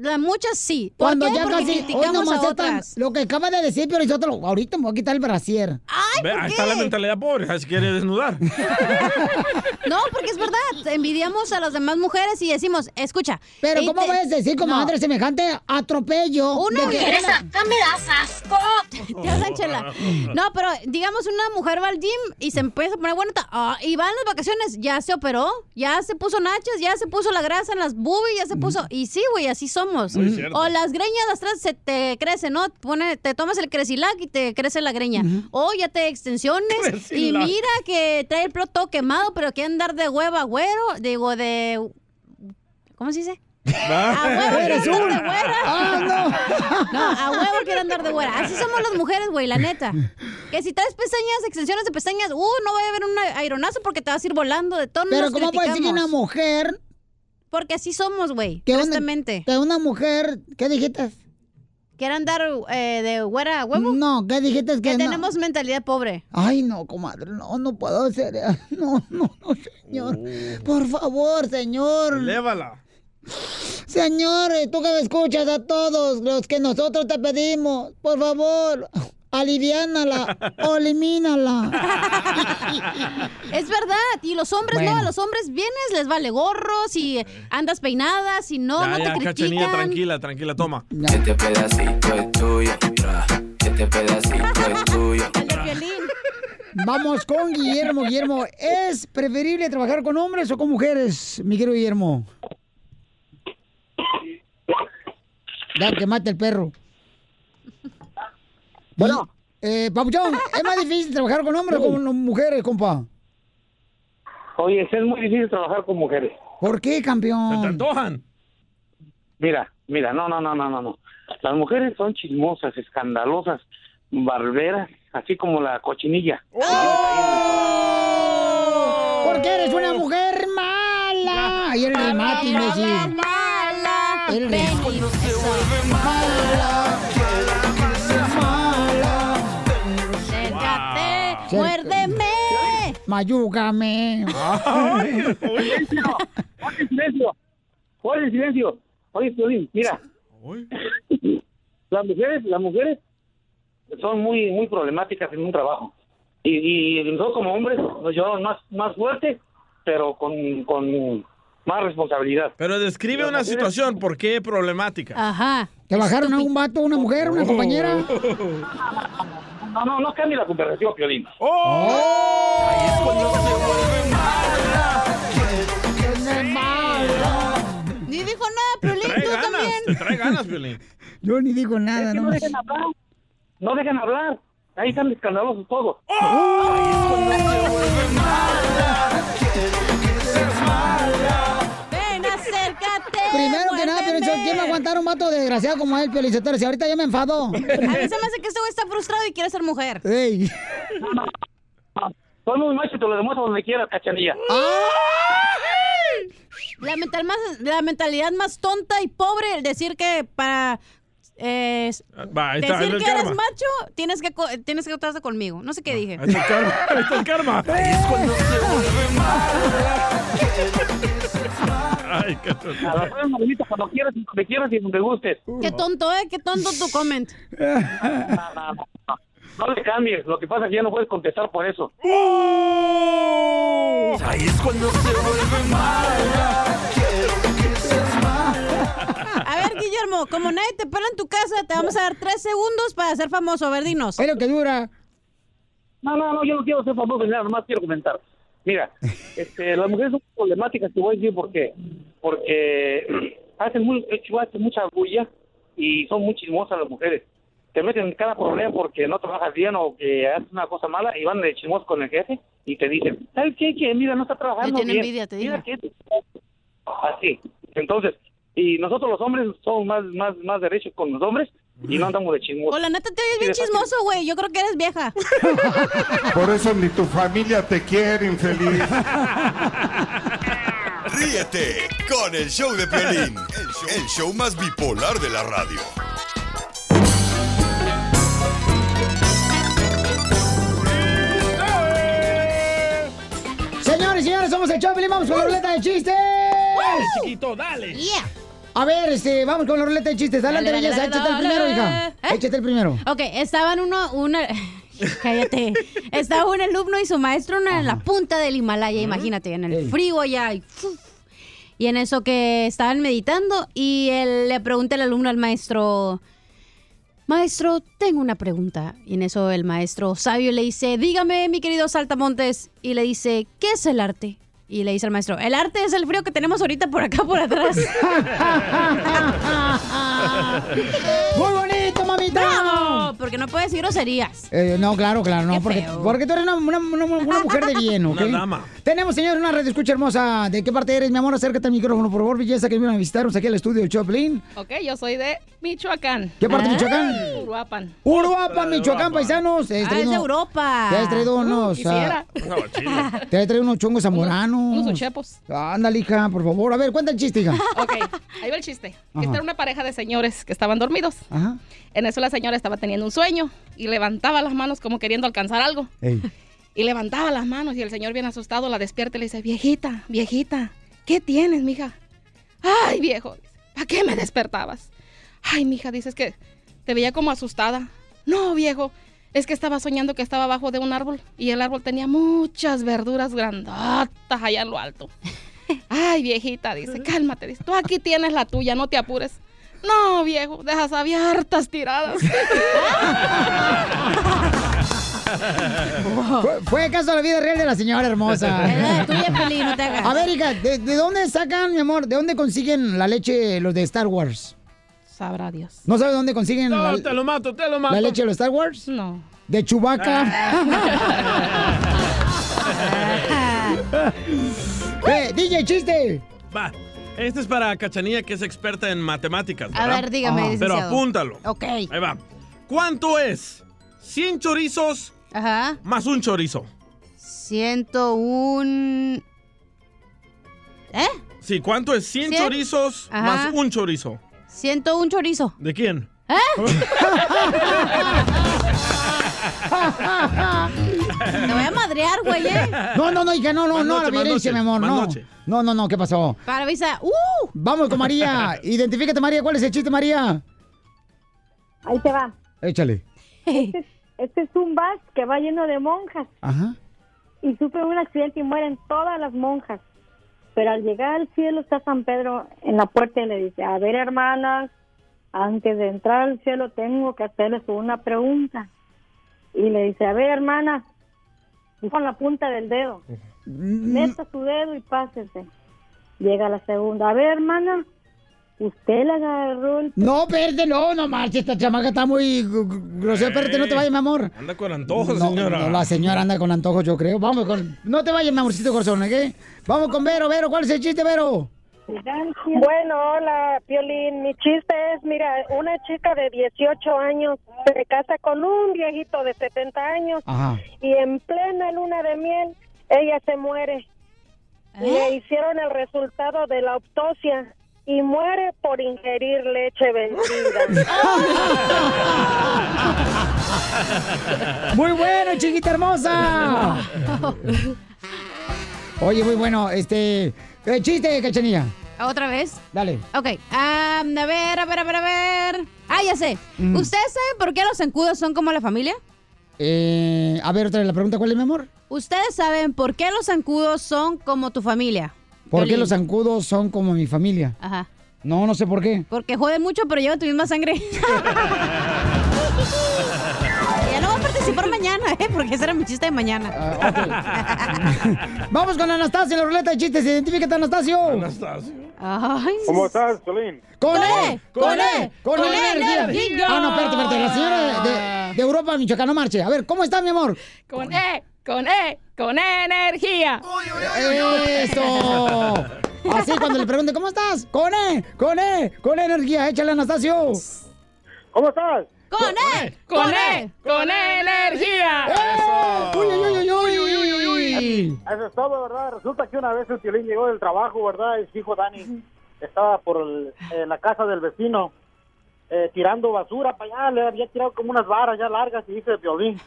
S6: La, muchas sí. ¿Por
S3: Cuando
S6: qué?
S3: ya
S6: Porque
S3: casi.
S6: criticamos
S3: nomás
S6: a
S3: ya
S6: otras. Ah.
S3: Lo que acaba de decir, pero yo te lo. Ahorita me voy a quitar el brasier.
S5: Ve, ahí está la mentalidad pobre, ah, si quiere desnudar.
S6: No, porque es verdad. Envidiamos a las demás mujeres y decimos, escucha.
S3: Pero
S6: ey,
S3: ¿cómo
S6: te-
S3: vas a decir, comadre, semejante atropello? de
S6: Una
S3: que-
S6: vieja. me das asco! Te
S20: Oh.
S6: hablan, Chela. No, pero digamos una mujer va al gym y se empieza a poner buena. ah, y va en las vacaciones, ya se operó, ya se puso nachas, ya se puso la grasa en las boobies, ya se puso. Y sí, güey, así somos.
S20: Mm. Muy cierto.
S6: O las greñas, las tres se te crecen, ¿no? Pone, te tomas el Cresilac y te crece la greña.
S20: Ujú.
S6: O ya te extensiones y
S20: Cresilac.
S6: mira que trae el ploto quemado, pero quiere andar de hueva güero. Digo, de. ¿Cómo se dice?
S20: Ah,
S6: Eres
S20: eres
S6: un.
S20: un-
S16: Ah,
S6: no! a huevo quiero andar de güera. Así somos las mujeres, güey, la neta. Que si traes pestañas, extensiones de pestañas, uh, no va a haber un aeronazo porque te vas a ir volando de tono.
S3: Pero ¿cómo puede decir que una mujer.
S6: Porque así somos, güey.
S3: Que una,
S6: Tristemente.
S3: que una mujer. ¿Qué dijiste?
S6: ¿Quiere andar eh, de güera a huevo?
S3: No, ¿qué dijiste?
S6: Que
S3: no? Ah.
S6: tenemos mentalidad pobre.
S3: Ay, no, comadre, no, no puedo hacer. eh, No, no, no, señor. Por favor, señor.
S5: Lévala.
S3: Señor, eh, tú que me escuchas a todos los que nosotros te pedimos, por favor, aliviánala o elimínala.
S6: Es verdad. Y los hombres no,
S3: Bueno.
S6: a los hombres vienes, les vale gorro, si andas peinada, si no,
S5: ya,
S6: no
S5: ya,
S6: te
S5: cachanilla,
S6: critican.
S5: tranquila, tranquila, toma.
S15: Este pedacito es tuyo, tra. Este pedacito es tuyo, tra.
S3: Vamos con Guillermo. Guillermo, ¿es preferible trabajar con hombres o con mujeres, mi querido Guillermo? Ya, que mate el perro. Bueno. Eh, Papuchón, ¿es más difícil trabajar con hombres o con mujeres, compa?
S21: Oye, es muy difícil trabajar con mujeres.
S3: ¿Por qué, campeón?
S21: Mira, mira, no, no, no, no, no, no. Las mujeres son chismosas, escandalosas, barberas, así como la cochinilla.
S3: Porque eres una mujer mala. Y Ah, el remate, imbécil. Mala, El remate.
S6: Acércate,
S3: Cerca.
S6: muérdeme.
S3: Mayúgame.
S21: silencio! ¡Oye, silencio! ¡Oye, silencio! Oye, Piolín, mira. Las mujeres, las mujeres son muy, muy problemáticas en un trabajo. Y, y nosotros como hombres, nos llevamos más, más fuerte, pero con, con más responsabilidad.
S5: Pero describe una situación, ¿por qué problemática?
S6: Ajá.
S3: ¿Te bajaron a un vato, una mujer, una compañera?
S21: No, no, no cambie la conversación, Piolín.
S6: Ni dijo nada, Piolín, tú también.
S5: Te trae ganas, Violín.
S3: Yo ni digo nada,
S21: no,
S3: no.
S21: dejen hablar. No dejen hablar. Ahí están escandalosos todos.
S5: ¡Oh!
S6: Ven, acércate.
S3: Primero que nada, pero
S6: muérdeme.
S3: ¿quién va a aguantar un vato desgraciado como él, Piolichotero? Si ahorita ya me enfadó.
S6: A mí se me hace que este güey está frustrado y quiere ser mujer.
S3: Ey.
S21: Soy muy macho, te lo demuestro donde quieras, cachanilla.
S6: La, mental más, la mentalidad más tonta y pobre, el decir que para... eh,
S5: Ah, Va, ahí está,
S6: decir
S5: ahí está el
S6: que
S5: karma.
S6: eres macho, tienes que co- tienes que tratarse conmigo. No sé qué dije.
S5: Ahí está el karma, ahí está el karma. Ahí es cuando se vuelve mala. Ay, qué tonto.
S21: A la vez, mamita, cuando quieras y donde quieras y donde gustes.
S6: Qué tonto, ¿eh? Qué tonto tu comment.
S21: No, no, no. No le cambies, lo que pasa es que ya no puedes contestar por eso.
S5: ¡Oh!
S1: Ahí es cuando se vuelve mala. Quiero que seas
S6: A ver, Guillermo, como nadie te pela en tu casa, te vamos a dar tres segundos para ser famoso. A ver, dinos.
S3: Es lo que dura.
S21: No, no, no, yo no quiero ser famoso ni nada, nomás quiero comentar. Mira, este, las mujeres son problemáticas, te voy a decir por qué. Porque hacen, muy, hacen mucha bulla y son muy chismosas las mujeres. Te meten en cada problema porque no trabajas bien o que haces una cosa mala y van de chismos con el jefe y te dicen, ¿sabes qué? Que mira, no está trabajando
S6: tiene
S21: bien.
S6: envidia, te
S21: Mira
S6: digo.
S21: que- Así. Entonces, y nosotros los hombres somos más, más, más derechos con los hombres y no andamos de chismosos.
S6: O la neta te oyes bien chismoso, güey. Yo creo que eres vieja.
S16: Por eso ni tu familia te quiere, infeliz.
S2: Ríete con el show de Piolín, el show, el show más bipolar de la radio.
S3: Señores, señores, somos el Choplin. Vamos con la ruleta de chistes.
S5: Dale, chiquito, dale.
S3: A ver, este, vamos con la ruleta de chistes. Dale,
S6: Dale,
S3: Andrea,
S6: dale,
S3: échate el
S6: dale,
S3: primero,
S6: dale.
S3: hija.
S6: ¿Eh?
S3: Échate el primero.
S6: Ok, estaban uno, una. Cállate. Estaba un alumno y su maestro en la punta del Himalaya, imagínate, en el frío allá. Y, ¡fuf! y en eso que estaban meditando, y él le pregunta el alumno al maestro: Maestro, tengo una pregunta. Y en eso el maestro sabio le dice: Dígame, mi querido Saltamontes. Y le dice: ¿Qué es el arte? Y le dice al maestro: El arte es el frío que tenemos ahorita por acá, por atrás.
S3: ¡Muy bonito, mamita!
S6: Ah. ¡Bravo! Porque no puedes decir groserías.
S3: Eh, no, claro, claro, no, porque,
S6: feo.
S3: porque tú eres una, una- una- una mujer de bien, ¿ok?
S5: Una dama.
S3: Tenemos, señor, una red escucha hermosa. ¿De qué parte eres, mi amor? Acércate al micrófono, por favor, belleza, que vinieron a visitarnos aquí al estudio del Choplin.
S20: Ok, yo soy de Michoacán. Ah,
S3: ¿Qué parte de Michoacán?
S20: Uruapan.
S3: Uruapan, Michoacán, paisanos. Te has
S20: Ah,
S3: traído-
S20: es de Europa.
S3: Te has traído
S20: Uh,
S3: unos...
S20: quisiera.
S3: ah, te has traído unos chongos zamoranos.
S20: unos uchepos.
S3: Ándale, hija, por favor. A ver, cuenta el chiste, hija.
S20: Ok, ahí va el chiste. Que
S3: Ajá.
S20: Esta era una pareja de señores que estaban dormidos.
S3: Ajá.
S20: En eso la señora estaba teniendo un sueño y levantaba las manos como queriendo alcanzar algo. Y levantaba las manos y el señor bien asustado la despierta y le dice, viejita, viejita, ¿qué tienes, mija? Ay, viejo, ¿para qué me despertabas? Ay, mija, dices que te veía como asustada. No, viejo, es que estaba soñando que estaba abajo de un árbol y el árbol tenía muchas verduras grandotas allá en lo alto. Ay, viejita, dice, cálmate, dice, tú aquí tienes la tuya, no te apures. No, viejo, dejas abiertas tiradas.
S3: Fue, fue caso de la vida real de la señora hermosa.
S20: Era Oh. Eh, tuya, Piolín, no te hagas.
S3: A ver, hija, ¿de, de dónde sacan, mi amor? ¿De dónde consiguen la leche los de Star Wars?
S20: Sabrá Dios.
S3: ¿No sabes dónde consiguen la,
S20: No, te lo
S5: mato, te lo
S3: la leche de los Star Wars?
S20: No.
S3: De Chubaca.
S20: Ah.
S3: eh, DJ, chiste.
S5: Va. Este es para Cachanilla, que es experta en matemáticas.
S6: A
S5: ¿verdad?
S6: ver, dígame,
S5: Ajá. Pero
S6: licenciado.
S5: apúntalo.
S6: Ok.
S5: Ahí va. ¿Cuánto es 100 chorizos
S6: Ajá.
S5: más un chorizo?
S6: 101. ¿Eh?
S5: Sí, ¿cuánto es 100
S6: ¿Cien?
S5: chorizos
S6: Ajá.
S5: más un chorizo?
S6: 101 chorizo.
S5: ¿De quién?
S6: ¿Eh? Te voy a madrear, güey, ¿eh?
S3: No, no, no, hija, no, no,
S6: Más
S3: no, a la
S6: noche, más
S3: violencia,
S6: noche,
S3: mi amor,
S6: más
S3: no.
S6: noche.
S3: No, no, no, ¿qué pasó?
S6: Para visa. ¡Uh!
S3: Vamos con María. Identifícate, María. ¿Cuál es el chiste, María?
S11: Ahí te va.
S3: Échale.
S11: Este es, este es un bus que va lleno de monjas
S3: Ajá.
S11: y sufre un accidente y mueren todas las monjas. Pero al llegar al cielo está San Pedro en la puerta y le dice, a ver hermanas, antes de entrar al cielo tengo que hacerles una pregunta. Y le dice, a ver hermana, con la punta del dedo,
S15: Mm.
S11: meta su dedo y pásese. Llega la segunda, a ver hermana, usted la agarró el...
S3: No, espérate, no, no marches, esta chamaca está muy gr- gr- grosera, espérate, no te vayas, mi amor.
S5: Anda con antojos,
S3: No,
S5: señora.
S3: no, la señora anda con antojos, yo creo. Vamos con... No te vayas, mi amorcito corazón, ¿ok? Vamos con Vero, Vero, ¿cuál es el chiste, Vero?
S11: Bueno, hola, Piolín. Mi chiste es, mira, una chica de 18 años se casa con un viejito de 70 años
S22: Ajá.
S11: y en plena luna de miel ella se muere. Le hicieron el resultado de la autopsia y muere por ingerir leche vencida.
S3: Muy bueno, chiquita hermosa. Oye, muy bueno, este... eh, chiste, cachanilla.
S6: ¿Otra vez?
S3: Dale.
S6: Ok. am, a ver, a ver, a ver, a ver. Ah, ya sé.
S3: Mm.
S6: ¿Ustedes saben por qué los zancudos son como la familia?
S3: Eh, a ver, otra vez la pregunta, ¿cuál es, mi amor?
S6: Ustedes saben por qué los zancudos son como tu familia.
S3: ¿Por qué
S6: Piolín.
S3: los zancudos son como mi familia?
S6: Ajá.
S3: No, no sé por qué.
S6: Porque joden mucho, pero llevan tu misma sangre. ya no va a participar mañana, ¿eh? Porque ese era mi chiste de mañana.
S3: Ah, Vamos con Anastasio, la ruleta de chistes. Identifícate, Anastasio.
S6: Ay,
S4: ¿Cómo estás, Solín?
S3: Con E, con E, con E energía. Ah, no, espérate, espérate. La señora de, de- de Europa, Michoacán, no marche. A ver, ¿cómo está, mi amor?
S20: Con E, con E, con energía.
S3: ¡Eso! Así cuando le pregunte, ¿cómo estás? Con E, con E, con E energía. Échale, Anastasio.
S4: ¿Cómo estás?
S6: Con E,
S20: con E, con energía.
S4: Eso.
S3: Uy, uy, uy, uy, uy, uy, uy, uy.
S4: Eso es todo, ¿verdad? Resulta que una vez el Piolín llegó del trabajo, ¿verdad? Y su hijo Dani estaba por el- en la casa del vecino eh, tirando basura para allá. Le había tirado como unas varas ya largas y dice el Piolín,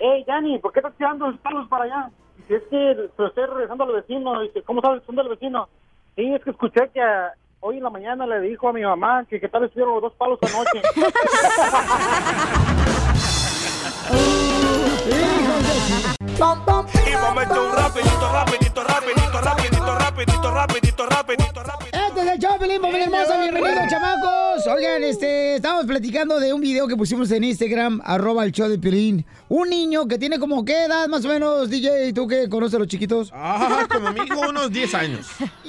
S4: Hey, Dani, ¿por qué estás tirando los palos para allá? Dice, es que se lo estoy regresando al vecino. Dice, ¿cómo sabes que son del vecino? Sí, es que escuché que ah, hoy en la mañana le dijo a mi mamá que qué tal estuvieron los dos palos anoche.
S3: Este es el show, Pelín, familia hermosa. Bienvenidos, chamacos. Oigan, este, estábamos platicando de un video que pusimos en Instagram, arroba el show de Pelín. Un niño que tiene como qué edad, más o menos, DJ, ¿tú que conoces a los chiquitos?
S5: Ah, como mi hijo, unos 10 años.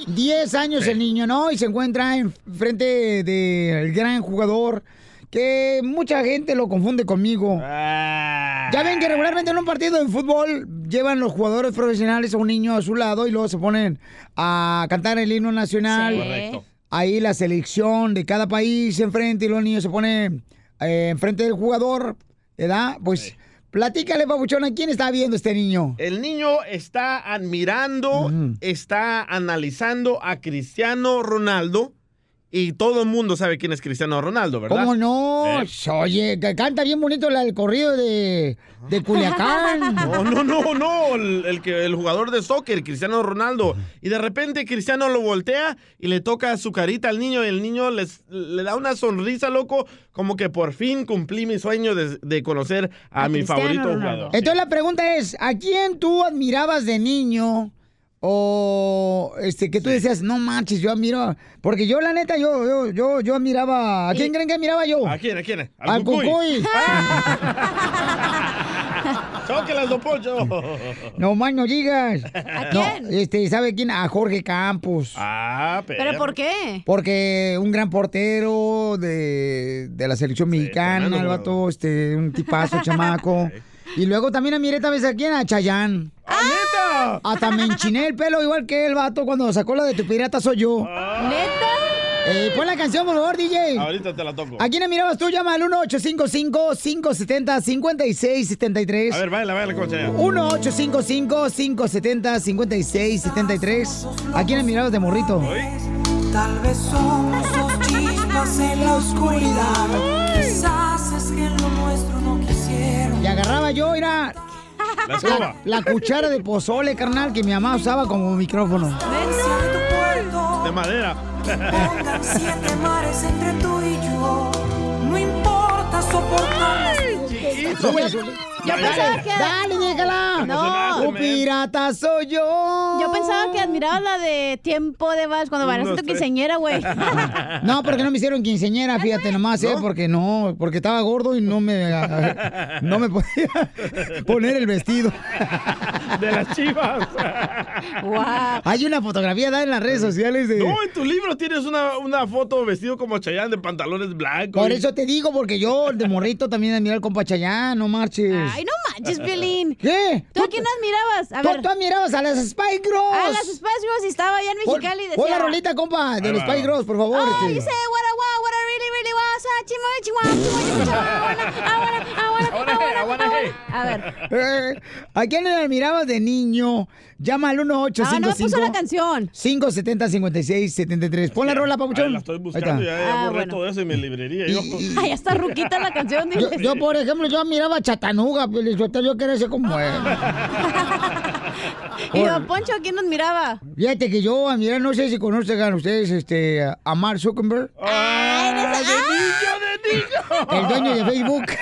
S3: 10 años el niño, ¿no? Y se encuentra en frente del gran jugador que mucha gente lo confunde conmigo.
S1: Ah.
S3: Ya ven que regularmente en un partido de fútbol llevan los jugadores profesionales a un niño a su lado y luego se ponen a cantar el himno nacional.
S1: Sí. Correcto.
S3: Ahí la selección de cada país enfrente y los niños se ponen eh, enfrente del jugador, ¿verdad? Pues platícale, babuchona, ¿quién está viendo este niño?
S5: El niño está admirando,
S3: Mm.
S5: está analizando a Cristiano Ronaldo y todo el mundo sabe quién es Cristiano Ronaldo, ¿verdad?
S3: ¿Cómo no?
S5: Eh.
S3: Oye, que canta bien bonito la- el corrido de, de Culiacán.
S5: No, no, no, no, el, el que, el jugador de soccer, Cristiano Ronaldo. Y de repente Cristiano lo voltea y le toca su carita al niño y el niño les- le da una sonrisa, loco, como que por fin cumplí mi sueño de, de conocer a, mi
S3: Cristiano
S5: favorito
S3: Ronaldo.
S5: jugador.
S3: Entonces la pregunta es, ¿a quién tú admirabas de niño? O este que tú decías, no manches, yo admiro. Porque yo, la neta, yo, yo, yo, yo admiraba. ¿A quién creen que admiraba yo?
S5: ¿A quién, a quién?
S3: Al Cucuy. Ah.
S5: Chóquelas, Don Poncho.
S3: No más no digas.
S5: ¿A
S3: No,
S5: quién?
S3: este, ¿sabe quién? A Jorge Campos.
S5: Ah,
S6: ¿Pero por qué?
S3: Porque un gran portero de, de la selección mexicana,
S5: tremendo
S3: el vato, este, un tipazo, chamaco. Y luego también a tal vez a quién, a Chayán.
S5: ¡Ah,
S3: Hasta me enchiné el pelo igual que el vato cuando sacó la de tu pirata soy yo.
S6: ¿Neta?
S3: Eh, pon la canción, por favor, DJ.
S5: Ah. Ahorita te la toco.
S3: ¿A quién mirabas tú? Llama al 1-855-570-5673.
S5: A ver, baila, baila, concha.
S3: 1-855-570-5673. ¿A quién mirabas de morrito?
S1: Tal vez somos dos chispas en la oscuridad. Quizás es que lo nuestro no quisieron.
S3: Y agarraba yo, era
S1: La
S3: la,
S1: escoba.
S3: la cuchara de pozole, carnal, que mi mamá usaba como micrófono.
S5: De madera.
S1: Pongan siete mares entre tú y yo. No importa soportar
S3: Súbele, súbele.
S6: Yo pensaba que.
S3: Dale, déjala.
S6: No.
S3: Tu pirata soy yo.
S6: Yo pensaba que admiraba la de tiempo de vals cuando bailaste tu quinceañera, güey.
S3: No, porque no me hicieron quinceñera, fíjate nomás, ¿eh? Porque no, porque estaba gordo y no me, no me podía poner el vestido.
S5: De las chivas.
S3: Hay una fotografía dada en las redes sociales de...
S5: No, en tu libro tienes una, una foto vestido como Chayanne de pantalones blancos.
S3: Por eso te digo, porque yo de morrito también admiraba al compa Chayán, no marches.
S6: Ay, no manches, Piolín.
S3: ¿Qué?
S6: ¿Tú a quién admirabas? A
S3: tú-
S6: ver.
S3: tú admirabas a las Spice Girls.
S6: A las Spice Girls y estaba allá en Mexicali y decía...
S3: Pon la rolita, compa, de
S6: Ahí
S3: los
S6: va.
S3: Spice Girls, por favor.
S6: Oh,
S3: este.
S6: you say what I want, what I really, really ah, want, so chima, chima, chima, chima, chima, I wanna, I wanna, I wanna, I wanna, I wanna. A ver.
S3: Eh, ¿A quién le admirabas de niño? Llama al 1855.
S6: Ah, no, puso la canción.
S3: 570 5673. Pon la rola, papuchón.
S5: Ay, la estoy buscando,
S3: Ahí está.
S5: ya, ya borré todo eso en mi librería. yo.
S6: Ah, Ay, ya está ruquita la canción.
S3: Yo,
S6: dile.
S3: yo, por ejemplo, yo admiraba a Chatanuga, pues, Piolín Sotelo, yo quería ser como él.
S6: Y Don Poncho, ¿quién nos miraba?
S3: Fíjate que yo, mira, no sé si conocen a ustedes este, a Mark Zuckerberg.
S5: ¡Ah,
S1: de niño, de
S6: digo.
S3: El dueño de Facebook.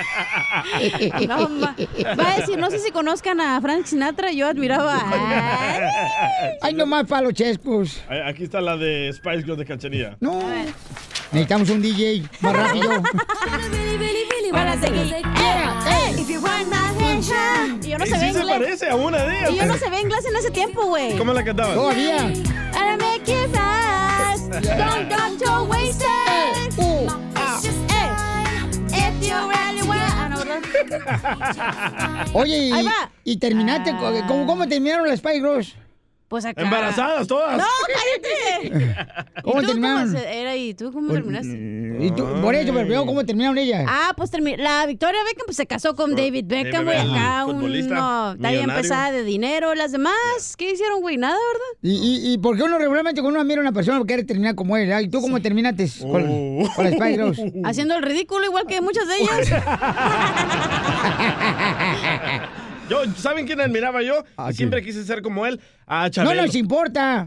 S6: No, ma- va a decir, no sé si conozcan a Frank Sinatra, yo admiraba. Ay,
S3: Ay, nomás para los chescos.
S5: A- Aquí está la de Spice Girls de Cachanilla.
S3: No. Necesitamos un DJ más rápido.
S6: Eh, Y yo no
S5: Y
S6: sabía
S5: sí se
S6: inglés.
S5: parece a una de ellas.
S6: Y yo no sabía inglés en ese tiempo, güey.
S5: ¿Cómo la cantaban? Todavía.
S6: I'll make it fast. Don't got your wasted. uh, ah. Eh, If you really want. Ah, no, ¿verdad?
S3: Oye, y,
S6: Ahí va. Ah.
S3: y terminaste. co- ¿cómo, cómo terminaron las Spice Girls?
S6: Pues acá.
S5: Embarazadas todas.
S6: No, cállate.
S3: ¿Cómo
S6: ¿Y tú
S3: terminaron? eh.
S6: cómo se- era y tú cómo terminaste?
S3: Y tú,
S5: Ah.
S3: por eso, pero primero, ¿cómo terminaron ellas?
S6: Ah, pues termi- la Victoria Beckham pues, se casó con David Beckham, güey.
S3: Beckham,
S6: Acá
S3: futbolista,
S6: uno está bien
S3: millonario.
S6: pesada de dinero. Las demás, ¿qué hicieron, güey? Nada, ¿verdad?
S3: ¿Y, y, y por qué uno regularmente cuando uno mira a una persona quiere terminar como él? ¿ah? ¿Y tú cómo terminaste con,
S5: Uh.
S3: con las Spice Girls?
S6: Haciendo el ridículo igual que muchas de ellas.
S5: Yo, ¿saben quién admiraba yo? Y siempre quise ser como él.
S3: Ah,
S5: A
S3: No
S5: Chabelo. Ah,
S3: nos importa.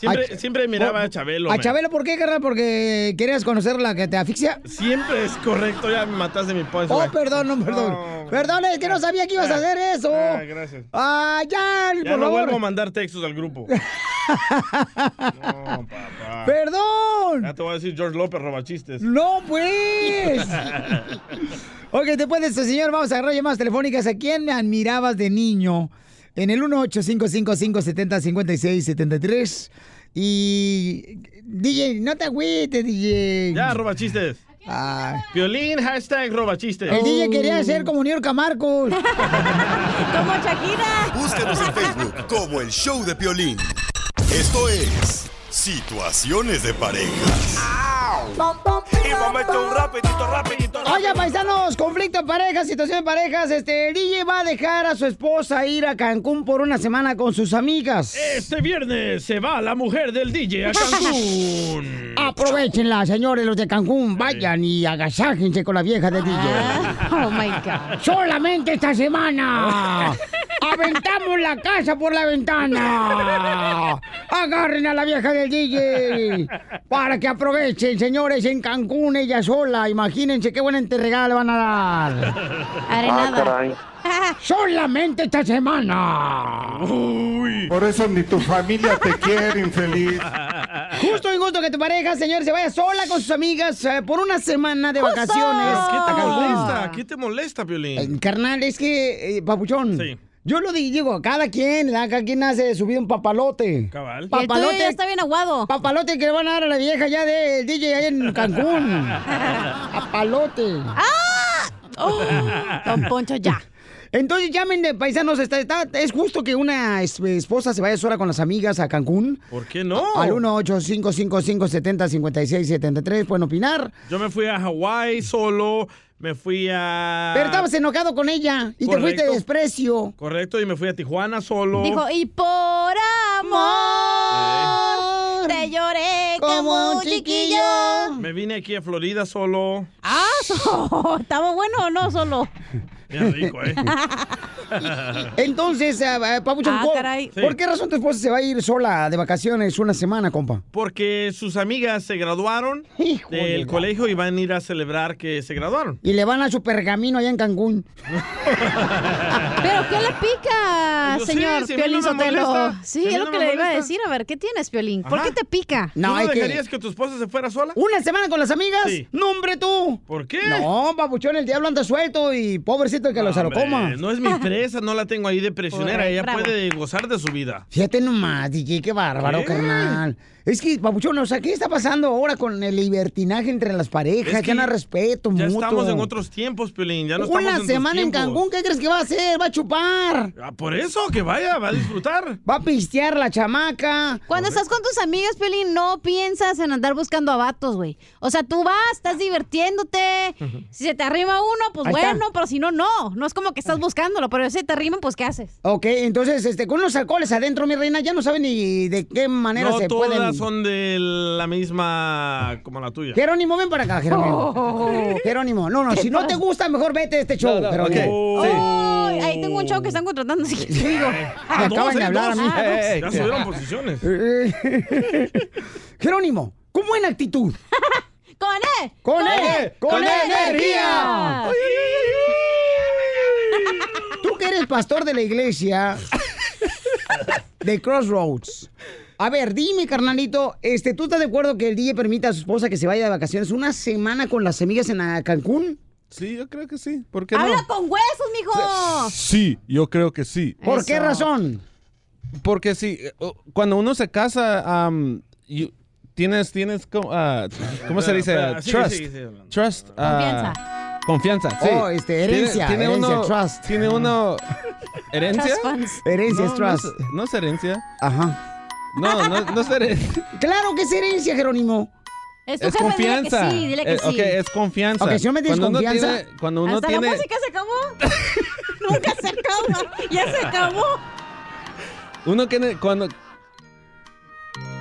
S5: Siempre, siempre miraba a Chabelo.
S3: Oh, ¿A
S5: man.
S3: Chabelo por qué, carnal? ¿Porque querías conocer la que te asfixia?
S5: Siempre es correcto, ya me mataste mi puesto.
S3: Oh,
S5: güey.
S3: perdón, no, perdón. Perdón, es que no sabía que ibas a hacer eso.
S5: Ah, gracias.
S3: Ah, ya,
S5: Ya
S3: por
S5: no
S3: favor.
S5: vuelvo a mandar textos al grupo. Ah.
S3: Perdón.
S5: Ya te voy a decir George López, robachistes.
S3: No, pues. ok, después de esto, señor, vamos a agarrar llamadas telefónicas. ¿A quién admirabas de niño? En el 1-855-570-5673. Y. DJ, no te agüites, DJ.
S5: ya, robachistes.
S3: Ah.
S5: Violín, hashtag Oh. robachistes.
S3: El DJ quería ser como New York a Marcos.
S6: como Shakira.
S2: Búscanos en Facebook como el show de Piolín. Esto es Situaciones de Parejas.
S7: Y vamos a echar un rapidito, rapidito.
S3: Oye, paisanos, conflicto en pareja, situación de parejas. Este, el DJ va a dejar a su esposa ir a Cancún por una semana con sus amigas.
S5: Este viernes se va la mujer del DJ a Cancún.
S3: Aprovechenla, señores, los de Cancún. Vayan y agasájense con la vieja de DJ.
S6: Oh my God.
S3: Solamente esta semana. Aventamos la casa por la ventana. Agarren a la vieja del DJ. Para que aprovechen, señores, en Cancún ella sola. Imagínense qué buena entrega le van a dar.
S16: Ah, caray.
S3: Solamente esta semana.
S16: Por eso ni tu familia te quiere, infeliz.
S3: Justo y gusto que tu pareja, señor, se vaya sola con sus amigas eh, por una semana de vacaciones.
S5: ¿Qué te
S3: a Cancún.
S5: molesta? ¿Qué te molesta, Violín?
S3: Carnal, es que, eh, papuchón. Yo lo di- digo, cada quien, ¿verdad? cada quien hace de su vida un papalote.
S5: Cabal.
S6: Y el tuyo ya está bien aguado.
S3: Papalote que le van a dar a la vieja ya del DJ ahí en Cancún. Papalote. ¡Ah!
S6: Oh, don Poncho, ya.
S3: Entonces llamen de paisanos, está, está- es justo que una es- esposa se vaya sola con las amigas a Cancún.
S5: ¿Por qué no?
S6: Oh.
S3: Al 1-855-570-5673 pueden opinar.
S5: Yo me fui a Hawái solo, me fui a...
S3: Pero estabas enojado con ella y te
S5: Correcto.
S3: fuiste de desprecio.
S5: Correcto, y me fui a Tijuana solo.
S6: Dijo, y por amor te lloré como un chiquillo.
S5: Me vine aquí a Florida solo.
S6: Ah, so- estaba bueno o no solo.
S5: Bien rico, ¿eh?
S3: Entonces, eh, eh, Papuchón,
S6: Ah,
S3: ¿por-
S6: caray.
S3: ¿por qué razón tu esposa se va a ir sola de vacaciones una semana, compa?
S5: Porque sus amigas se graduaron del colegio y van a ir a celebrar que se graduaron.
S3: Y le van a su pergamino allá en Cancún.
S6: ¿Pero qué le pica,
S3: Pues Yo sé,
S6: señor
S3: si a mí
S6: Piolín
S3: no me
S6: Sotelo?
S3: molesta, si
S6: Sí,
S3: a mí
S6: es
S3: no
S6: lo que
S3: me
S6: le iba a
S3: molesta.
S6: decir. A ver, ¿qué tienes, Piolín?
S1: Ah.
S6: ¿Por
S5: Ajá.
S6: qué te pica?
S5: ¿Tú no dejarías que... tu esposa se fuera sola?
S3: ¿Una semana con las amigas?
S5: Sí.
S3: ¡No, hombre, tú!
S5: ¿Por qué?
S3: No, papuchón, el diablo anda suelto y pobrecito el que lo se lo
S5: Hombre,
S3: coma.
S5: No es mi presa, no la tengo ahí de prisionera.
S3: Correcto,
S5: Ella
S3: bravo.
S5: puede gozar de su vida.
S3: Fíjate nomás, DJ, qué bárbaro,
S5: ¿Qué?
S3: carnal. Es que, papuchón, o sea, ¿qué está pasando ahora con el libertinaje entre las parejas?
S5: Es
S3: ya
S5: que
S3: no hay respeto
S5: Ya
S3: mutuo.
S5: estamos en otros tiempos, Piolín. Ya no
S3: Una
S5: estamos en tus
S3: semana en
S5: tiempos.
S3: Cancún, ¿qué crees que va a hacer? Va a chupar.
S5: Ah, por eso, que vaya, va a disfrutar.
S3: Va a pistear la chamaca.
S6: Cuando estás con tus amigas, Piolín, no piensas en andar buscando a vatos, güey. O sea, tú vas, estás divirtiéndote. Si se te arrima uno, pues
S3: Ahí está.
S6: bueno, pero si no, no. No es como que estás buscándolo, pero si te arriman, pues ¿qué haces?
S3: Ok, entonces, este, con los alcoholes adentro, mi reina, ya no saben ni de qué manera
S5: no
S3: se
S5: todas
S3: pueden...
S5: son de la misma como la tuya.
S3: Jerónimo, ven para acá, Jerónimo.
S6: Oh.
S3: Jerónimo, no, no,
S6: ¿Qué
S3: si no
S6: pasa?
S3: te gusta, mejor vete de este show,
S5: No, no,
S3: Jerónimo.
S5: ok, sí.
S6: Ay, ahí tengo un chavo que están contratando, así que te digo.
S5: Ah,
S3: Me acaban de hablar a mí.
S5: Ya subieron posiciones.
S3: Eh, Jerónimo, con buena actitud.
S6: E!
S3: ¡Con E! ¡Con E energía! Tú que eres pastor de la iglesia de Crossroads. A ver, dime, carnalito, este, ¿tú estás de acuerdo que el DJ permita a su esposa que se vaya de vacaciones una semana con las semillas en ah, Cancún?
S1: Sí, yo creo que sí. ¿Por qué
S6: ¡Habla
S1: no?
S6: con huesos, mijo!
S1: Sí, yo creo que sí.
S3: ¿Por qué razón?
S1: Porque sí, eh, o- cuando uno se casa, am, you- tienes, tienes, co- ah, ¿cómo se
S5: Espera,
S1: dice?
S5: espera,
S1: Ah,
S5: sigue,
S1: trust,
S5: sigue, sigue hablando.
S1: trust, ah, confianza. sí.
S3: Oh, este, herencia, herencia, trust.
S1: Tiene uno, herencia,
S3: Trust funds. Herencia es
S1: No, no
S3: trust.
S1: es- no es herencia.
S3: Ajá.
S1: No, no, no es herencia.
S3: Claro que es herencia, Jerónimo.
S6: Es,
S1: Es confianza. Eh, ok, es confianza.
S3: Ok, si no me tienes
S1: cuando uno
S3: confianza-
S1: tiene- cuando uno
S6: Hasta
S1: tiene.
S6: la música se acabó. Nunca se acaba. Ya se acabó.
S1: Uno tiene. Cuando.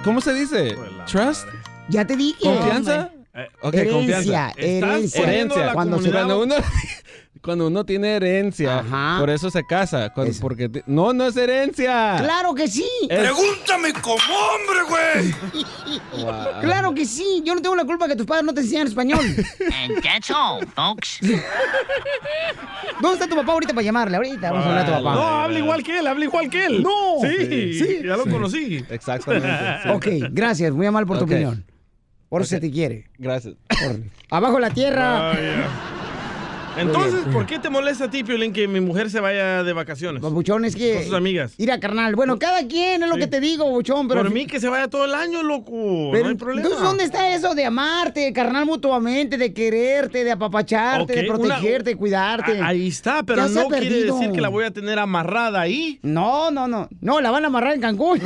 S1: ¿Cómo se dice? Trust.
S3: Ya te dije.
S1: ¿Confianza?
S5: Eh,
S3: Hombre.
S1: Ok,
S3: Herencia,
S1: confianza.
S3: herencia.
S1: Herencia.
S3: Cuando
S1: Cuando,
S3: se-
S1: uno, cuando uno tiene herencia, por eso se casa. cuando- porque te- no, no es herencia.
S3: Claro que sí.
S1: Es-
S23: Pregúntame como hombre, güey.
S1: Wow.
S3: Claro que sí. Yo no tengo la culpa que tus padres no te enseñaron español.
S24: And that's all, folks.
S3: ¿Dónde está tu papá ahorita para llamarle? Ahorita vamos a hablar a tu papá.
S5: No, habla igual que él, habla igual que él.
S3: No.
S5: Sí,
S3: Sí.
S5: ya lo
S3: Sí.
S5: conocí.
S1: Exactamente.
S3: Ok, gracias. Muy amable por tu
S1: Ok.
S3: opinión. Por eso se te quiere. Ah,
S1: Gracias.
S3: Abajo la tierra.
S5: Ah, Entonces,
S3: Oye.
S5: ¿por qué te molesta a ti, Piolín, que mi mujer se vaya de vacaciones?
S3: Babuchones que...
S5: Con sus amigas.
S3: Mira, carnal. Bueno, cada quien es lo que te digo, buchón. Pero
S5: Por mí que se vaya todo el año, loco.
S3: Pero,
S5: no hay problema.
S3: Entonces, ¿dónde está eso de amarte, de carnal mutuamente, de quererte, de apapacharte,
S5: Ok,
S3: de
S5: una-
S3: protegerte, de cuidarte?
S5: A- ahí está, pero
S3: Ya se ha
S5: no quiere
S3: perdido. Mm.
S5: decir que la voy a tener amarrada ahí.
S3: No, no, no. No, la van a amarrar en Cancún.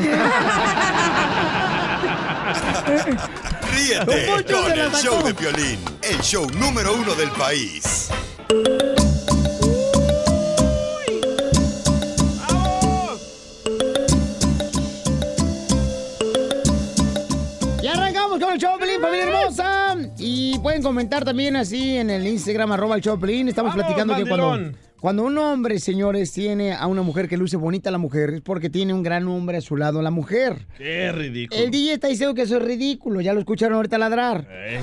S2: Ríete
S3: Don Poncho
S2: con
S3: se la
S2: el
S3: sacó.
S2: show de Piolín, el show número uno del país.
S3: Y arrancamos con el Choplin, familia hermosa. Y pueden comentar también así en el Instagram, arroba el Choplin. Estamos
S5: Vamos,
S3: platicando que cuando,
S5: mandilón.
S3: cuando un hombre, señores, tiene a una mujer que luce bonita la mujer, es porque tiene un gran hombre a su lado la mujer.
S5: Qué ridículo.
S3: El DJ está diciendo que eso es ridículo, ya lo escucharon ahorita ladrar.
S5: Eh.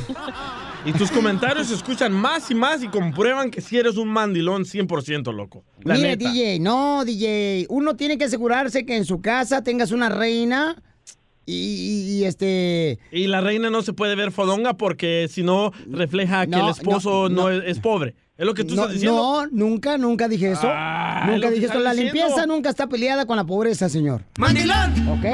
S5: Y tus comentarios se escuchan más y más y comprueban que si eres un mandilón 100%, loco. La
S3: Mire,
S5: neta.
S3: DJ, no, DJ. Uno tiene que asegurarse que en su casa tengas una reina y, y- y, este...
S5: Y la reina no se puede ver fodonga porque si no refleja que
S3: No,
S5: el esposo no, es, es pobre. Es lo que tú
S3: no,
S5: estás diciendo.
S3: no, nunca, nunca dije eso.
S5: Ah, es
S3: nunca
S5: lo que
S3: dije
S5: está
S3: eso. La
S5: diciendo.
S3: limpieza nunca está peleada con la pobreza, señor.
S5: ¡Mandilón!
S3: ¿Ok?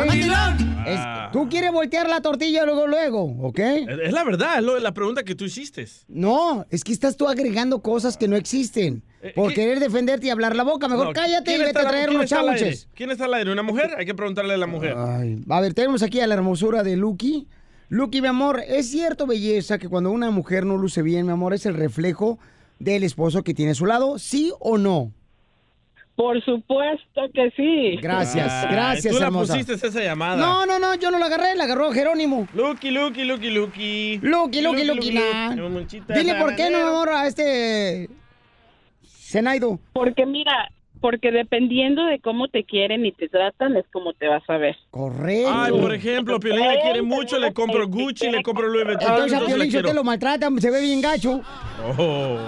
S3: Es- tú quieres voltear la tortilla luego, luego, ¿ok?
S5: Ah. Es es la verdad, es lo- la pregunta que tú hiciste.
S3: No, es que estás tú agregando cosas que no existen. Por querer defenderte y hablar la boca. Mejor
S5: Eh, No,
S3: cállate y
S5: ¿quién
S3: vete
S5: está
S3: a
S5: al-
S3: traer
S5: quién
S3: unos
S5: está al aire?
S3: chándwiches.
S5: ¿Quién está al aire? ¿Una mujer? Hay que preguntarle a la mujer.
S3: A ver, tenemos aquí a la hermosura de Lucky. Lucky, mi amor, es cierto, belleza, que cuando una mujer no luce bien, mi amor, es el reflejo del esposo que tiene a su lado, ¿sí o no?
S11: Por supuesto que sí.
S3: Gracias,
S5: Ay,
S3: gracias,
S5: Tú la
S3: hermosa.
S5: pusiste esa llamada.
S3: No, no, no, yo no la agarré, la agarró Jerónimo.
S5: Lucky, Lucky, Lucky, Lucky.
S3: Lucky, Lucky, Lucky, nah. Dile por qué no, mi amor, a este. Zenaido.
S11: Porque mira, porque dependiendo de cómo te quieren y te tratan es como te vas a ver.
S3: Correcto.
S5: Ay, por ejemplo, Piolín le quiere mucho, le compro Gucci, le compro Louis Vuitton.
S3: Entonces a
S5: entonces
S3: Piolín
S5: la quiero.
S3: te lo maltrata, se ve bien gacho.
S5: Oh.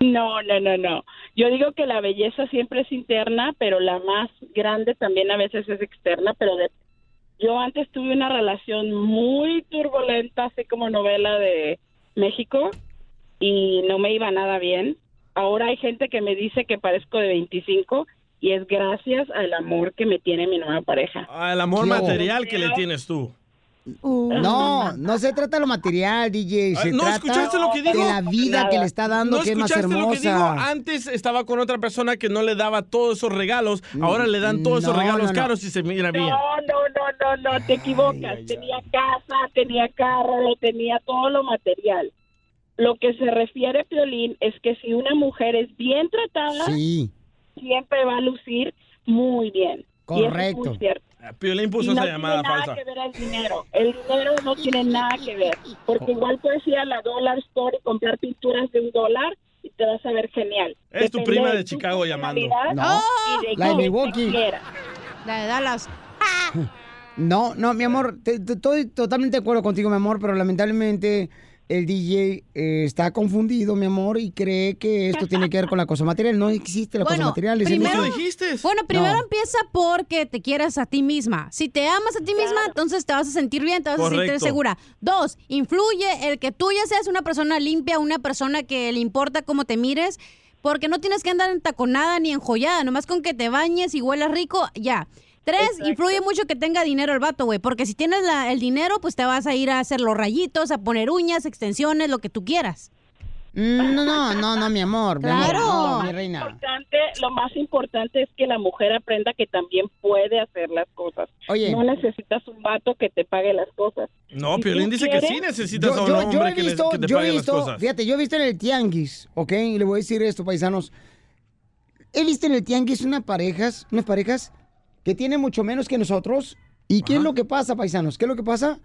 S11: No, no, no, no. Yo digo que la belleza siempre es interna, pero la más grande también a veces es externa, pero de- yo antes tuve una relación muy turbulenta, así como novela de México, y no me iba nada bien. Ahora hay gente que me dice que parezco de 25 y es gracias al amor que me tiene mi nueva pareja.
S5: Ah, el amor
S11: ¿Qué hubo?
S5: material que le tienes tú.
S3: No, no se trata de lo material, DJ.
S5: Uh. Ah,
S3: Se
S5: ¿no
S3: trata
S5: escuchaste lo que
S3: de
S5: digo?
S3: la vida que le está dando,
S5: ¿No
S3: que es más
S5: escuchaste lo que digo?
S3: hermosa.
S5: Antes estaba con otra persona que no le daba todos esos regalos,
S3: Mm,
S5: ahora le dan todos esos
S11: no,
S5: regalos
S11: no, no.
S5: caros y se
S11: No,
S5: mira bien.
S11: no, no, no, no, te equivocas. tenía casa, tenía carro, lo tenía todo lo material. Lo que se refiere, Piolín, es que si una mujer es bien tratada, siempre va a lucir muy bien. Y eso es muy
S5: Correcto.
S11: cierto.
S5: Ah, Piolín
S11: Y
S5: puso
S11: no
S5: esa
S11: tiene
S5: llamada
S11: nada
S5: falsa.
S11: que ver el dinero. El dinero no tiene nada que ver. Porque igual puedes ir a la Dollar Store y comprar pinturas de un dólar y te vas a ver genial.
S5: Es tu
S11: Depende
S5: prima de
S11: tu
S5: Chicago llamando.
S11: personalidad y de
S3: la de
S11: cómo te
S3: Milwaukee.
S11: quieras.
S6: La de Dallas.
S3: No, no, mi amor, te- te- estoy totalmente de acuerdo contigo, mi amor, pero lamentablemente el DJ eh, está confundido, mi amor, y cree que esto tiene que ver con la cosa material. No existe la cosa material. es el
S6: primero,
S3: uso.
S6: bueno, primero
S3: No.
S6: empieza porque te quieras a ti misma. Si te amas a ti misma, entonces te vas a sentir bien, te vas a sentir
S10: Correcto.
S6: segura. Dos, influye el que tú ya seas una persona limpia, una persona que le importa cómo te mires, porque no tienes que andar en taconada ni enjollada, nomás con que te bañes y huelas rico, ya. Tres, influye mucho que tenga dinero el vato, güey, porque si tienes la- el dinero, pues te vas a ir a hacer los rayitos, a poner uñas, extensiones, lo que tú quieras.
S3: Mm, No, no, no, no, mi amor.
S6: mi amor, Claro. no, mi
S3: reina.
S9: Importante, lo más importante es que la mujer aprenda que también puede hacer las cosas.
S3: Oye.
S9: No necesitas un vato que te pague las cosas.
S5: No,
S9: Si
S5: Piolín
S9: tú
S5: dice
S9: quieres-
S5: que sí necesitas
S3: Yo-
S5: a un
S3: yo- yo
S5: hombre
S3: he
S5: que, le-
S3: visto-
S5: que te
S3: yo he
S5: pague
S3: visto-
S5: las cosas.
S3: Fíjate, yo he visto en el tianguis, ¿ok? Y le voy a decir esto, paisanos. He visto en el tianguis unas parejas, unas parejas que tienen mucho menos que nosotros. ¿Y qué es lo que pasa, paisanos? ¿Qué es lo que pasa?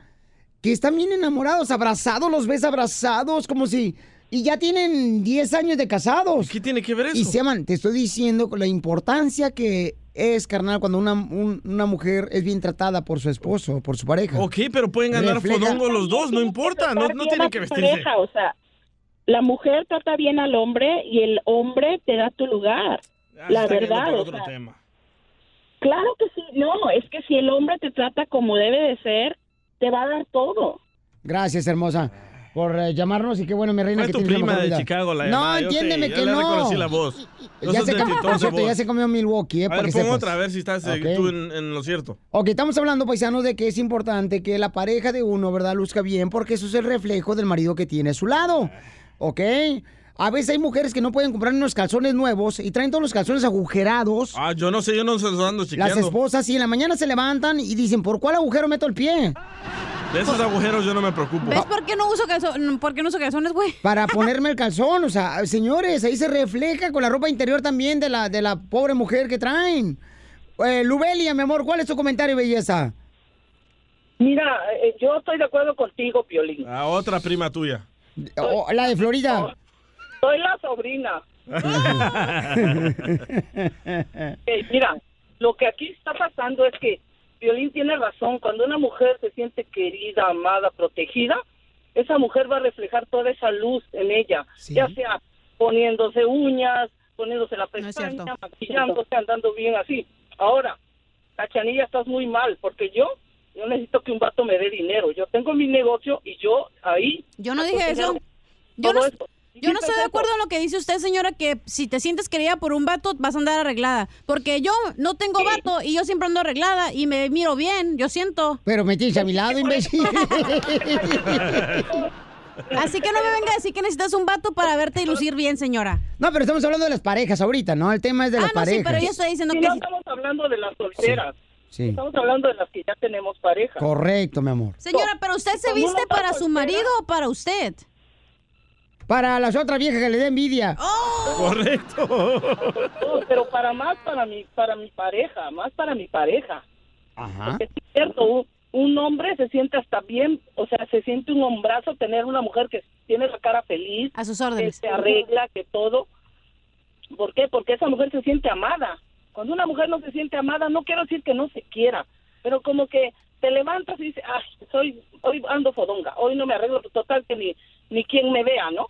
S3: Que están bien enamorados, abrazados, los ves abrazados, como si... Y ya tienen 10 años de casados.
S5: ¿Qué tiene que ver eso?
S3: Y se aman. Te estoy diciendo la importancia que es, carnal, cuando una, un- una mujer es bien tratada por su esposo, por su pareja.
S5: Ok, pero pueden andar
S3: Refleja-
S5: fodongo los dos, no importa, no, no
S9: Tratar bien
S5: tienen
S9: a
S5: que
S9: tu
S5: vestirse.
S9: pareja, o sea, la mujer trata bien al hombre y el hombre te da tu lugar.
S5: Ah, se
S9: la
S5: está yendo
S9: verdad,
S5: por
S9: o
S5: otro
S9: sea,
S5: tema.
S9: claro que sí. No, es que si el hombre te trata como debe de ser, te va a dar todo.
S3: Gracias, hermosa, por eh, llamarnos y qué bueno, mi reina.
S5: Fue
S3: que
S5: tu
S3: tienes la
S5: prima
S3: mejor
S5: de
S3: vida.
S5: Chicago, la
S3: No,
S5: llamada, yo sé,
S3: entiéndeme
S5: ya
S3: que
S5: le
S3: no.
S5: reconocí la voz. No
S3: Ya
S5: sos
S3: se,
S5: de
S3: cam-
S5: titón
S3: por
S5: de
S3: cierto,
S5: voz.
S3: ya se comió Milwaukee, eh,
S5: A
S3: para
S5: ver,
S3: que
S5: pon
S3: sepas.
S5: otra, a ver si estás eh,
S3: Ok.
S5: tú en, en lo cierto.
S3: Ok, estamos hablando, paisanos, de que es importante que la pareja de uno, ¿verdad?, luzca bien, porque eso es el reflejo del marido que tiene a su lado. ¿Ok? A veces hay mujeres que no pueden comprar unos calzones nuevos y traen todos los calzones agujerados.
S5: Ah, yo no sé, yo no se los ando
S3: Las
S5: chequeando.
S3: esposas, y en la mañana se levantan y dicen, ¿por cuál agujero meto el pie?
S5: De esos agujeros yo no me preocupo.
S6: ¿Ves por qué no uso calzones, por qué no uso calzones, güey?
S3: Para ponerme el calzón, o sea, señores, ahí se refleja con la ropa interior también de la, de la pobre mujer que traen. Eh, Lubelia, mi amor, ¿cuál es tu comentario, belleza?
S25: Mira, eh, yo estoy de acuerdo contigo, Piolín.
S5: A Ah, otra prima tuya.
S3: Oh, la de Florida.
S25: Soy la sobrina. Eh, mira, lo que aquí está pasando es que Violín tiene razón. Cuando una mujer se siente querida, amada, protegida, esa mujer va a reflejar toda esa luz en ella, ya sea poniéndose uñas, poniéndose la pestaña,
S14: cierto.
S25: maquillándose, andando bien así. Ahora, Cachanilla, estás muy mal, porque yo no necesito que un vato me dé dinero. Yo tengo mi negocio y yo ahí...
S6: Yo no dije eso.
S25: aconsejo
S6: Yo no,
S25: todo esto.
S6: yo no
S25: Dijiste
S6: estoy de
S25: eso.
S6: acuerdo en lo que dice usted, señora, que si te sientes querida por un vato, vas a andar arreglada. Porque yo no tengo vato y yo siempre ando arreglada y me miro bien, yo siento.
S3: Pero metiste a mi lado, imbécil.
S6: Así que no me venga a decir que necesitas un vato para verte y lucir bien, señora.
S3: No, pero estamos hablando de las parejas ahorita, ¿no? El tema es de
S6: ah,
S3: las
S6: no,
S3: parejas.
S6: sí, pero yo estoy diciendo
S25: Si
S6: que...
S25: no estamos hablando de las solteras.
S3: Sí.
S25: Estamos hablando de las que ya tenemos pareja.
S3: Correcto, mi amor.
S6: Señora, pero usted se
S25: Cuando uno
S6: viste
S25: está
S6: para su marido o para usted.
S3: Para las otras viejas que le dé envidia.
S6: Oh,
S5: Correcto.
S25: No, pero para más para mi para mi pareja, más para mi pareja.
S3: Ajá.
S6: Ah.
S25: Porque sí es cierto, un, un hombre se siente hasta bien, o sea, se siente un hombrazo tener una mujer que tiene la cara feliz,
S6: a sus órdenes.
S25: que se arregla, que todo. ¿Por qué? Porque esa mujer se siente amada. Cuando una mujer no se siente amada, no quiero decir que no se quiera, pero como que te levantas y dices, ay, soy, hoy ando fodonga, hoy no me arreglo, total que ni, ni quien me vea, ¿no?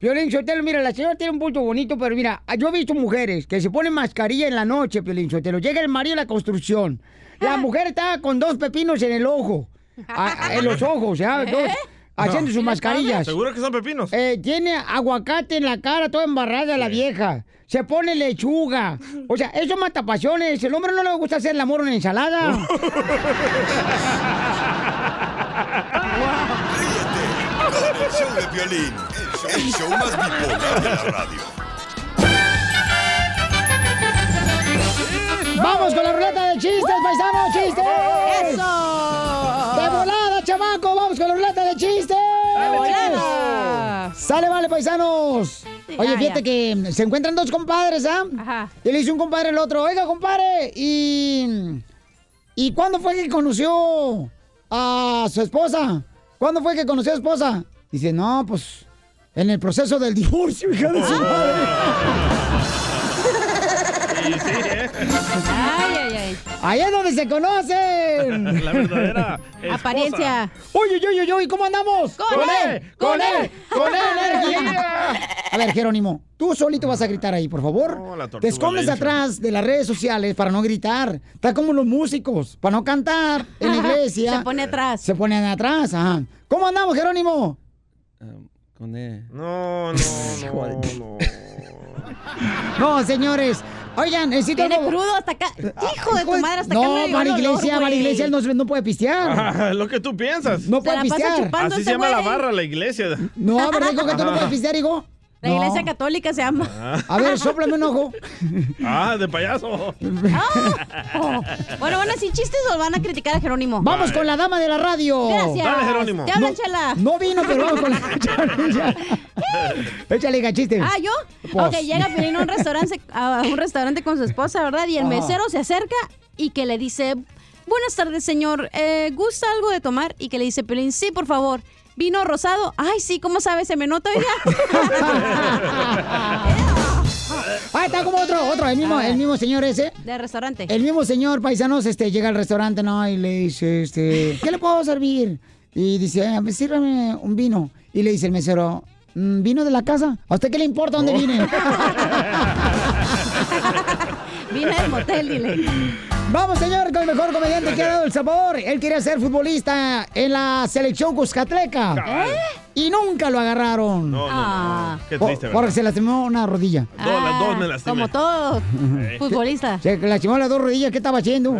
S3: Piolín Sotelo, mira, la señora tiene un punto bonito, pero mira, ah, yo he visto mujeres que se ponen mascarilla en la noche, Piolín Sotelo. Llega el marido de la construcción. La mujer está con dos pepinos en el ojo. a- a- en los ojos, ¿ya? Dos, haciendo sus mascarillas.
S5: ¿Seguro que son pepinos?
S3: Eh, tiene aguacate en la cara, toda embarrada la vieja. Se pone lechuga. O sea, eso mata pasiones. El hombre no le gusta hacer el amor en ensalada.
S2: Con el show de violín, el show más bipolar de la radio.
S3: ¡Vamos con la ruleta de chistes, paisanos! ¡Chistes!
S6: ¡Eso!
S3: ¡De volada, chamaco! ¡Vamos con la ruleta de chistes! ¡De
S6: volada!
S3: ¡Sale, vale, paisanos! Oye,
S6: ah,
S3: fíjate
S6: ya.
S3: que mm, se encuentran dos compadres, ¿ah?
S6: Ajá.
S3: Y le dice un compadre al otro, oiga, compadre, ¿y, ¿y cuándo fue que conoció a su esposa? ¿Cuándo fue que conoció a su esposa? Dice, no, pues,
S6: Ah.
S3: en el proceso del divorcio, hija de su madre.
S6: Ay, ay, ay.
S3: Ahí es donde se conocen.
S5: La verdadera
S6: esposa. Apariencia.
S3: Oye, oye, oye, oye, ¿cómo andamos?
S6: ¡Con él! ¡Con él!
S3: ¡Con él! energía! A ver, Jerónimo, tú solito vas a gritar ahí, por favor.
S5: la tortuga
S3: Te escondes
S5: ninja.
S3: atrás de las redes sociales para no gritar. Está como los músicos, para no cantar en la iglesia.
S6: Se pone atrás.
S3: Se ponen atrás, ajá. ¿Cómo andamos, Jerónimo?
S19: Con él.
S5: No, no, no, no.
S3: No, señores. Oigan, necesito...
S6: Viene
S3: algo- Ah,
S6: crudo hasta acá. Hijo de tu madre, hasta acá me
S3: No,
S6: llegó el
S3: María
S6: olor,
S3: Iglesia, María
S6: güey.
S3: Iglesia no, se- no puede pistear.
S5: Ah, lo que tú piensas.
S3: No Se puede la pasa pistear. chupando
S5: Así
S3: este
S5: se llama la
S3: güey.
S5: barra, la iglesia.
S3: No, ¿verdad, hijo, que tú no puedes pistear, hijo?
S6: La
S3: No.
S6: iglesia católica se llama.
S3: A ver, sóplame un ojo.
S5: Ah, de payaso.
S6: Oh. Bueno, bueno, sin chistes o van a criticar a Jerónimo.
S3: Vamos con la dama de la radio.
S6: Gracias. Dale, Jerónimo. Te habla
S3: no,
S6: Chela.
S3: No vino, pero vamos con la Chela. Échale gachiste.
S6: Ah, ¿yo?
S3: Pues.
S6: Ok, llega Piolín a un restaurante, a un restaurante con su esposa, ¿verdad? Y el
S3: Ajá.
S6: mesero se acerca y que le dice, buenas tardes, señor, Eh, ¿gusta algo de tomar? Y que le dice Piolín, sí, por favor. Vino rosado. Ay, sí, ¿cómo sabe? Se me nota, oiga.
S3: Ah, está como otro, otro, el mismo, el mismo señor ese.
S6: Del restaurante.
S3: El mismo señor, paisanos, este, llega al restaurante, ¿no? Y le dice, este, ¿qué le puedo servir? Y dice, "Ah, pues, sírvame un vino. Y le dice el mesero, "Mm, ¿vino de la casa? ¿A usted qué le importa dónde viene?
S6: Vine del motel, dile.
S3: Vamos, señor, con el mejor comediante que ha dado El Salvador. Él quería ser futbolista en la selección Cuscatleca. Y nunca lo agarraron. Ah.
S5: No, no, no, no. Qué
S3: Por-
S5: triste, ¿verdad? Ah,
S3: Porque se lastimó una rodilla.
S5: Dos, las dos me lastimé. Eh.
S6: Como todo
S5: Sí.
S6: futbolista.
S3: Se lastimó las dos rodillas. ¿Qué estaba haciendo?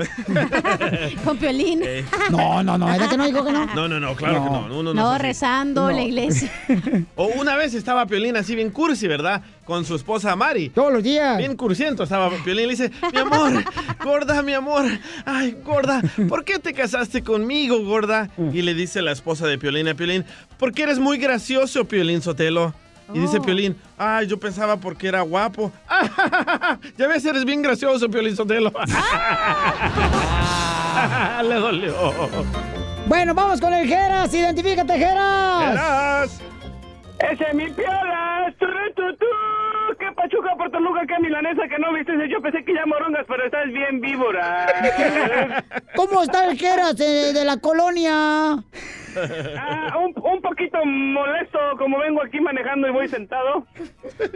S6: Con Piolín.
S5: Eh.
S3: No, no, no. ¿Era que no dijo que no?
S5: No, no, no, claro que no. Uno no,
S6: No,
S5: es así.
S6: rezando en la iglesia.
S5: O una vez estaba Piolín así bien cursi, ¿verdad? Con su esposa Mari.
S3: Todos los días.
S5: Bien cursiento estaba Piolín. Le dice, mi amor, gorda, mi amor. Ay, gorda, ¿por qué te casaste conmigo, gorda? Y le dice la esposa de Piolín a Piolín, porque eres muy gracioso, Piolín Sotelo. Y dice
S6: Oh.
S5: Piolín, ay, yo pensaba porque era guapo. ya ves, eres bien gracioso, Piolín Sotelo. Ah, Le dolió.
S3: Bueno, vamos con el Geras. Identifícate, Geras.
S5: Geras.
S10: ¡Ese es mi piola! ¡Tu, tu, tu! ¡Qué pachuca, portoluca, qué milanesa que no viste! Yo pensé que ya morongas, pero estás bien víbora.
S3: ¿Cómo está el Geras eh, de la colonia?
S10: Ah, un, un poquito molesto, como vengo aquí manejando y voy sentado.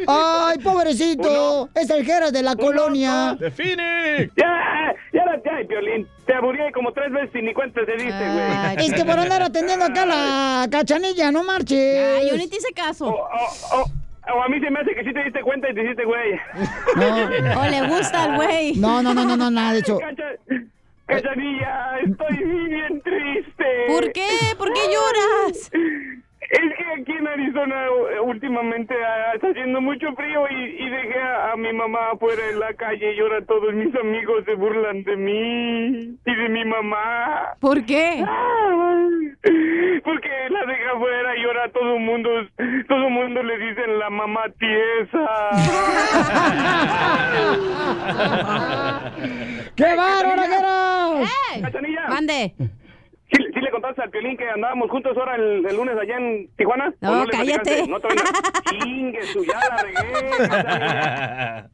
S3: Ay, pobrecito. Es el Geras de la colonia.
S5: ¡Define!
S10: ¡Ya! ¡Ya la ya, Piolín! Te aburrí como tres veces y ni cuenta te diste, güey.
S3: Es que por andar atendiendo acá la cachanilla, no marches.
S10: Ay, yo
S6: ni te hice caso.
S10: O, o a mí se me hace que sí te diste cuenta y te hiciste, güey.
S3: No.
S10: O le gusta al güey.
S3: No, no, no, no, no, nada de eso.
S10: Cachanilla, estoy bien triste.
S6: ¿Por qué? ¿Por qué lloras?
S10: Es que aquí en Arizona eh, últimamente ah, está haciendo mucho frío y, y dejé a, a mi mamá afuera en la calle y ahora todos mis amigos se burlan de mí y de mi mamá.
S6: ¿Por qué?
S10: Porque la deja afuera y ahora todo el mundo, todo el mundo le dicen la mamá tiesa.
S3: ¡Qué bárbaro, Geras!
S10: Cachanilla,
S6: Mande.
S10: ¿sí, sí le contaste al Piolín que andábamos juntos ahora el, el lunes allá en Tijuana? ¿O
S6: No,
S10: le
S6: cállate.
S10: platicaste? No, todavía no. Chingue su, ya la regué.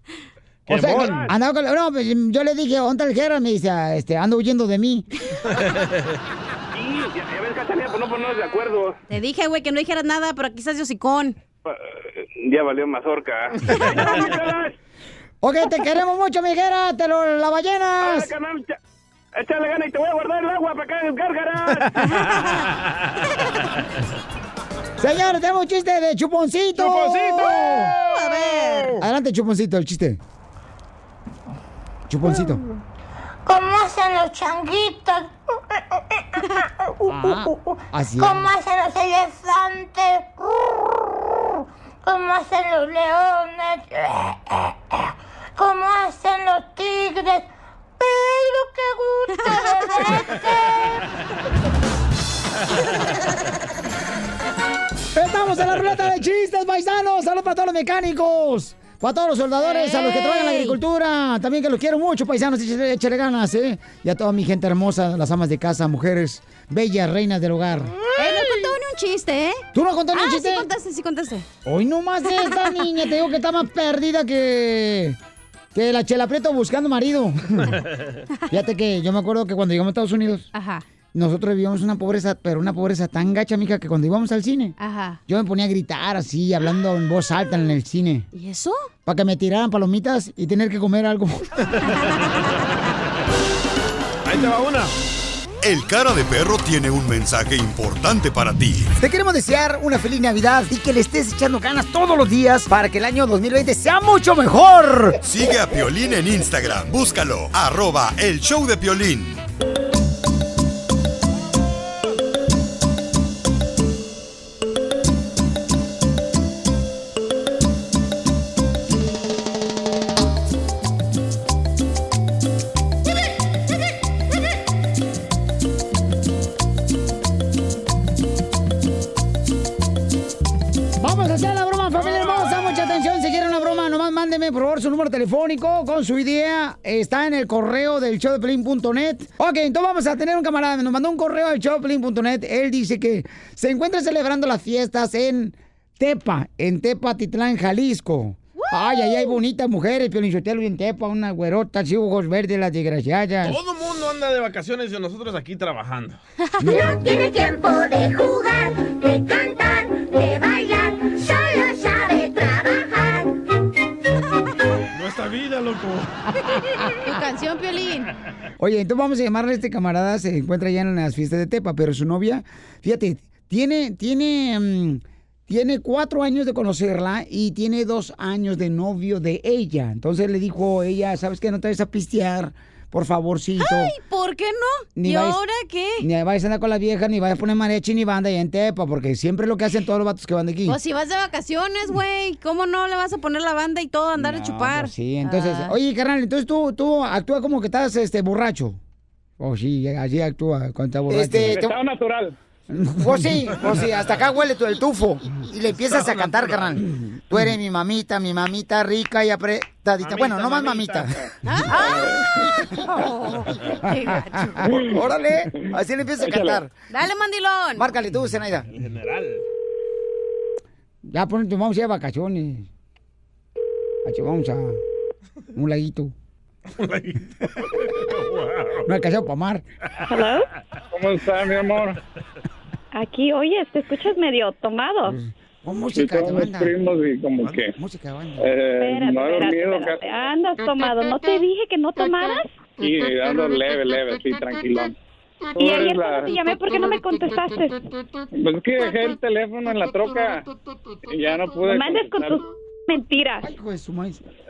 S3: O sea,
S10: bon.
S3: andaba con- no, pues, yo le dije, ¿dónde está el Geras? Me dice, ah, este, ando huyendo de mí.
S10: Sí, ya, ya ves, Cachanilla, por no ponernos de acuerdo.
S6: Te dije, güey, que no dijeras nada, pero aquí estás de hocicón.
S10: Ya valió mazorca.
S3: Ok, te queremos mucho,
S6: Eh,
S3: mi Geras, te lo la ballenas.
S10: Échale gana y te voy a guardar el agua para acá en el gárgaras.
S3: Señores, tenemos un chiste de Chuponcito.
S10: ¡Chuponcito!
S3: A ver. Adelante, Chuponcito, el chiste. Chuponcito.
S13: ¿Cómo hacen los changuitos?
S3: Ah, así es.
S13: ¿Cómo hacen los elefantes? ¿Cómo hacen los leones? ¿Cómo hacen los tigres? ¡Pero qué gusto de
S3: Estamos en la ruleta de chistes, paisanos. Saludos para todos los mecánicos. Para todos los soldadores, a los que trabajan en la
S6: ¡Ey!
S3: agricultura. También que los quiero mucho, paisanos. Échale, échale ganas, ¿eh? Y a toda mi gente hermosa, las amas de casa, mujeres bellas, reinas del hogar.
S6: Eh, no he contado ni un chiste, ¿eh?
S3: ¿Tú no contaste
S6: ah,
S3: un chiste?
S6: sí contaste, sí contaste.
S3: Hoy nomás esta niña, te digo que está más perdida que... Que la Chela Prieto buscando marido. Fíjate que yo me acuerdo que cuando llegamos a Estados Unidos,
S6: Ajá.
S3: nosotros vivíamos una pobreza, pero una pobreza tan gacha, mija, que cuando íbamos al cine,
S6: Ajá.
S3: yo me ponía a gritar así, hablando en voz alta en el cine.
S6: ¿Y eso?
S3: Para que me tiraran palomitas y tener que comer algo.
S5: Ahí te va una.
S2: El cara de perro tiene un mensaje importante para ti.
S3: Te queremos desear una feliz Navidad y que le estés echando ganas todos los días para que el año 2020 sea mucho mejor.
S2: Sigue a Piolín en Instagram. Búscalo. Arroba el show de Piolín.
S3: Vamos a hacer la broma, familia hermosa. Mucha atención. Si quieren una broma, nomás mándeme, por favor, su número telefónico con su idea. Está en el correo del showdeplin.net. Ok, entonces vamos a tener un camarada. Nos mandó un correo al showdeplin.net. Él dice que se encuentra celebrando las fiestas en Tepa, en Tepa, Titlán, Jalisco. Ay, ay, ay, bonitas mujeres, Piolinchotelo y en Tepa, una güerota, así ojos verdes, las desgraciadas.
S5: Todo el mundo anda de vacaciones y nosotros aquí trabajando.
S3: No
S1: tiene tiempo de jugar, de cantar, de bailar, solo sabe trabajar.
S5: Nuestra vida, loco.
S6: Tu canción, Piolín.
S3: Oye, entonces vamos a llamarle a este camarada, se encuentra ya en las fiestas de Tepa, pero su novia, fíjate, tiene, tiene, mm, tiene cuatro años de conocerla y tiene dos años de novio de ella. Entonces le dijo ella, ¿sabes qué? No te vayas a pistear, por favorcito.
S6: ¿Por qué no?
S3: Ni
S6: ¿Y
S3: vayas-
S6: ahora qué?
S3: Ni vayas a andar con la vieja, ni vayas a poner mariachi ni banda allá en Tepa, porque siempre lo que hacen todos los vatos que van de aquí.
S6: Pues si vas de vacaciones, güey, ¿cómo no le vas a poner la banda y todo, andar a chupar?
S3: pues sí, entonces,
S6: Ah.
S3: oye, carnal, entonces tú, tú actúa como que estás este, borracho. Oh, sí, así actúa cuando está borracho.
S26: Este, te- Estado
S3: natural. Pues sí, pues sí, hasta acá huele tu el tufo. Y le empiezas a cantar, carnal. Tú eres mi mamita, mi mamita rica y apretadita. bueno, no más mamita.
S1: Qué gacho.
S3: Órale, así le empiezas a
S1: Échale.
S3: cantar.
S6: Dale, mandilón.
S3: Márcale tú, Zenaida.
S5: General.
S3: Ya pronto vamos a ir a vacaciones. A que vamos a un laguito. No he callado para mar.
S8: Hello.
S27: ¿Cómo está, mi amor?
S8: Aquí, oye, te escuchas medio tomado.
S27: Mm. Eh, Sí, tengo unos primos y como que... eh,
S8: Espérate,
S27: no he
S8: espérate,
S27: dormido
S8: espérate.
S27: casi.
S8: Andas tomado. ¿No te dije que no tomaras?
S27: Y ando leve, leve, sí, tranquilón.
S8: Y
S27: Tú
S8: ayer
S27: eres la-
S8: cuando te llamé, ¿por qué no me contestaste?
S27: Pues es que dejé el teléfono en la troca y ya no pude.
S8: No me andes con
S27: contestar.
S8: tus mentiras.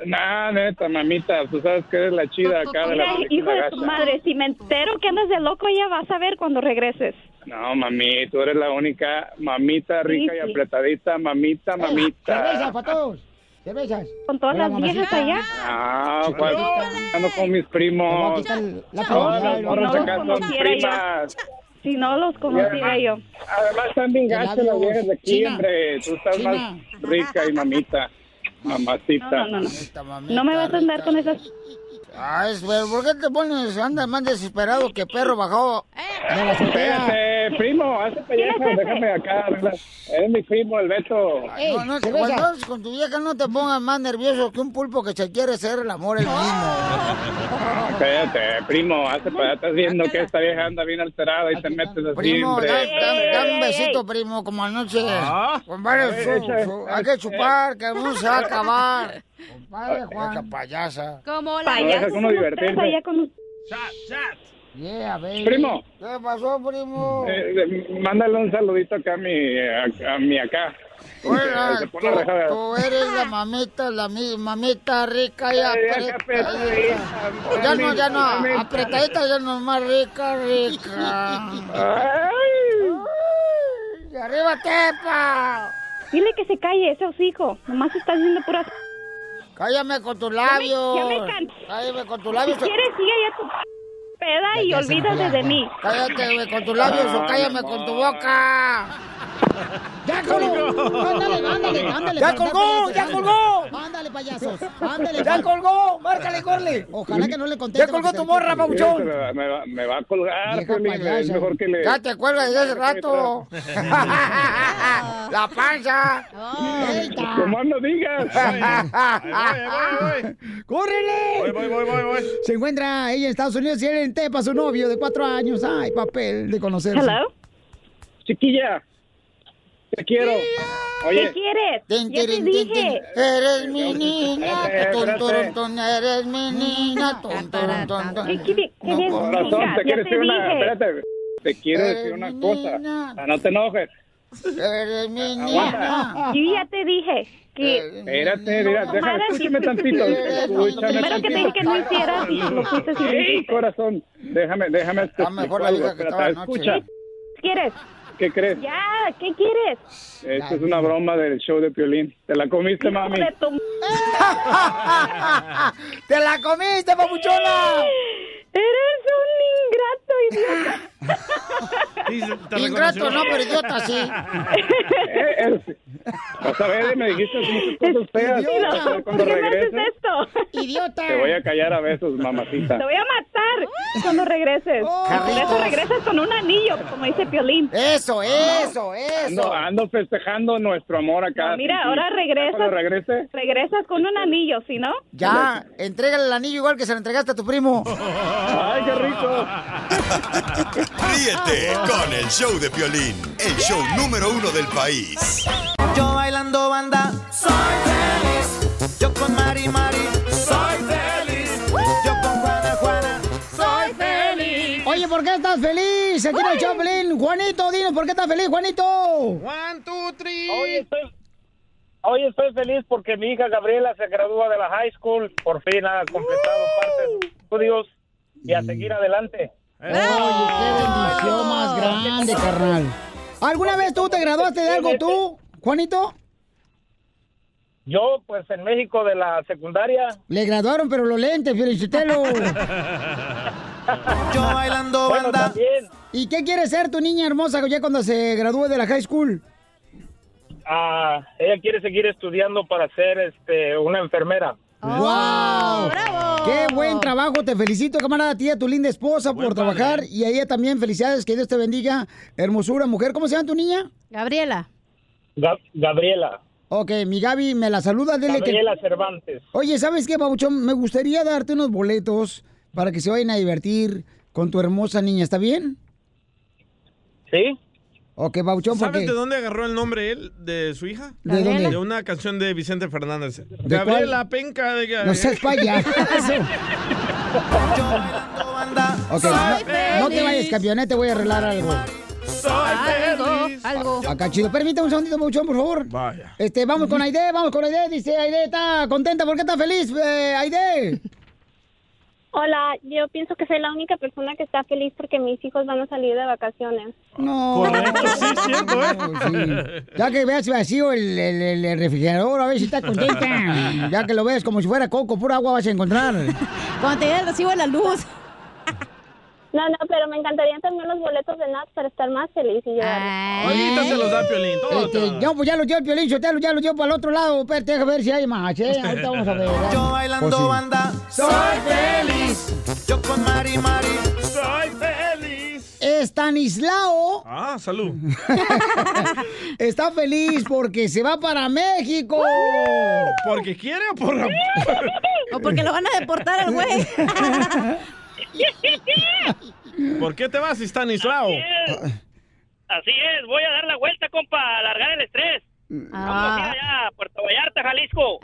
S27: Nah, neta, mamita, tú sabes que eres la chida acá de la
S8: Mira,
S27: película
S8: hijo de tu
S27: gacha.
S8: madre, si me entero que andas de loco, ya vas a ver cuando regreses.
S27: No, mami, tú eres la única mamita
S8: Sí,
S27: rica y
S8: sí. Ah,
S27: apretadita, mamita, mamita.
S3: para todos. Cervezas.
S8: Con todas
S3: Hola,
S8: las viejas
S3: mamacita.
S8: allá.
S27: Ah, cuando ando con mis primos. Todas las morras
S8: No
S27: acá
S8: los
S27: son
S8: conociera yo.
S27: primas.
S8: Si no los conociera yo.
S27: Además, están bien gachas las viejas de aquí,
S8: China.
S27: hombre. Tú estás
S8: China.
S27: más rica y mamita, mamacita.
S8: No, no, no. No me vas a andar con esas...
S3: Ay, pero ¿por qué te pones, andas más desesperado que perro bajado de la
S8: Eh,
S3: azotea?
S27: Espérate, Eh, primo, hazte pellejo,
S3: ¿Quién es ese?
S27: déjame acá. arregla. Eres mi primo, el Beto.
S3: Ey, no, no, cuando andas con tu vieja no te pongas más nervioso que un pulpo que se quiere hacer el amor el mismo.
S27: Ah, Cállate, primo, hazte para allá. Estás viendo que esta vieja anda bien alterada y te metes así,
S3: Primo,
S27: hombre.
S3: da- da- dame un besito, primo, como anoche.
S27: Ah.
S3: Compadre,
S1: A ver,
S3: su-
S1: echa-
S3: su- hay que chupar, que el mundo se va a acabar. Compadre Juan. payasa.
S6: Como
S8: la- Payasos,
S27: dejas uno
S8: ¿cómo
S27: divertirse.
S8: estás allá con-
S3: Yeah, baby.
S27: Primo.
S3: ¿Qué pasó, primo?
S27: Eh, eh, mándale un saludito acá a mi, a, a mi acá.
S3: Hola,
S27: Se
S3: tú,
S27: pone rajada.
S3: tú eres la mamita, la mi- mamita rica y apretadita. Ya no, ya no, apretadita ya no, más rica, rica.
S27: Ah.
S3: Ay, ¡Y arriba Tepa!
S8: Dile que se calle ese hocico. Nomás estás viendo puras...
S3: Cállame con tus
S8: Ya me-
S3: labios.
S8: ya me can-
S3: Cállame con tus labios.
S8: Si quieres, sigue ya tu peda y
S3: Ya se
S8: olvídate
S3: enojó,
S8: de mí.
S3: Cállate güey, con tus labios o cállame con tu boca. ¡Ya colgó! ¡Ándale, Eh, ándale, ándale!
S1: ¡Ya colgó, ya colgó!
S3: ¡Ándale, payasos. Ándale, Juan.
S27: ¡Ya colgó! ¡Márcale, corle!
S3: Ojalá que no le conteste. porque se le quite.
S27: Sí, pero Me va, me va a colgar,
S3: Vieja
S27: Piolín, es
S3: payasa.
S27: mejor que le...
S3: Ya te cuelgas desde hace rato.
S27: ¡La panza! ¡Como no digas!
S3: ¡Córrele! Se encuentra ella en Estados Unidos y él en Tepa, su novio de cuatro años. Ay, papel de conocerse.
S27: Hello. Chiquilla, te quiero. Oye,
S11: quieres?
S27: Ya te dije.
S3: Eres mi niña.
S27: Espérate,
S3: Ton,
S27: espérate.
S3: ton, ton, eres mi
S11: Mm,
S3: niña. Ton, ton, ton, ton. No,
S27: corazón, te quiero decir una... Espérate, te quiero
S3: Eres
S27: decir una
S3: mi
S27: cosa.
S3: niña.
S27: Ah, No te enojes.
S3: Eres mi Eh.
S27: Aguanta.
S11: niña. Yo ya te dije que...
S27: Espérate, mira,
S11: No,
S27: déjame,
S11: madre,
S27: escúchame tantito.
S11: Eres mi
S27: Escúchame
S11: niña. Primero que te dije que no hicieras y lo
S27: hicieras,
S11: fuiste sin
S27: Ey,
S11: decirte.
S27: corazón, déjame, déjame. Está
S11: mejor la vida que estaba anoche.
S27: Escucha,
S11: ¿Qué quieres?
S27: ¿qué crees?
S11: Ya, ¿qué quieres?
S27: Esto es una broma del show de Piolín. Te la comiste, mami.
S11: de tu-
S3: ¡Te la comiste, papuchona!
S11: Eres un ingrato, idiota.
S3: Ingrato, no, pero idiota, sí.
S27: Eh, eh, Vas a ver, me dijiste muchas cosas feas. Vas a ver Cuando regreses,
S11: esto?
S3: ¡Idiota!
S27: te voy a callar a besos, mamacita.
S11: Te voy a matar cuando regreses. Por eso regresas con un anillo, como dice Piolín.
S3: Eso, eso, eso.
S27: Ando, ando festejando nuestro amor acá.
S11: Mira,
S27: Sí,
S11: ahora
S27: sí.
S11: regresas.
S27: Cuando regrese,
S11: Regresas con un anillo, ¿sí no?
S3: Ya, entrégale el anillo igual que se lo entregaste a tu primo.
S27: ¡Ay, qué rico!
S2: Ríete con el show de Piolín, el show número uno del país.
S1: Yo bailando banda soy feliz. Yo con Mari Mari soy feliz. Yo con Juana Juana soy feliz.
S3: Oye, ¿por qué estás feliz? Aquí en el Chaplin. Juanito, dinos, ¿por qué estás feliz, Juanito?
S27: One, two, three. Oye, estoy,
S4: Hoy estoy feliz porque mi hija Gabriela se gradúa de la high school. Por fin ha completado parte de sus estudios y
S27: Mm.
S4: a seguir adelante.
S27: Eh.
S3: Oye, qué bendición más grande, carnal. ¿Alguna vez tú te graduaste de algo tú, Juanito?
S4: Yo, pues en México de la secundaria.
S3: Le graduaron, pero los lentes, felicitelo.
S1: Yo bailando
S3: Bueno,
S1: banda.
S3: ¿Y qué quiere ser tu niña hermosa ya cuando se gradúe de la high school?
S4: Ah, ella quiere seguir estudiando para ser este, una enfermera.
S3: ¡Wow! ¡Qué buen trabajo! Te felicito, camarada tía, tu linda esposa por trabajar. Y a ella también felicidades, que Dios te bendiga. Hermosura, mujer. ¿Cómo se llama tu niña?
S6: Gabriela.
S4: Ga- Gabriela.
S3: Ok, mi Gaby, me la saluda, dile que...
S4: Gabriela Cervantes.
S3: Oye, ¿sabes qué, Pabuchón? Me gustaría darte unos boletos para que se vayan a divertir con tu hermosa niña, ¿está bien?
S4: Sí.
S3: Ok, Pabuchón, porque...
S5: ¿Sabes de dónde agarró el nombre él de su hija?
S3: ¿De dónde?
S5: De una canción de Vicente Fernández.
S3: cuál?
S5: Gabriela Penca de
S3: No seas payaso. Ok,
S5: Soy
S3: no, no te
S5: feliz.
S3: vayas, campeón, eh, te voy a arreglar algo.
S6: Algo, algo.
S3: Acá, chido. Permítame un segundito, Pabuchón, por favor. Vaya. Este, vamos con Aide, vamos con Aide. Dice, Aide está contenta, ¿por qué está feliz, eh, Aide?
S17: Hola, yo pienso que soy la única persona que está feliz porque mis hijos van a salir de vacaciones.
S3: No. Ya que veas vacío el, el- el- el refrigerador, a ver si está contenta. Ya que lo ves como si fuera coco, pura agua vas a encontrar.
S6: Cuando te llegue el recibo de la luz.
S17: No, no, pero me encantarían también los boletos de Nats para estar más feliz y llorar.
S5: Ahorita se los da Piolín. Todo
S3: Este,
S5: te lo da.
S3: no, pues ya lo dio el piolín, Sotelo, ya lo dio para el otro lado. Espérate, déjame ver si hay más. ¿eh? Ahorita vamos a ver.
S1: Yo bailando
S3: Pues sí.
S1: banda soy feliz. Yo con Mari Mari soy feliz.
S3: Estanislao
S5: Ah, salud.
S3: está feliz porque se va para México.
S5: Oh, ¿Porque quiere o por.?
S6: O porque lo van a deportar al güey.
S5: ¿Por qué te vas si están aislado?
S18: Así es, voy a dar la vuelta, compa, a alargar el estrés.
S3: Ah.
S18: Vamos a ir allá, a Puerto Vallarta, Jalisco.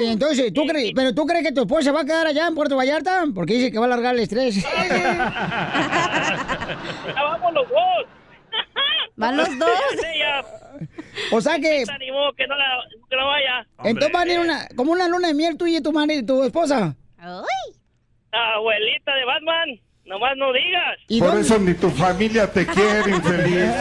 S3: Y, y entonces, ¿tú crees, pero tú crees que tu esposa va a quedar allá en Puerto Vallarta? Porque dice que va a alargar el estrés.
S18: Ya vamos los dos.
S3: ¿Van los dos?
S18: Ya sé, ya.
S3: O sea que,
S18: Se animó que no la, que no vaya.
S3: entonces van a ir una, como una luna de miel tuya y tu, mari- tu esposa.
S18: Abuelita de Batman, nomás no digas.
S16: Por eso ni tu familia te quiere, infeliz.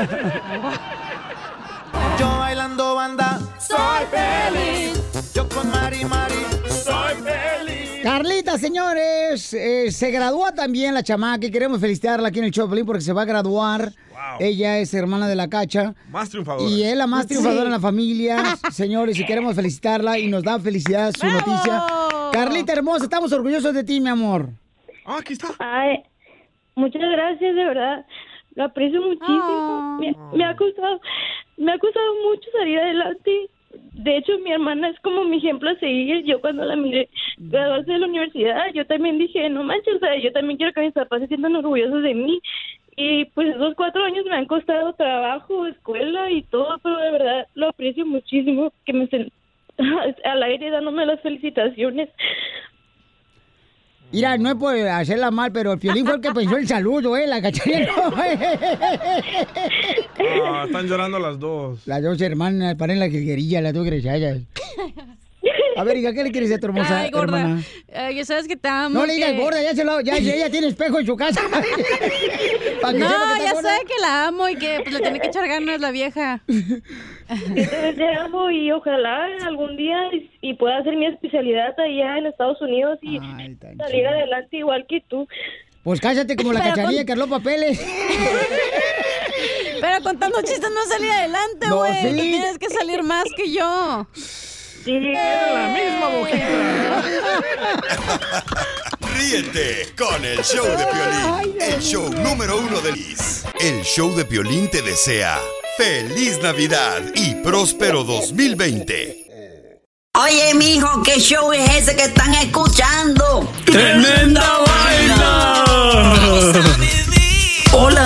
S1: Yo bailando banda soy feliz. Yo con Mari Mari soy feliz.
S3: Carlita, señores, eh, se gradúa también la chamaca y queremos felicitarla aquí en el Choplin porque se va a graduar. Ella es hermana de la cacha.
S5: Más triunfador.
S3: Y es la más triunfadora
S5: Sí.
S3: en la familia, señores, y queremos felicitarla y nos da felicidad su noticia. Carlita hermosa, estamos orgullosos de ti, mi amor.
S5: Ah, aquí está.
S15: Ay, muchas gracias, de verdad. Lo aprecio muchísimo. Me, me ha costado, me ha costado mucho salir adelante. De hecho, mi hermana es como mi ejemplo a seguir. Yo cuando la miré graduarse de la universidad, yo también dije, no manches, o sea, yo también quiero que mis papás se sientan orgullosos de mí. Y pues esos cuatro años me han costado trabajo, escuela y todo, pero de verdad lo aprecio muchísimo que me estén al aire dándome las felicitaciones.
S3: Mira, no es por hacerla mal, pero el Piolín fue el que pensó el saludo, ¿eh? La cacharilla.
S5: Ah, están llorando las dos.
S3: Las dos hermanas, paren la jilguerilla, las dos grechayas. A ver, hija, ¿qué le quieres decir a tu hermosa
S6: Ay, gorda.
S3: hermana?
S6: Ay, ya sabes que te amo.
S3: No le digas
S6: que-
S3: gorda, ya se lo, ya, ya ella tiene espejo en su casa. Pa' que
S6: no,
S3: sepa que está
S6: ya
S3: gorda.
S6: sabe que la amo y que pues, le tiene que echar ganas la vieja.
S15: Yo también te amo y ojalá algún día y, y pueda hacer mi especialidad allá en Estados Unidos y salir adelante igual que tú.
S3: Pues cállate como la
S15: Pero
S3: cacharilla
S15: con-
S3: que arló papeles.
S6: Pero contando chistes no salí adelante,
S3: No,
S6: güey.
S3: sí.
S6: Tú tienes que salir más que yo.
S15: Sí. la
S6: misma
S2: Ríete con el show de
S11: Ay,
S2: Piolín,
S11: Dios
S2: el show
S11: mío.
S2: número uno del país. El show de Piolín te desea feliz Navidad y próspero 2020.
S1: Oye, mijo, ¿qué show es ese que están escuchando?
S11: ¡Tremenda vaina!
S1: Hola